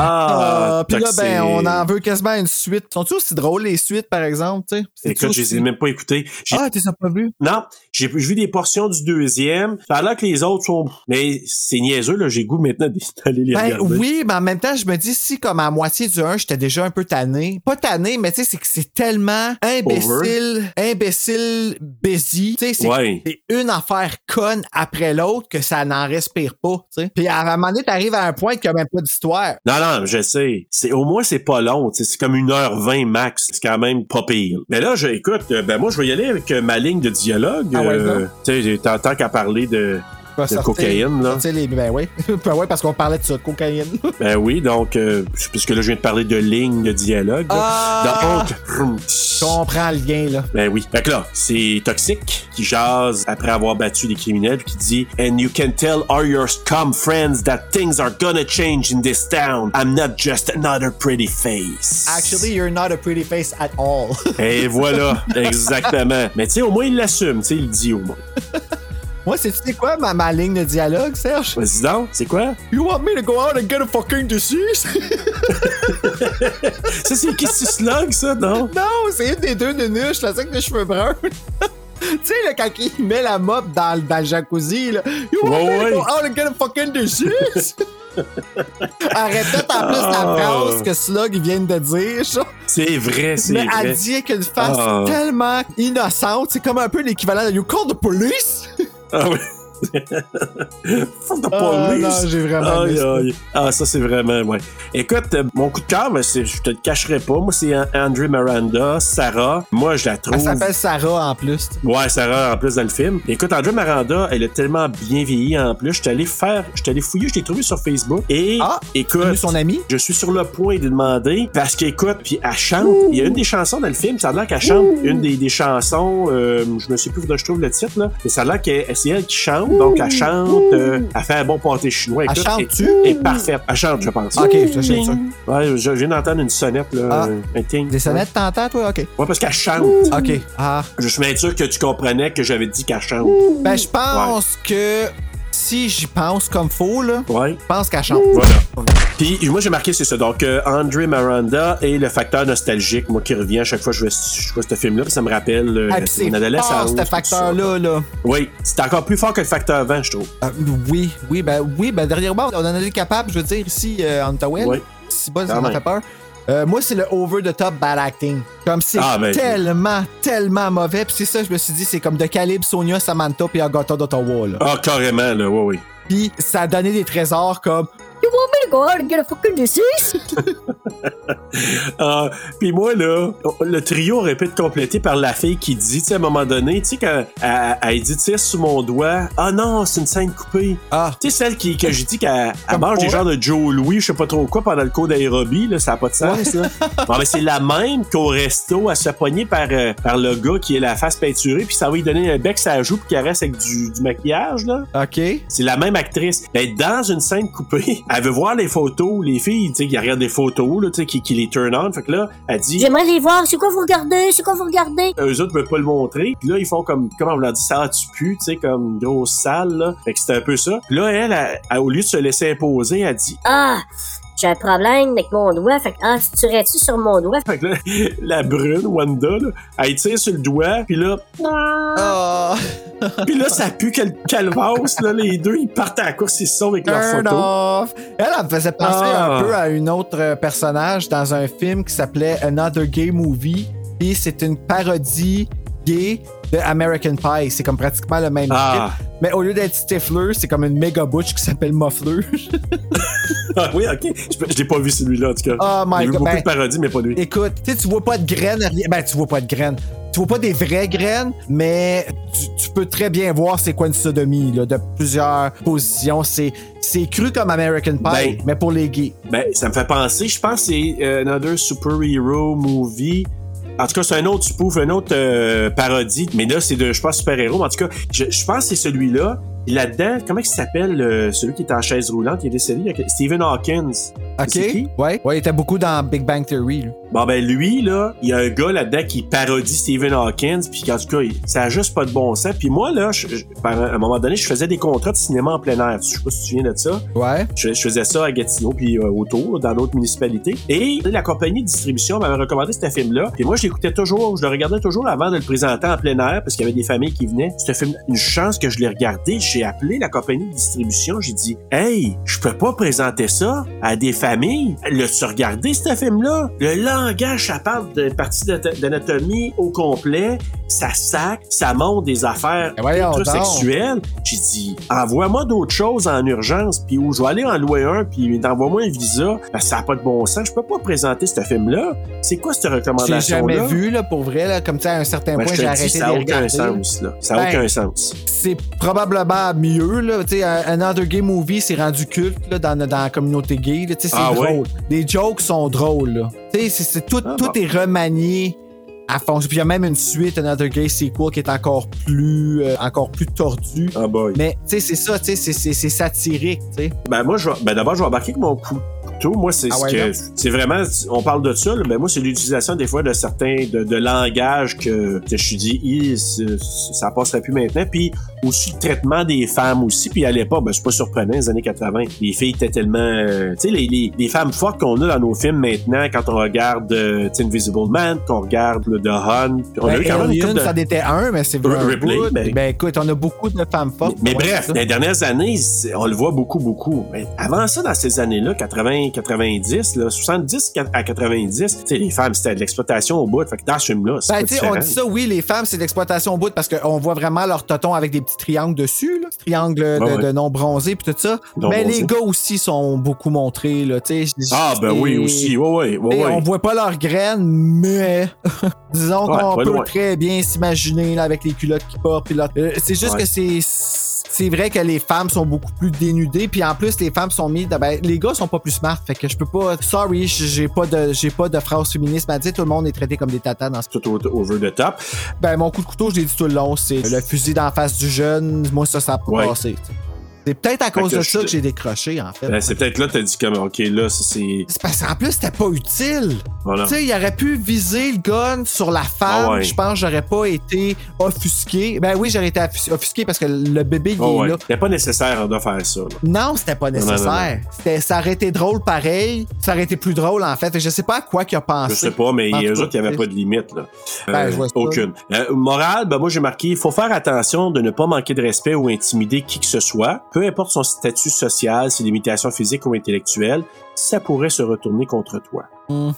Speaker 1: Ah, puis là,
Speaker 2: Toxic.
Speaker 1: ben, on en veut quasiment une suite. Sont-tu aussi drôles, les suites, par exemple, tu sais? C'est-tu
Speaker 2: Écoute, je les ai
Speaker 1: aussi-
Speaker 2: même pas écoutés. J'ai-
Speaker 1: Ah, t'es pas vu?
Speaker 2: Non, j'ai j'ai vu des portions du deuxième. Ça a l'air que les autres sont... Mais c'est niaiseux, là. J'ai goût maintenant d'aller les
Speaker 1: Ben
Speaker 2: regarder.
Speaker 1: oui, mais en même temps, je me dis, si comme à moitié du 1, j'étais déjà un peu tanné. Pas tanné, mais tu sais, c'est que c'est tellement imbécile, imbécile, busy. Tu sais, c'est
Speaker 2: Ouais.
Speaker 1: c'est une affaire conne après l'autre que ça n'en respire pas, tu sais. Puis à un moment donné, t'arrives à un point qu'il n'y a même pas d'histoire.
Speaker 2: Non, non, je sais. C'est, au moins, c'est pas long. tu sais, C'est comme 1h20 max. C'est quand même pas pire. Mais là, je, écoute, euh, ben moi, je vais y aller avec euh, ma ligne de dialogue.
Speaker 1: Ah ouais,
Speaker 2: euh, tu sais, tant, tant qu'à parler de,
Speaker 1: Tu
Speaker 2: de cocaïne, là.
Speaker 1: les... Ben oui. ben oui, parce qu'on parlait de ça, de cocaïne.
Speaker 2: Ben oui, donc, euh, puisque là, je viens de parler de ligne de dialogue. là.
Speaker 1: Ah!
Speaker 2: Donc, hum,
Speaker 1: Je comprends le lien, là.
Speaker 2: ben oui. Fait que là, c'est Toxic qui jase après avoir battu des criminels puis qui dit « And you can tell all your scum friends that things are gonna change in this town. I'm not just another pretty face. »
Speaker 1: Actually, you're not a pretty face at all.
Speaker 2: Et voilà, exactement. Mais tu sais, au moins, il l'assume, tu sais, il le dit au moins.
Speaker 1: Moi, c'est tu sais quoi, ma, ma ligne de dialogue, Serge?
Speaker 2: Vas-y donc, c'est quoi?
Speaker 1: You want me to go out and get a fucking disease?
Speaker 2: Ça, c'est qui se slug, ça, non?
Speaker 1: non, c'est une des deux nunuches, la sec de cheveux bruns. tu sais, là, quand il met la mop dans, le- dans le jacuzzi, là. You want
Speaker 2: Ouais,
Speaker 1: me
Speaker 2: ouais.
Speaker 1: to go out and get a oh, fucking disease? Arrête peut-être en plus
Speaker 2: Ah.
Speaker 1: la phrase que Slug ils viennent de dire, genre.
Speaker 2: C'est vrai, c'est
Speaker 1: Mais
Speaker 2: vrai.
Speaker 1: elle dit qu'une face
Speaker 2: Ah.
Speaker 1: tellement innocente, c'est comme un peu l'équivalent de You call the police?
Speaker 2: Ah oui. Fuck the
Speaker 1: Ah,
Speaker 2: police.
Speaker 1: non, j'ai vraiment aimé
Speaker 2: Aïe,
Speaker 1: ça.
Speaker 2: aïe. Ah, ça, c'est vraiment, ouais. Écoute, euh, mon coup de cœur, ben, c'est- je te le cacherai pas. Moi, c'est An- André Miranda, Sarah. Moi, je la
Speaker 1: Elle
Speaker 2: trouve.
Speaker 1: s'appelle Sarah en plus.
Speaker 2: Ouais, Sarah, en plus, dans le film. Écoute, André Miranda, elle est tellement bien vieilli, en plus. Je suis allé faire, je suis allé fouiller, je l'ai trouvé sur Facebook. Et,
Speaker 1: Ah,
Speaker 2: écoute.
Speaker 1: Vu son ami?
Speaker 2: Je suis sur le point de lui demander parce qu'écoute, puis elle chante. Il y a une des chansons dans le film, ça a l'air qu'elle chante une des, des chansons, euh, je me sais plus où je trouve le titre, là, mais ça a l'air que c'est elle qui chante. Donc, elle chante, euh, elle fait un bon pâté chinois.
Speaker 1: Elle
Speaker 2: Écoute,
Speaker 1: chante-tu?
Speaker 2: est, est parfaite. Elle chante, je pense.
Speaker 1: Ok, je suis sûr.
Speaker 2: Ouais, je viens d'entendre une sonnette, là,
Speaker 1: Ah.
Speaker 2: un ting.
Speaker 1: Des sonnettes, t'entends, toi? OK.
Speaker 2: Ouais, parce qu'elle chante.
Speaker 1: OK. Ah.
Speaker 2: Je suis bien sûr que tu comprenais que j'avais dit qu'elle chante.
Speaker 1: Ben, je pense que si j'y pense comme faux, là,
Speaker 2: Ouais.
Speaker 1: je pense qu'elle chante. Ah,
Speaker 2: Voilà. Puis moi j'ai marqué c'est ça. Donc euh, André Miranda et le facteur nostalgique, moi qui revient à chaque fois que je vais- je vois ce film-là, puis ça me rappelle euh,
Speaker 1: Ah, pis c'est
Speaker 2: mon adolescence.
Speaker 1: fort, ce
Speaker 2: tout ça.
Speaker 1: facteur-là, là.
Speaker 2: Oui, c'est encore plus fort que le facteur 20, je trouve.
Speaker 1: Euh, oui, oui, ben, oui, ben, dernièrement, on en a été capable, je veux dire, ici, euh, en Ottawa.
Speaker 2: Oui.
Speaker 1: Si bon,
Speaker 2: Quand
Speaker 1: ça m'a
Speaker 2: même.
Speaker 1: fait peur. Euh, moi, c'est le over-the-top bad acting. Comme c'est
Speaker 2: Ah, ben,
Speaker 1: tellement, tellement mauvais. Puis c'est ça, je me suis dit, c'est comme de calibre Sonia, Samantha puis Agatha d'Ottawa. là.
Speaker 2: Ah, carrément, là, oui, oui.
Speaker 1: Puis ça a donné des trésors comme
Speaker 8: You want me to go out and get a fucking disease?
Speaker 2: Ah, puis moi, là, le trio aurait pu être complété par la fille qui dit, tu sais, à un moment donné, tu sais, quand elle, elle dit, tire sous mon doigt, ah non, c'est une scène coupée.
Speaker 1: Ah.
Speaker 2: Tu sais, celle qui, que j'ai dit qu'elle elle
Speaker 1: Comme
Speaker 2: mange des
Speaker 1: pour-
Speaker 2: genres de Joe Louis, je sais pas trop quoi, pendant le cours d'aérobie, là, ça n'a pas de sens, ça. Bon, ben, c'est la même qu'au resto, à se pogner par, euh, par le gars qui est la face peinturée, puis ça va lui donner un bec, ça joue, puis qu'elle reste avec du, du maquillage, là.
Speaker 1: OK.
Speaker 2: C'est la même actrice. Ben, dans une scène coupée, elle veut voir les photos. Les filles, tu sais, qui regardent des photos, là, tu sais, qui, qui les turn on. Fait que là, elle dit,
Speaker 8: J'aimerais les voir. C'est quoi vous regardez? C'est quoi vous regardez?
Speaker 2: eux autres veulent pas le montrer. Puis là, ils font comme, comment on leur dit, ça tu pu, tu sais, comme une grosse salle, là. Fait que c'était un peu ça. Puis là, elle, elle- elle, au lieu de se laisser imposer, elle dit,
Speaker 8: Ah, j'ai un problème avec mon doigt. Fait que, ah, tu tuerais-tu sur mon doigt?
Speaker 2: fait que là, la brune, Wanda, là, elle tire sur le doigt, puis là,
Speaker 1: Ah.
Speaker 2: puis là, ça pue quel calvasse, là. Les deux, ils partent à la course, ils se sauvent avec leurs
Speaker 1: Turn
Speaker 2: photos.
Speaker 1: off. Elle, elle me faisait penser
Speaker 2: Ah.
Speaker 1: un peu à une autre euh, personnage dans un film qui s'appelait Another Gay Movie. Puis c'est une parodie gay de American Pie. C'est comme pratiquement le même
Speaker 2: Ah.
Speaker 1: type. Mais au lieu d'être Stifler, c'est comme une méga butch qui s'appelle Muffler.
Speaker 2: Ah oui, ok. Je, je l'ai pas vu celui-là, en tout cas.
Speaker 1: Oh my
Speaker 2: J'ai vu
Speaker 1: God,
Speaker 2: beaucoup
Speaker 1: ben-
Speaker 2: de parodies, mais pas lui.
Speaker 1: Écoute, tu sais, tu vois pas de graines. rien- Ben, tu vois pas de graines. Tu vois pas des vraies graines, mais tu, tu peux très bien voir c'est quoi une sodomie là, de plusieurs positions. C'est c'est cru comme American Pie,
Speaker 2: Ben.
Speaker 1: mais pour les gays.
Speaker 2: Ben, ça me fait penser, je pense que c'est euh, Another Super Hero Movie. En tout cas, c'est un autre spoof, un autre euh, parodie. Mais là, c'est de, je pense, super-héros. Mais En tout cas, je, je pense que c'est celui-là. Et là-dedans, comment il s'appelle euh, celui qui est en chaise roulante, qui est décédé? il y a- Stephen Hawkins.
Speaker 1: OK.
Speaker 2: C'est qui?
Speaker 1: Ouais. Ouais, il était beaucoup dans Big Bang Theory. là.
Speaker 2: Bon, ben lui, là, il y a un gars là-dedans qui parodie Stephen Hawkins, puis en tout cas, il- ça a juste pas de bon sens. Puis moi, là, je- je- par- à un moment donné, je faisais des contrats de cinéma en plein air. Je sais pas si tu te souviens de ça.
Speaker 1: Ouais.
Speaker 2: Je, je faisais ça à Gatineau puis euh, autour, dans d'autres municipalités. Et la compagnie de distribution m'avait recommandé ce film-là. Puis moi, je l'écoutais toujours, je le regardais toujours avant de le présenter en plein air parce qu'il y avait des familles qui venaient. Ce film, une chance que je l'ai regardé, j'ai appelé la compagnie de distribution, j'ai dit "Hey, je peux pas présenter ça à des familles. Le tu regardé ce film-là Le langage, ça parle de partie d'at- d'anatomie au complet, ça sac, ça monte des affaires
Speaker 1: Eh voyons donc.
Speaker 2: sexuelles. J'ai dit, envoie-moi d'autres choses en urgence, puis où je vais aller en louer un, puis envoie-moi un visa. Parce que ça n'a pas de bon sens. Je peux pas présenter ce film-là. C'est quoi cette
Speaker 1: Je l'ai
Speaker 2: recommandation-là?
Speaker 1: jamais vu, là, pour vrai, là, comme ça, à un certain
Speaker 2: Ben,
Speaker 1: point,
Speaker 2: je
Speaker 1: j'ai
Speaker 2: te dis,
Speaker 1: arrêté
Speaker 2: ça
Speaker 1: de
Speaker 2: n'a
Speaker 1: les
Speaker 2: aucun
Speaker 1: regarder.
Speaker 2: sens. Là. Ça n'a
Speaker 1: Ben,
Speaker 2: aucun sens.
Speaker 1: C'est probablement mieux, là. Tu sais, un un Under Gay Movie, c'est rendu culte, là, dans, dans la communauté gay, là. Tu sais, c'est
Speaker 2: Ah, ouais?
Speaker 1: drôle. Les jokes sont drôles, là. Tu sais, c'est- c'est tout,
Speaker 2: Ah,
Speaker 1: tout
Speaker 2: bon.
Speaker 1: est remanié à fond. Puis il y a même une suite, Another Gay Sequel, qui est encore plus, euh, encore plus tordue.
Speaker 2: Ah boy.
Speaker 1: Mais, tu sais, c'est ça, tu sais, c'est- c'est c'est satirique, tu sais.
Speaker 2: Ben moi, je vais- ben d'abord, je vais embarquer avec mon cou- couteau. Moi, c'est
Speaker 1: Ah
Speaker 2: ce
Speaker 1: ouais,
Speaker 2: que
Speaker 1: là?
Speaker 2: c'est vraiment. On parle de ça, là, ben moi, c'est l'utilisation des fois de certains de, de langage que, que je suis dit, Hi, c'est- ça passerait plus maintenant. Puis aussi le traitement des femmes aussi. Puis à l'époque, ben c'est pas surprenant, les années 80, les filles étaient tellement, euh, tu sais, les, les, les femmes fortes qu'on a dans nos films maintenant, quand on regarde euh, tu sais, Invisible Man, qu'on regarde le The Hunt, on a
Speaker 1: Ben,
Speaker 2: eu quand même une
Speaker 1: Alien,
Speaker 2: couple de-
Speaker 1: ça en était un, mais c'est vrai. un
Speaker 2: Ripley,
Speaker 1: bout.
Speaker 2: ben-
Speaker 1: ben... écoute, on a beaucoup de femmes fortes.
Speaker 2: Mais, mais
Speaker 1: Ouais,
Speaker 2: bref,
Speaker 1: c'est ça.
Speaker 2: les dernières années, c'est- on le voit beaucoup, beaucoup. Mais avant ça, dans ces années-là, 80, 90, là, 70 à 90, tu sais, les femmes, c'était de l'exploitation au bout. Fait que dans ce film-là, c'est
Speaker 1: Ben,
Speaker 2: pas
Speaker 1: tu sais, on
Speaker 2: différent.
Speaker 1: dit ça, oui, les femmes, c'est de l'exploitation au bout parce qu'on voit vraiment leur toton avec des petits triangles dessus, là. triangles de,
Speaker 2: Ouais, ouais.
Speaker 1: de non bronzés puis tout ça.
Speaker 2: Non
Speaker 1: mais
Speaker 2: bronzés.
Speaker 1: les gars aussi sont beaucoup montrés, là, tu sais.
Speaker 2: Ah, ben
Speaker 1: Et-
Speaker 2: oui, aussi. Ouais, ouais,
Speaker 1: et
Speaker 2: Bah ouais, ouais.
Speaker 1: On voit pas leurs graines, mais disons
Speaker 2: Ouais,
Speaker 1: qu'on
Speaker 2: pas
Speaker 1: peut
Speaker 2: loin.
Speaker 1: très bien s'imaginer là, avec les culottes qu'ils portent. puis leur- Euh, c'est juste
Speaker 2: Ouais.
Speaker 1: que c'est c'est vrai que les femmes sont beaucoup plus dénudées, puis en plus, les femmes sont mises. de- ben, les gars sont pas plus smart, fait que je peux pas. Sorry, j'ai pas de, j'ai pas de phrase féministe à dire. Tout le monde est traité comme des tatas dans ce
Speaker 2: Tout au- over the top.
Speaker 1: Ben, mon coup de couteau, je l'ai dit tout le long, c'est le fusil d'en face du jeune. Moi, ça, ça a pas
Speaker 2: Ouais.
Speaker 1: passé. tu sais. C'est peut-être à
Speaker 2: Fait
Speaker 1: cause
Speaker 2: que
Speaker 1: de
Speaker 2: je
Speaker 1: ça
Speaker 2: te-
Speaker 1: que j'ai décroché, en fait.
Speaker 2: Ben, c'est peut-être là que t'as dit comme, OK, là, ça, c'est...
Speaker 1: C'est parce qu'en plus, c'était pas utile.
Speaker 2: Voilà.
Speaker 1: Tu sais, il aurait pu viser le gun sur la femme.
Speaker 2: Ah ouais.
Speaker 1: Je pense que j'aurais pas été offusqué. Ben oui, j'aurais été affus- offusqué parce que le bébé, il
Speaker 2: Oh,
Speaker 1: est
Speaker 2: ouais.
Speaker 1: là.
Speaker 2: C'était pas nécessaire de faire ça. là.
Speaker 1: Non, c'était pas
Speaker 2: non, non, non.
Speaker 1: nécessaire. C'était, ça aurait été drôle pareil. Ça aurait été plus drôle, en fait. Fait que je sais pas à quoi qu'il a pensé.
Speaker 2: Je sais pas, mais
Speaker 1: Ah, En tout
Speaker 2: eux
Speaker 1: cas,
Speaker 2: autres, il n'y avait
Speaker 1: tu
Speaker 2: pas
Speaker 1: sais.
Speaker 2: de limite. Là.
Speaker 1: Ben,
Speaker 2: Euh,
Speaker 1: je vois ça.
Speaker 2: aucune. Euh, morale, ben, moi, j'ai marqué, il faut faire attention de ne pas manquer de respect ou intimider qui que ce soit. Peu importe son statut social, ses limitations physiques ou intellectuelles, ça pourrait se retourner contre toi.
Speaker 1: Hmm.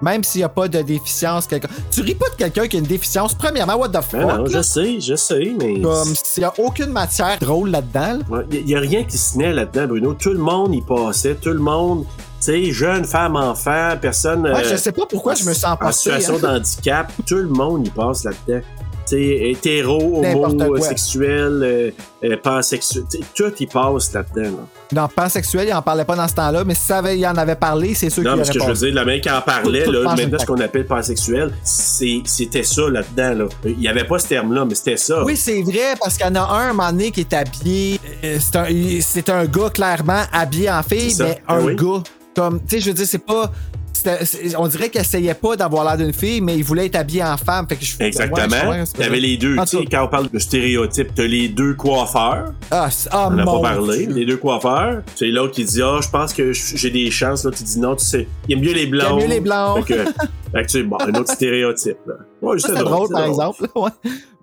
Speaker 1: Même s'il y a pas de déficience, quelqu'un. Tu ris pas de quelqu'un qui a une déficience. Premièrement, what the fuck?
Speaker 2: Ben non,
Speaker 1: là?
Speaker 2: je sais, je sais, mais...
Speaker 1: Comme s'il y a aucune matière drôle là-dedans. là.
Speaker 2: Il n'y a rien qui se tenait là-dedans, Bruno. Tout le monde y passait, tout le monde, tu sais, jeune, femme, enfant, personne...
Speaker 1: Ouais,
Speaker 2: euh,
Speaker 1: je sais pas pourquoi je me sens pas
Speaker 2: En situation d'handicap, tout le monde y passe là-dedans. Tu sais, hétéro,
Speaker 1: N'importe
Speaker 2: homo,
Speaker 1: quoi.
Speaker 2: sexuel, euh, euh, pansexuel, tu sais, tout y passe là-dedans. là.
Speaker 1: Dans pansexuel, il en parlait pas dans ce temps-là, mais si ça avait- il en avait parlé, c'est sûr qu'il
Speaker 2: Non,
Speaker 1: aurait
Speaker 2: parce que je veux
Speaker 1: pensé.
Speaker 2: dire, le mec qui en parlait,
Speaker 1: Tout- tout
Speaker 2: là,
Speaker 1: passe
Speaker 2: maintenant,
Speaker 1: impact.
Speaker 2: ce qu'on appelle pansexuel, c'est- c'était ça là-dedans. Là. Il n'y avait pas ce terme-là, mais c'était ça.
Speaker 1: Oui, c'est vrai, parce qu'il y en a un, à un moment donné, qui est habillé. euh, C'est un, il- c'est un gars clairement habillé en fille,
Speaker 2: C'est ça. Ben
Speaker 1: mais un
Speaker 2: Oui.
Speaker 1: gars. Comme, tu sais, je veux dire, c'est pas. c'était- c'est- On dirait qu'il essayait pas d'avoir l'air d'une fille, mais il voulait être habillé en femme. Fait que je,
Speaker 2: Exactement.
Speaker 1: Ouais, je- ouais, c'est
Speaker 2: Il y avait
Speaker 1: vrai.
Speaker 2: les deux.
Speaker 1: En
Speaker 2: Tu sais,
Speaker 1: tout cas,
Speaker 2: quand on parle de stéréotypes, t'as les deux coiffeurs.
Speaker 1: Ah, c'est- ah,
Speaker 2: On n'a
Speaker 1: mon
Speaker 2: pas parlé.
Speaker 1: Dieu.
Speaker 2: Les deux coiffeurs. C'est l'autre qui dit, ah, je pense que j- j'ai des chances. L'autre, qui dit, non, tu sais, il aime mieux les blancs.
Speaker 1: Il aime mieux les blondes.
Speaker 2: Fait que, fait que tu sais, bon, un autre stéréotype, là. Ouais,
Speaker 1: Ça, C'est drôle, par exemple. ouais.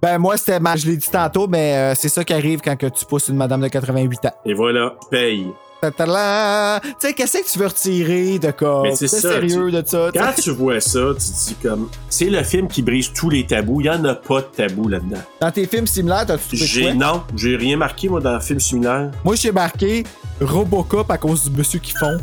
Speaker 1: Ben, moi, c'était ma- Je l'ai dit tantôt, mais euh, c'est ça qui arrive quand que tu pousses une madame de 88 ans.
Speaker 2: Et voilà, tu payes.
Speaker 1: Ta-ta-la! Tu sais, qu'est-ce que tu veux retirer de comme?
Speaker 2: Mais c'est
Speaker 1: C'est
Speaker 2: ça,
Speaker 1: sérieux de ça.
Speaker 2: Quand tu vois ça, tu te dis comme, c'est le film qui brise tous les tabous. Il n'y en a pas de tabou là-dedans.
Speaker 1: Dans tes films similaires, t'as-tu trouvé
Speaker 2: J'ai,
Speaker 1: quoi?
Speaker 2: non, j'ai rien marqué, moi, dans un film similaire.
Speaker 1: Moi, j'ai marqué Robocop à cause du monsieur qui fond.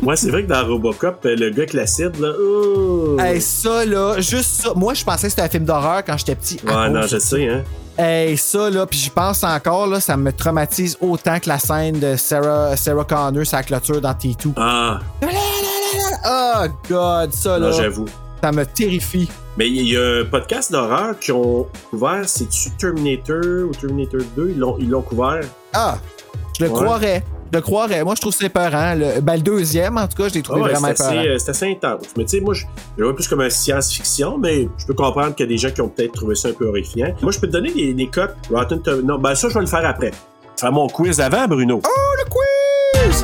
Speaker 2: Moi, c'est vrai que dans Robocop, euh, le gars classique, là, oh.
Speaker 1: hey, ça, là, juste ça. Moi, je pensais que c'était un film d'horreur quand j'étais petit. à
Speaker 2: ouais, non,
Speaker 1: cause
Speaker 2: je
Speaker 1: de ça.
Speaker 2: sais, hein.
Speaker 1: Hey, ça, là, puis j'y pense encore, là, ça me traumatise autant que la scène de Sarah, Sarah Connor, sa clôture dans T2.
Speaker 2: Ah,
Speaker 1: Oh, God, ça,
Speaker 2: non,
Speaker 1: là,
Speaker 2: j'avoue.
Speaker 1: ça me terrifie.
Speaker 2: Mais Ben, il y a un podcast d'horreur qui ont couvert, c'est-tu Terminator ou Terminator 2? Ils l'ont, ils l'ont couvert.
Speaker 1: Ah, je le
Speaker 2: Ouais.
Speaker 1: croirais. Je le croirais. Moi, je trouve que c'est épeurant. Le, ben, le deuxième, en tout cas, je l'ai trouvé
Speaker 2: Ah ouais, c'est,
Speaker 1: vraiment
Speaker 2: assez,
Speaker 1: épeurant.
Speaker 2: euh, c'est assez intense. Mais tu sais, moi, je, je le vois plus comme un science-fiction, mais je peux comprendre qu'il y a des gens qui ont peut-être trouvé ça un peu horrifiant. Moi, je peux te donner des, des cotes. Rotten Tom- Non, ben ça, je vais le faire après. Faire mon quiz avant, Bruno. Oh, le quiz!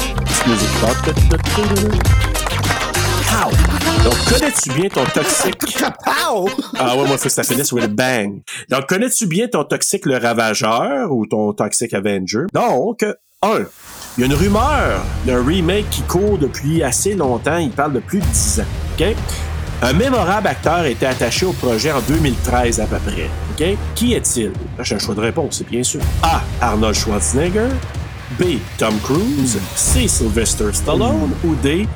Speaker 2: Musique forte. Pow! Donc, connais-tu bien ton toxique?
Speaker 1: Pow!
Speaker 2: Ah ouais, moi, faut que ça finisse with a bang. Donc, connais-tu bien ton toxique le Ravageur ou ton toxique Avenger? Donc, un, il y a une rumeur d'un remake qui court depuis assez longtemps. Il parle de plus de 10 ans. OK? Un mémorable acteur était attaché au projet en 2013 à peu près. OK? Qui est-il? Là, J'ai un choix de réponse, c'est bien sûr. A. Arnold Schwarzenegger. B. Tom Cruise. C. Sylvester Stallone. Ou D.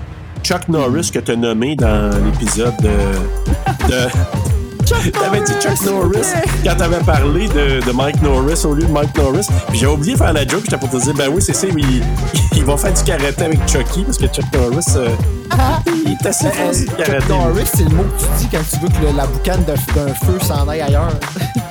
Speaker 2: Chuck Norris que t'as nommé dans l'épisode de- de Euh, T'avais dit Chuck Norris quand t'avais parlé de, de Mike Norris au lieu de Mike Norris. Puis j'ai oublié de faire la joke, j'étais pour te dire, ben oui, c'est ça, mais ils, ils vont faire du karaté avec Chucky parce que Chuck Norris, euh, il est assez fort du karaté.
Speaker 1: Ben, Chuck Norris, c'est le mot que tu dis quand tu veux que le- la boucane de- d'un feu s'en aille ailleurs.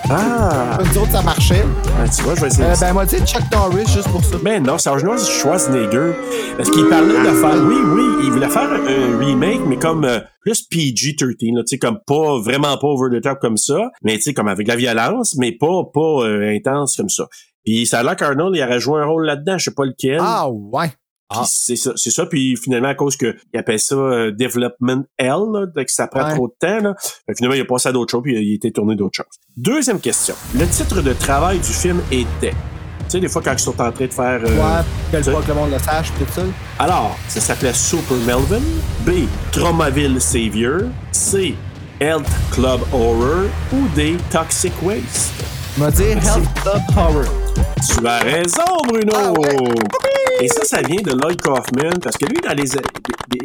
Speaker 2: Ah,
Speaker 1: Nous autres, ça marchait.
Speaker 2: ah, tu vois, je vais essayer.
Speaker 1: Euh,
Speaker 2: de-
Speaker 1: ben, moi, dit Chuck Norris juste pour ça.
Speaker 2: Mais non, c'est Arnold Schwarzenegger. Parce qu'il parlait de faire. Oui, oui, il voulait faire un remake, mais comme euh, plus PG-13, là, tu sais, comme pas vraiment pas over the top comme ça, mais tu sais, comme avec la violence, mais pas pas euh, intense comme ça. Puis ça a l'air qu'Arnold, il aurait joué un rôle là-dedans, je sais pas lequel.
Speaker 1: Ah, ouais.
Speaker 2: Puis c'est ça, c'est ça. Puis finalement, à cause que il appelle ça euh, Development L, là, donc que ça prend
Speaker 1: Ouais.
Speaker 2: trop de temps, là. Fait que finalement, il a passé à d'autres choses, puis euh, il a- il a été tourné d'autres choses. Deuxième question. Le titre de travail du film était. Tu sais, des fois, quand ils sont en train de faire. euh,
Speaker 1: Ouais, que le,
Speaker 2: tu-
Speaker 1: pas que le monde le sache, pis tout ça.
Speaker 2: alors, ça s'appelait Super Melvin. B. Tromaville Savior. C. Health Club Horror. Ou D. Toxic Waste.
Speaker 1: m'a dit
Speaker 2: Ben,
Speaker 1: Help Club Horror.
Speaker 2: Tu as raison, Bruno! Et ça, ça vient de Lloyd Kaufman, parce que lui, dans les, a-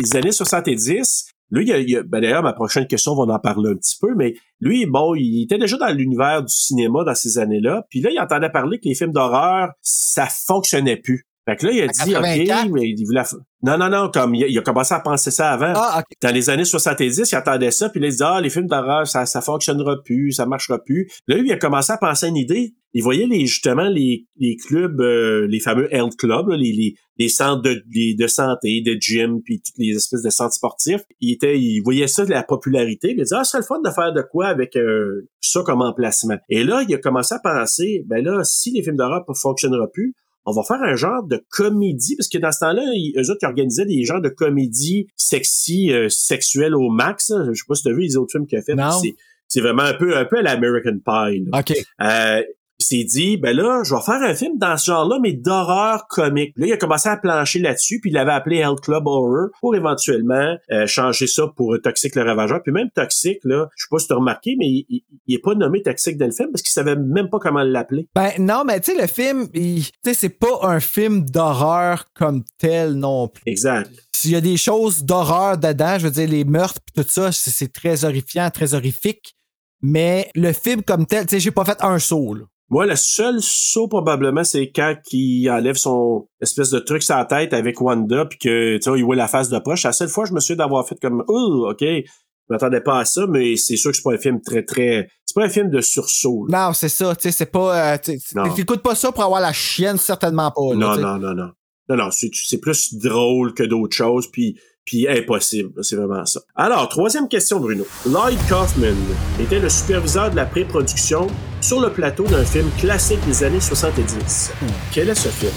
Speaker 2: les années 70, Lui, il y a- il y a- ben, d'ailleurs, ma prochaine question, on va en parler un petit peu, mais lui, bon, il était déjà dans l'univers du cinéma dans ces années-là, puis là, il entendait parler que les films d'horreur, ça fonctionnait plus. Fait que là, il a dit,
Speaker 1: 84?
Speaker 2: OK, mais il voulait... f- Non, non, non, comme il a, il a commencé à penser ça avant.
Speaker 1: Ah, ok.
Speaker 2: Dans les années 70, il entendait ça, puis là, il disait, ah, les films d'horreur, ça, ça fonctionnera plus, ça marchera plus. Là, lui, il a commencé à penser à une idée. Il voyait les, justement, les, les clubs, euh, les fameux health clubs, là, les, les, les centres de, les- de santé, de gym, puis toutes les espèces de centres sportifs. Il était, il voyait ça de la popularité, puis il disait, ah, ce serait le fun de faire de quoi avec euh, ça comme emplacement. Et là, il a commencé à penser, ben là, si les films d'horreur ne fonctionneront plus, on va faire un genre de comédie, parce que dans ce temps-là, ils- eux autres, ils organisaient des genres de comédie sexy, euh, sexuelle au max. là. Je sais pas si t'as vu les autres films qu'il a fait.
Speaker 1: Non.
Speaker 2: C'est, c'est vraiment un peu, un peu à l'American Pie. là.
Speaker 1: OK.
Speaker 2: Euh, il s'est dit, ben là, je vais faire un film dans ce genre-là, mais d'horreur comique. Là, il a commencé à plancher là-dessus, puis il l'avait appelé Hell Club Horror pour éventuellement euh, changer ça pour Toxic le Ravageur. Puis même Toxic, là, je sais pas si tu as remarqué, mais il, il- il est pas nommé Toxic dans le film parce qu'il savait même pas comment l'appeler.
Speaker 1: Ben non, mais tu sais, le film, il- tu sais, c'est pas un film d'horreur comme tel non plus.
Speaker 2: Exact.
Speaker 1: S'il y a des choses d'horreur dedans, je veux dire, les meurtres pis tout ça, c'est- c'est très horrifiant, très horrifique. Mais le film comme tel, tu sais, j'ai pas fait un saut, là.
Speaker 2: Moi, le seul saut probablement, c'est quand il enlève son espèce de truc sur la tête avec Wanda, puis que tu vois, il voit la face de proche. La seule fois, je me suis d'avoir fait comme, oh, ok, je m'attendais pas à ça, mais c'est sûr que c'est pas un film très très, c'est pas un film de sursaut. là.
Speaker 1: Non, c'est ça, tu sais, c'est pas. euh, tu sais,
Speaker 2: Non.
Speaker 1: T'écoutes pas ça pour avoir la chienne, certainement pas. là,
Speaker 2: Non,
Speaker 1: tu sais.
Speaker 2: non, non, non, non, non, c'est c'est plus drôle que d'autres choses, puis puis impossible, c'est vraiment ça. Alors, troisième question, Bruno. Lloyd Kaufman était le superviseur de la pré-production sur le plateau d'un film classique des années 70. Quel est ce film?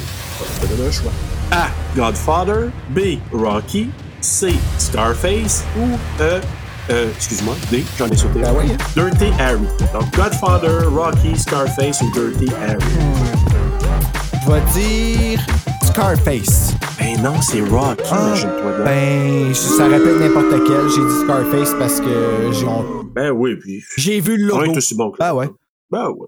Speaker 2: Je te donne un choix. A. Godfather. B. Rocky. C. Scarface. Ou E. euh, Excuse-moi. D. J'en ai sauté. un.
Speaker 1: Ben oui, hein.
Speaker 2: Dirty Harry. Donc, Godfather, Rocky, Scarface ou Dirty Harry.
Speaker 1: Je vais dire Scarface.
Speaker 2: Ben non, c'est Rocky, imagine-toi donc. Ben,
Speaker 1: Ah, Ben, ça rappelle n'importe quel. J'ai dit Scarface parce que j'ai, on-
Speaker 2: Ben oui, puis...
Speaker 1: j'ai vu le
Speaker 2: On
Speaker 1: logo.
Speaker 2: est aussi bon que
Speaker 1: Ah ouais.
Speaker 2: Ben ouais.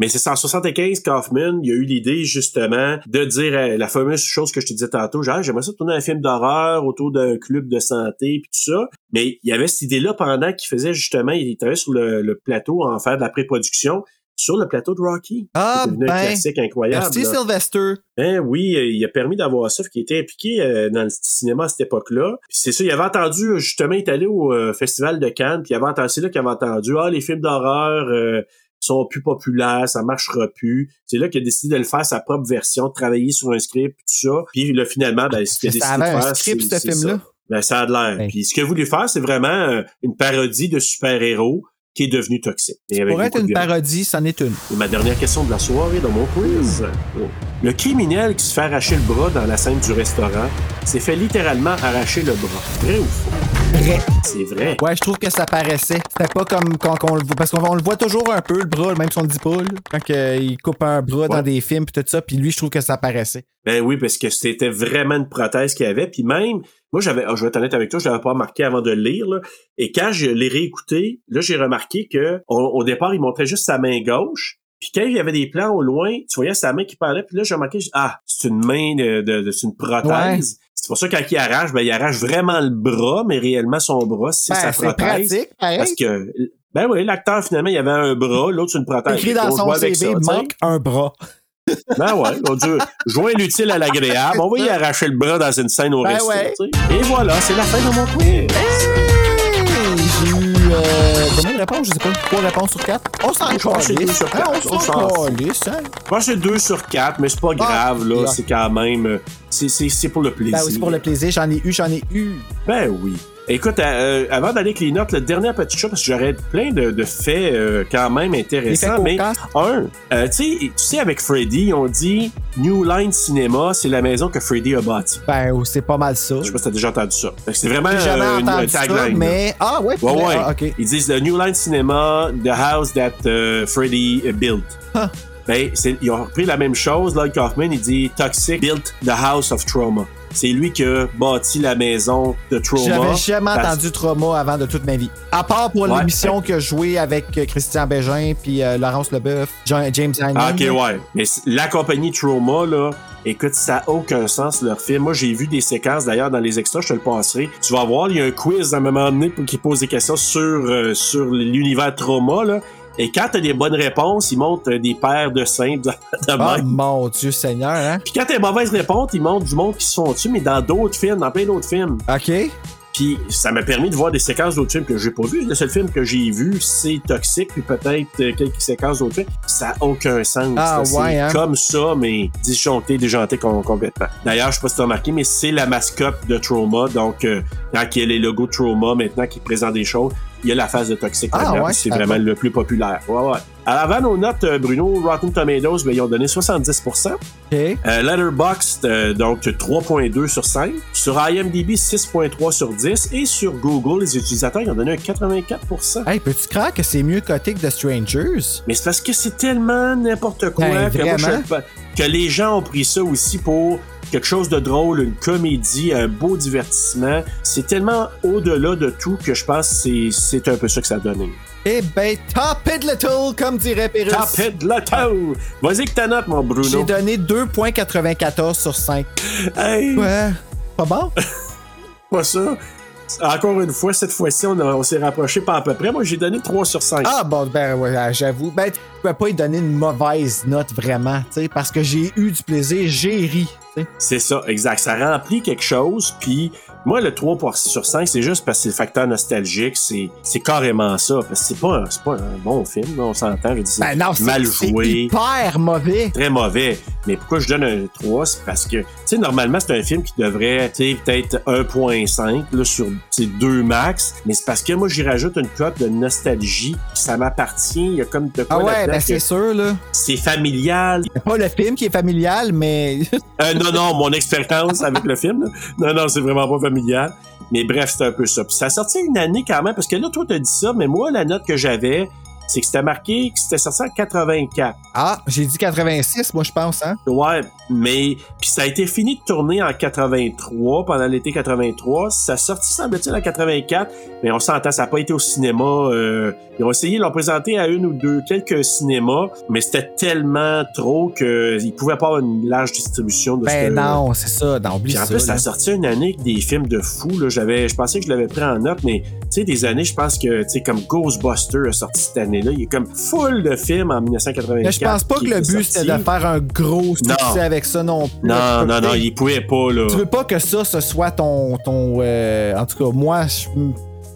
Speaker 2: Mais c'est 175 Kaufman, il a eu l'idée justement de dire euh, la fameuse chose que je te disais tantôt, genre j'aimerais ça tourner un film d'horreur autour d'un club de santé puis tout ça. Mais il y avait cette idée-là pendant qu'il faisait justement, il travaillait sur le, le plateau en faire de la pré-production sur le plateau de Rocky.
Speaker 1: Ah
Speaker 2: c'est devenu un
Speaker 1: ben,
Speaker 2: classique incroyable.
Speaker 1: merci
Speaker 2: là.
Speaker 1: Sylvester.
Speaker 2: Ben oui, euh, il a permis d'avoir ça, qui était impliqué euh, dans le cinéma à cette époque-là. Puis C'est ça, il avait entendu, euh, justement, il est allé au euh, Festival de Cannes, puis il avait entendu, c'est là qu'il avait entendu, ah, les films d'horreur euh, sont plus populaires, ça marchera plus. C'est là qu'il a décidé de le faire sa propre version, de travailler sur un script, tout ça. Puis là, finalement, ben, ce qu'il a
Speaker 1: Ça
Speaker 2: décidé
Speaker 1: avait
Speaker 2: de
Speaker 1: un
Speaker 2: faire,
Speaker 1: script,
Speaker 2: c'est-
Speaker 1: ce
Speaker 2: c'est
Speaker 1: film-là.
Speaker 2: ça. Ben, ça a de l'air.
Speaker 1: Ben.
Speaker 2: Puis ce qu'il a voulu faire, c'est vraiment euh, une parodie de super-héros qui est devenue toxique. Et avec
Speaker 1: Pour être
Speaker 2: beaucoup de
Speaker 1: une
Speaker 2: violence.
Speaker 1: parodie, c'en est une.
Speaker 2: Et ma dernière question de la soirée dans mon quiz. Le criminel qui se fait arracher le bras dans la scène du restaurant s'est fait littéralement arracher le bras. Vrai ou faux?
Speaker 1: Vrai.
Speaker 2: C'est vrai.
Speaker 1: Ouais, je trouve que ça paraissait. C'était pas comme quand on le voit. Parce qu'on on le voit toujours un peu, le bras, même si on le dit pas, là, quand que il coupe un bras dans des films pis tout ça, puis lui, je trouve que ça paraissait.
Speaker 2: Ben oui, parce que c'était vraiment une prothèse qu'il avait. Puis même, moi, j'avais, ah, je vais être honnête avec toi, je l'avais pas remarqué avant de le lire. là. Et quand je l'ai réécouté, là, j'ai remarqué que au, au départ, il montrait juste sa main gauche. Puis quand il y avait des plans au loin, tu voyais sa main qui parlait. Puis là, j'ai remarqué, j'ai- ah, c'est une main de, de- de- c'est une prothèse. C'est pour ça que quand il arrache, ben il arrache vraiment le bras, mais réellement son bras, c'est
Speaker 1: Ben,
Speaker 2: sa
Speaker 1: c'est
Speaker 2: prothèse.
Speaker 1: pratique, pareil.
Speaker 2: Parce que, ben oui, l'acteur finalement, il avait un bras, l'autre c'est une prothèse.
Speaker 1: Écrit dans
Speaker 2: On joue
Speaker 1: son
Speaker 2: avec
Speaker 1: CV,
Speaker 2: ça, tu sais.
Speaker 1: manque un bras.
Speaker 2: Ben ouais, mon Dieu. Joins l'utile à l'agréable. On va y arracher le bras dans une scène au
Speaker 1: Ben
Speaker 2: resto.
Speaker 1: ouais.
Speaker 2: tu sais. Et voilà, c'est la fin de mon quiz.
Speaker 1: Hey, J'ai eu euh, combien de réponses? Je sais pas, trois réponses sur quatre. On s'en
Speaker 2: Je pense que c'est deux
Speaker 1: calisse.
Speaker 2: sur
Speaker 1: Hein,
Speaker 2: quatre.
Speaker 1: on
Speaker 2: On
Speaker 1: s'en
Speaker 2: s'en-
Speaker 1: calisse, hein.
Speaker 2: Moi, c'est 2 sur 4, mais c'est pas grave, là.
Speaker 1: Ah, là.
Speaker 2: C'est quand même. euh, C'est, c'est, c'est pour le plaisir.
Speaker 1: Ben oui, c'est pour le plaisir, j'en ai eu, j'en ai eu.
Speaker 2: Ben oui. Écoute, euh, euh, avant d'aller avec les notes, le dernier petit chose, parce que j'aurais plein de, de faits euh, quand même
Speaker 1: faits
Speaker 2: intéressants, mais
Speaker 1: cocasses.
Speaker 2: un, euh, tu sais, tu sais, avec Freddy, on dit New Line Cinema, c'est la maison que Freddy a bâtie.
Speaker 1: Ben, oh, c'est pas mal ça.
Speaker 2: Je sais pas si t'as déjà entendu ça. Fait que C'est vraiment
Speaker 1: J'ai jamais
Speaker 2: euh, une-
Speaker 1: entendu
Speaker 2: une
Speaker 1: ça,
Speaker 2: tagline. là.
Speaker 1: mais... Ah, ouais,
Speaker 2: Ouais,
Speaker 1: puis-
Speaker 2: ouais.
Speaker 1: ah, OK.
Speaker 2: Ils disent The New Line Cinema, The House That euh, Freddy euh, Built.
Speaker 1: Ah.
Speaker 2: Ben, c'est- ils ont repris la même chose. Lloyd Kaufman, il dit Toxic Built the House of Trauma. C'est lui qui a bâti la maison de Trauma.
Speaker 1: J'avais jamais
Speaker 2: parce-
Speaker 1: entendu Trauma avant de toute ma vie. À part pour
Speaker 2: Ouais.
Speaker 1: l'émission que je jouais avec euh, Christian Bégin, puis euh, Laurence Leboeuf, Jean- James Hanning.
Speaker 2: Ah, ok, ouais. Mais c- la compagnie Trauma, là, écoute, ça n'a aucun sens, leur film. Moi, j'ai vu des séquences, d'ailleurs, dans les extras, je te le passerai. Tu vas voir, il y a un quiz à un moment donné pour- qui pose des questions sur, euh, sur l'univers Trauma, là. Et quand t'as des bonnes réponses, ils montent euh, des paires de seins de, de
Speaker 1: Ah,
Speaker 2: même.
Speaker 1: mon Dieu Seigneur, hein?
Speaker 2: Puis quand t'as des mauvaises réponses, ils montent du monde qui se font tuer, mais dans d'autres films, dans plein d'autres films.
Speaker 1: OK.
Speaker 2: Puis ça m'a permis de voir des séquences d'autres films que j'ai pas vu. Le seul film que j'ai vu, c'est Toxique, puis peut-être euh, quelques séquences d'autres films. Ça n'a aucun sens.
Speaker 1: Ah,
Speaker 2: là. C'est
Speaker 1: ouais, hein?
Speaker 2: comme ça, mais disjoncté, déjanté com- complètement. D'ailleurs, je sais pas si t'as remarqué, mais c'est la mascotte de Trauma. Donc, euh, quand il y a les logos de Trauma maintenant qui présentent des choses, il y a la phase de Toxique
Speaker 1: Ah,
Speaker 2: là-dedans,
Speaker 1: ouais?
Speaker 2: puis C'est
Speaker 1: Ah,
Speaker 2: vraiment le plus populaire. Ouais, ouais. Alors, avant nos notes, euh, Bruno, Rotten Tomatoes, ben, ils ont donné 70
Speaker 1: OK.
Speaker 2: euh, Letterboxd, euh, donc 3.2 sur 5. Sur IMDb, 6.3 sur 10. Et sur Google, les utilisateurs, ils ont donné un 84
Speaker 1: Hey, peux-tu croire que c'est mieux coté que The Strangers?
Speaker 2: Mais c'est parce que c'est tellement n'importe quoi
Speaker 1: Ben,
Speaker 2: que, moi, je-
Speaker 1: vraiment?
Speaker 2: que les gens ont pris ça aussi pour quelque chose de drôle, une comédie, un beau divertissement. C'est tellement au-delà de tout que je pense que c'est- c'est un peu ça que ça a donné.
Speaker 1: Eh ben, top it little, comme dirait Pérus.
Speaker 2: Top head, la tour! Vas-y que ta note, mon
Speaker 1: J'ai
Speaker 2: Bruno.
Speaker 1: donné 2.94 sur 5.
Speaker 2: Hey,
Speaker 1: Ouais. Pas bon?
Speaker 2: pas ça. Encore une fois, cette fois-ci, on, a- on s'est rapproché pas à peu près. Moi, j'ai donné 3 sur 5.
Speaker 1: Ah bon, ben ouais, j'avoue. Ben, tu peux pas y donner une mauvaise note vraiment, tu sais, parce que j'ai eu du plaisir, j'ai ri. tu sais.
Speaker 2: C'est ça, exact. Ça remplit quelque chose, puis moi, le 3 pour- sur 5, c'est juste parce que c'est le facteur nostalgique, c'est, c'est carrément ça, parce que c'est pas un, c'est pas un bon film, là, on s'entend, je veux dire, c'est
Speaker 1: Ben non, c'est
Speaker 2: mal
Speaker 1: c'est
Speaker 2: joué,
Speaker 1: hyper mauvais.
Speaker 2: très mauvais. Mais pourquoi je donne un 3, c'est parce que, tu sais, normalement, c'est un film qui devrait, tu sais, peut-être 1.5, là, sur, tu sais, 2 max, mais c'est parce que moi, j'y rajoute une cote de nostalgie, puis ça m'appartient, il y a comme de quoi
Speaker 1: Ah ouais,
Speaker 2: là-dedans
Speaker 1: ben
Speaker 2: que
Speaker 1: c'est sûr, là.
Speaker 2: c'est familial,
Speaker 1: C'est Pas le film qui est familial, mais
Speaker 2: Euh, non, non, mon expérience avec le film. là. Non, non, c'est vraiment pas familial. Mais bref, c'est un peu ça. Puis ça sortait une année quand même, parce que là, toi, t'as dit ça, mais moi, la note que j'avais, c'est que c'était marqué que c'était sorti en 84.
Speaker 1: Ah, j'ai dit 86, moi, je pense, hein?
Speaker 2: Ouais, mais... Puis ça a été fini de tourner en 83, pendant l'été 83. Ça a sorti, semble-t-il, en 84, mais on s'entend, ça n'a pas été au cinéma. euh, Ils ont essayé, ils l'ont présenté à une ou deux, quelques cinémas, mais c'était tellement trop qu'ils pouvaient pas avoir une large distribution de ce
Speaker 1: Ben
Speaker 2: que-
Speaker 1: non, c'est ça, non, oublie
Speaker 2: puis en
Speaker 1: ça.
Speaker 2: plus, ça
Speaker 1: là.
Speaker 2: a sorti une année avec des films de fous. Là. J'avais, je pensais que je l'avais pris en note, mais tu sais, des années, je pense que, tu sais, comme Ghostbuster a sorti cette année-là, il y a comme full de films en 1984.
Speaker 1: Mais je pense pas que
Speaker 2: qui
Speaker 1: le
Speaker 2: étaient
Speaker 1: but,
Speaker 2: sortis.
Speaker 1: c'était de faire un gros succès
Speaker 2: Non.
Speaker 1: avec ça non plus.
Speaker 2: Non,
Speaker 1: Tu peux
Speaker 2: non, non,
Speaker 1: pas-
Speaker 2: il pouvait pas, là.
Speaker 1: Tu veux pas que ça, ce soit ton... ton euh, en tout cas, moi, je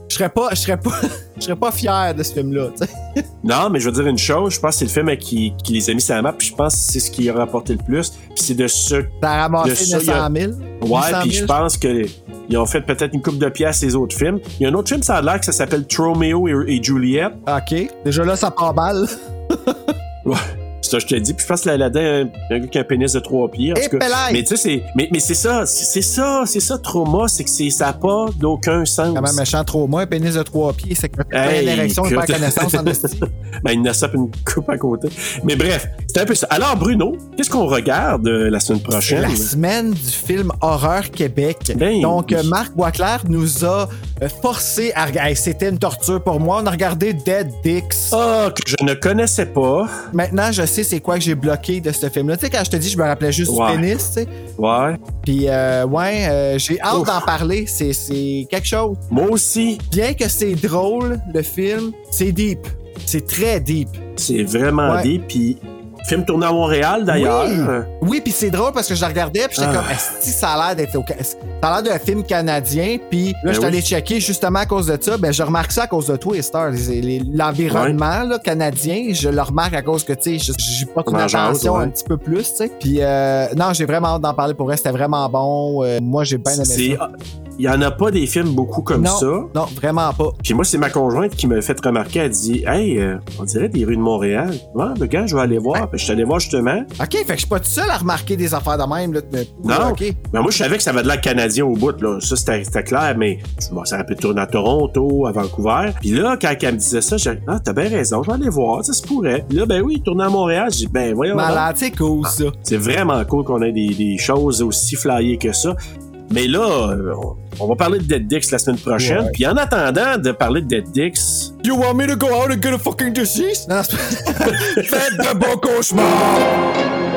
Speaker 1: je serais pas... Je serais pas... Je serais pas fier de ce film-là, tu sais.
Speaker 2: Non, mais je veux dire une chose, je pense que c'est le film qui, qui les a mis sur la map, puis je pense que c'est ce qui a rapporté le plus, puis c'est de ce. Ouais,
Speaker 1: T'as
Speaker 2: De
Speaker 1: ramassé
Speaker 2: ça, il y a-
Speaker 1: 900 000. 800
Speaker 2: puis
Speaker 1: 000,
Speaker 2: je pense que. Ils ont fait peut-être une coupe de pièces les autres films. Il y a un autre film, ça a l'air que ça s'appelle Tromeo et, et Juliet.
Speaker 1: OK. Déjà là, ça part mal.
Speaker 2: Ça, je te le dis. Puis je pense que l'Aladin, un, un gars qui a un pénis de trois pieds. En
Speaker 1: Et
Speaker 2: tout cas,
Speaker 1: Pelay!
Speaker 2: Mais tu sais, c'est, mais, mais c'est ça, c'est c'est ça, c'est ça, trauma, c'est que c'est, ça n'a pas d'aucun sens.
Speaker 1: Quand même méchant trop moi, un pénis de trois pieds, c'est que t'as
Speaker 2: Hey,
Speaker 1: une érection et pas
Speaker 2: écoute.
Speaker 1: connaissance en esti.
Speaker 2: Ben, il n'a ça puis une coupe à côté. Mais bref, c'est un peu ça. Alors, Bruno, qu'est-ce qu'on regarde euh, la semaine
Speaker 1: C'est
Speaker 2: prochaine?
Speaker 1: la semaine du film Horreur Québec.
Speaker 2: Ben
Speaker 1: Donc,
Speaker 2: oui.
Speaker 1: euh, Marc Boisclair nous a euh, forcé à regarder. C'était une torture pour moi. On a regardé Dead Dicks.
Speaker 2: Ah, que je ne connaissais pas.
Speaker 1: Maintenant, je sais c'est quoi que j'ai bloqué de ce film-là. Tu sais, quand je te dis, je me rappelais juste
Speaker 2: Ouais.
Speaker 1: du pénis, tu sais.
Speaker 2: Ouais.
Speaker 1: Puis, euh, ouais, euh, j'ai hâte
Speaker 2: Ouf.
Speaker 1: d'en parler. C'est- C'est quelque chose.
Speaker 2: Moi aussi,
Speaker 1: Bien que c'est drôle, le film, c'est deep. C'est très deep.
Speaker 2: c'est vraiment
Speaker 1: Ouais.
Speaker 2: dit. Puis, film tourné à Montréal, d'ailleurs.
Speaker 1: Oui, puis c'est drôle parce que je la regardais, puis j'étais
Speaker 2: Ah.
Speaker 1: comme, Esti, ça a l'air d'être au... Ça a l'air d'un film canadien, puis là,
Speaker 2: Ben
Speaker 1: je suis
Speaker 2: oui.
Speaker 1: allé checker justement à cause de ça. Ben, je remarque ça à cause de Twister. Les- les- L'environnement là, canadien, je le remarque à cause que, tu sais, je- j'y porte une
Speaker 2: Dans genre,
Speaker 1: attention
Speaker 2: ouais.
Speaker 1: un petit peu plus, tu sais. Puis, euh, non, j'ai vraiment hâte d'en parler pour vrai. C'était vraiment bon. Euh, moi, j'ai bien aimé
Speaker 2: C'est- ah,
Speaker 1: ça.
Speaker 2: Il n'y en a pas des films beaucoup comme
Speaker 1: non,
Speaker 2: ça.
Speaker 1: non, vraiment pas.
Speaker 2: Puis moi, c'est ma conjointe qui me fait remarquer. Elle dit Hey, euh, on dirait des rues de Montréal. Ouais, le gars, je vais aller voir. Puis je suis allé voir justement.
Speaker 1: OK, fait que je suis pas tout seul à remarquer des affaires de même. Là, mais-
Speaker 2: Non.
Speaker 1: OK.
Speaker 2: Mais Ben, moi, je savais que ça avait de l'air canadien au bout, là. Ça, c'était c'était clair, mais bon, ça aurait pu tourner à Toronto, à Vancouver. Puis là, quand elle me disait ça, j'ai dit, ah, t'as bien raison, je vais aller voir, ça se pourrait. Puis là, ben oui, tourner à Montréal, j'ai dit, ben voyons. donc.
Speaker 1: Malade, c'est cool, ça.
Speaker 2: C'est vraiment cool qu'on ait des, des choses aussi flyées que ça. Mais là, euh, on va parler de Dead Dicks la semaine prochaine.
Speaker 1: Ouais.
Speaker 2: Puis en attendant de parler de Dead Dicks,
Speaker 1: You want me to go out and get a fucking disease? Non, c'est pas- Faites de bons cauchemars!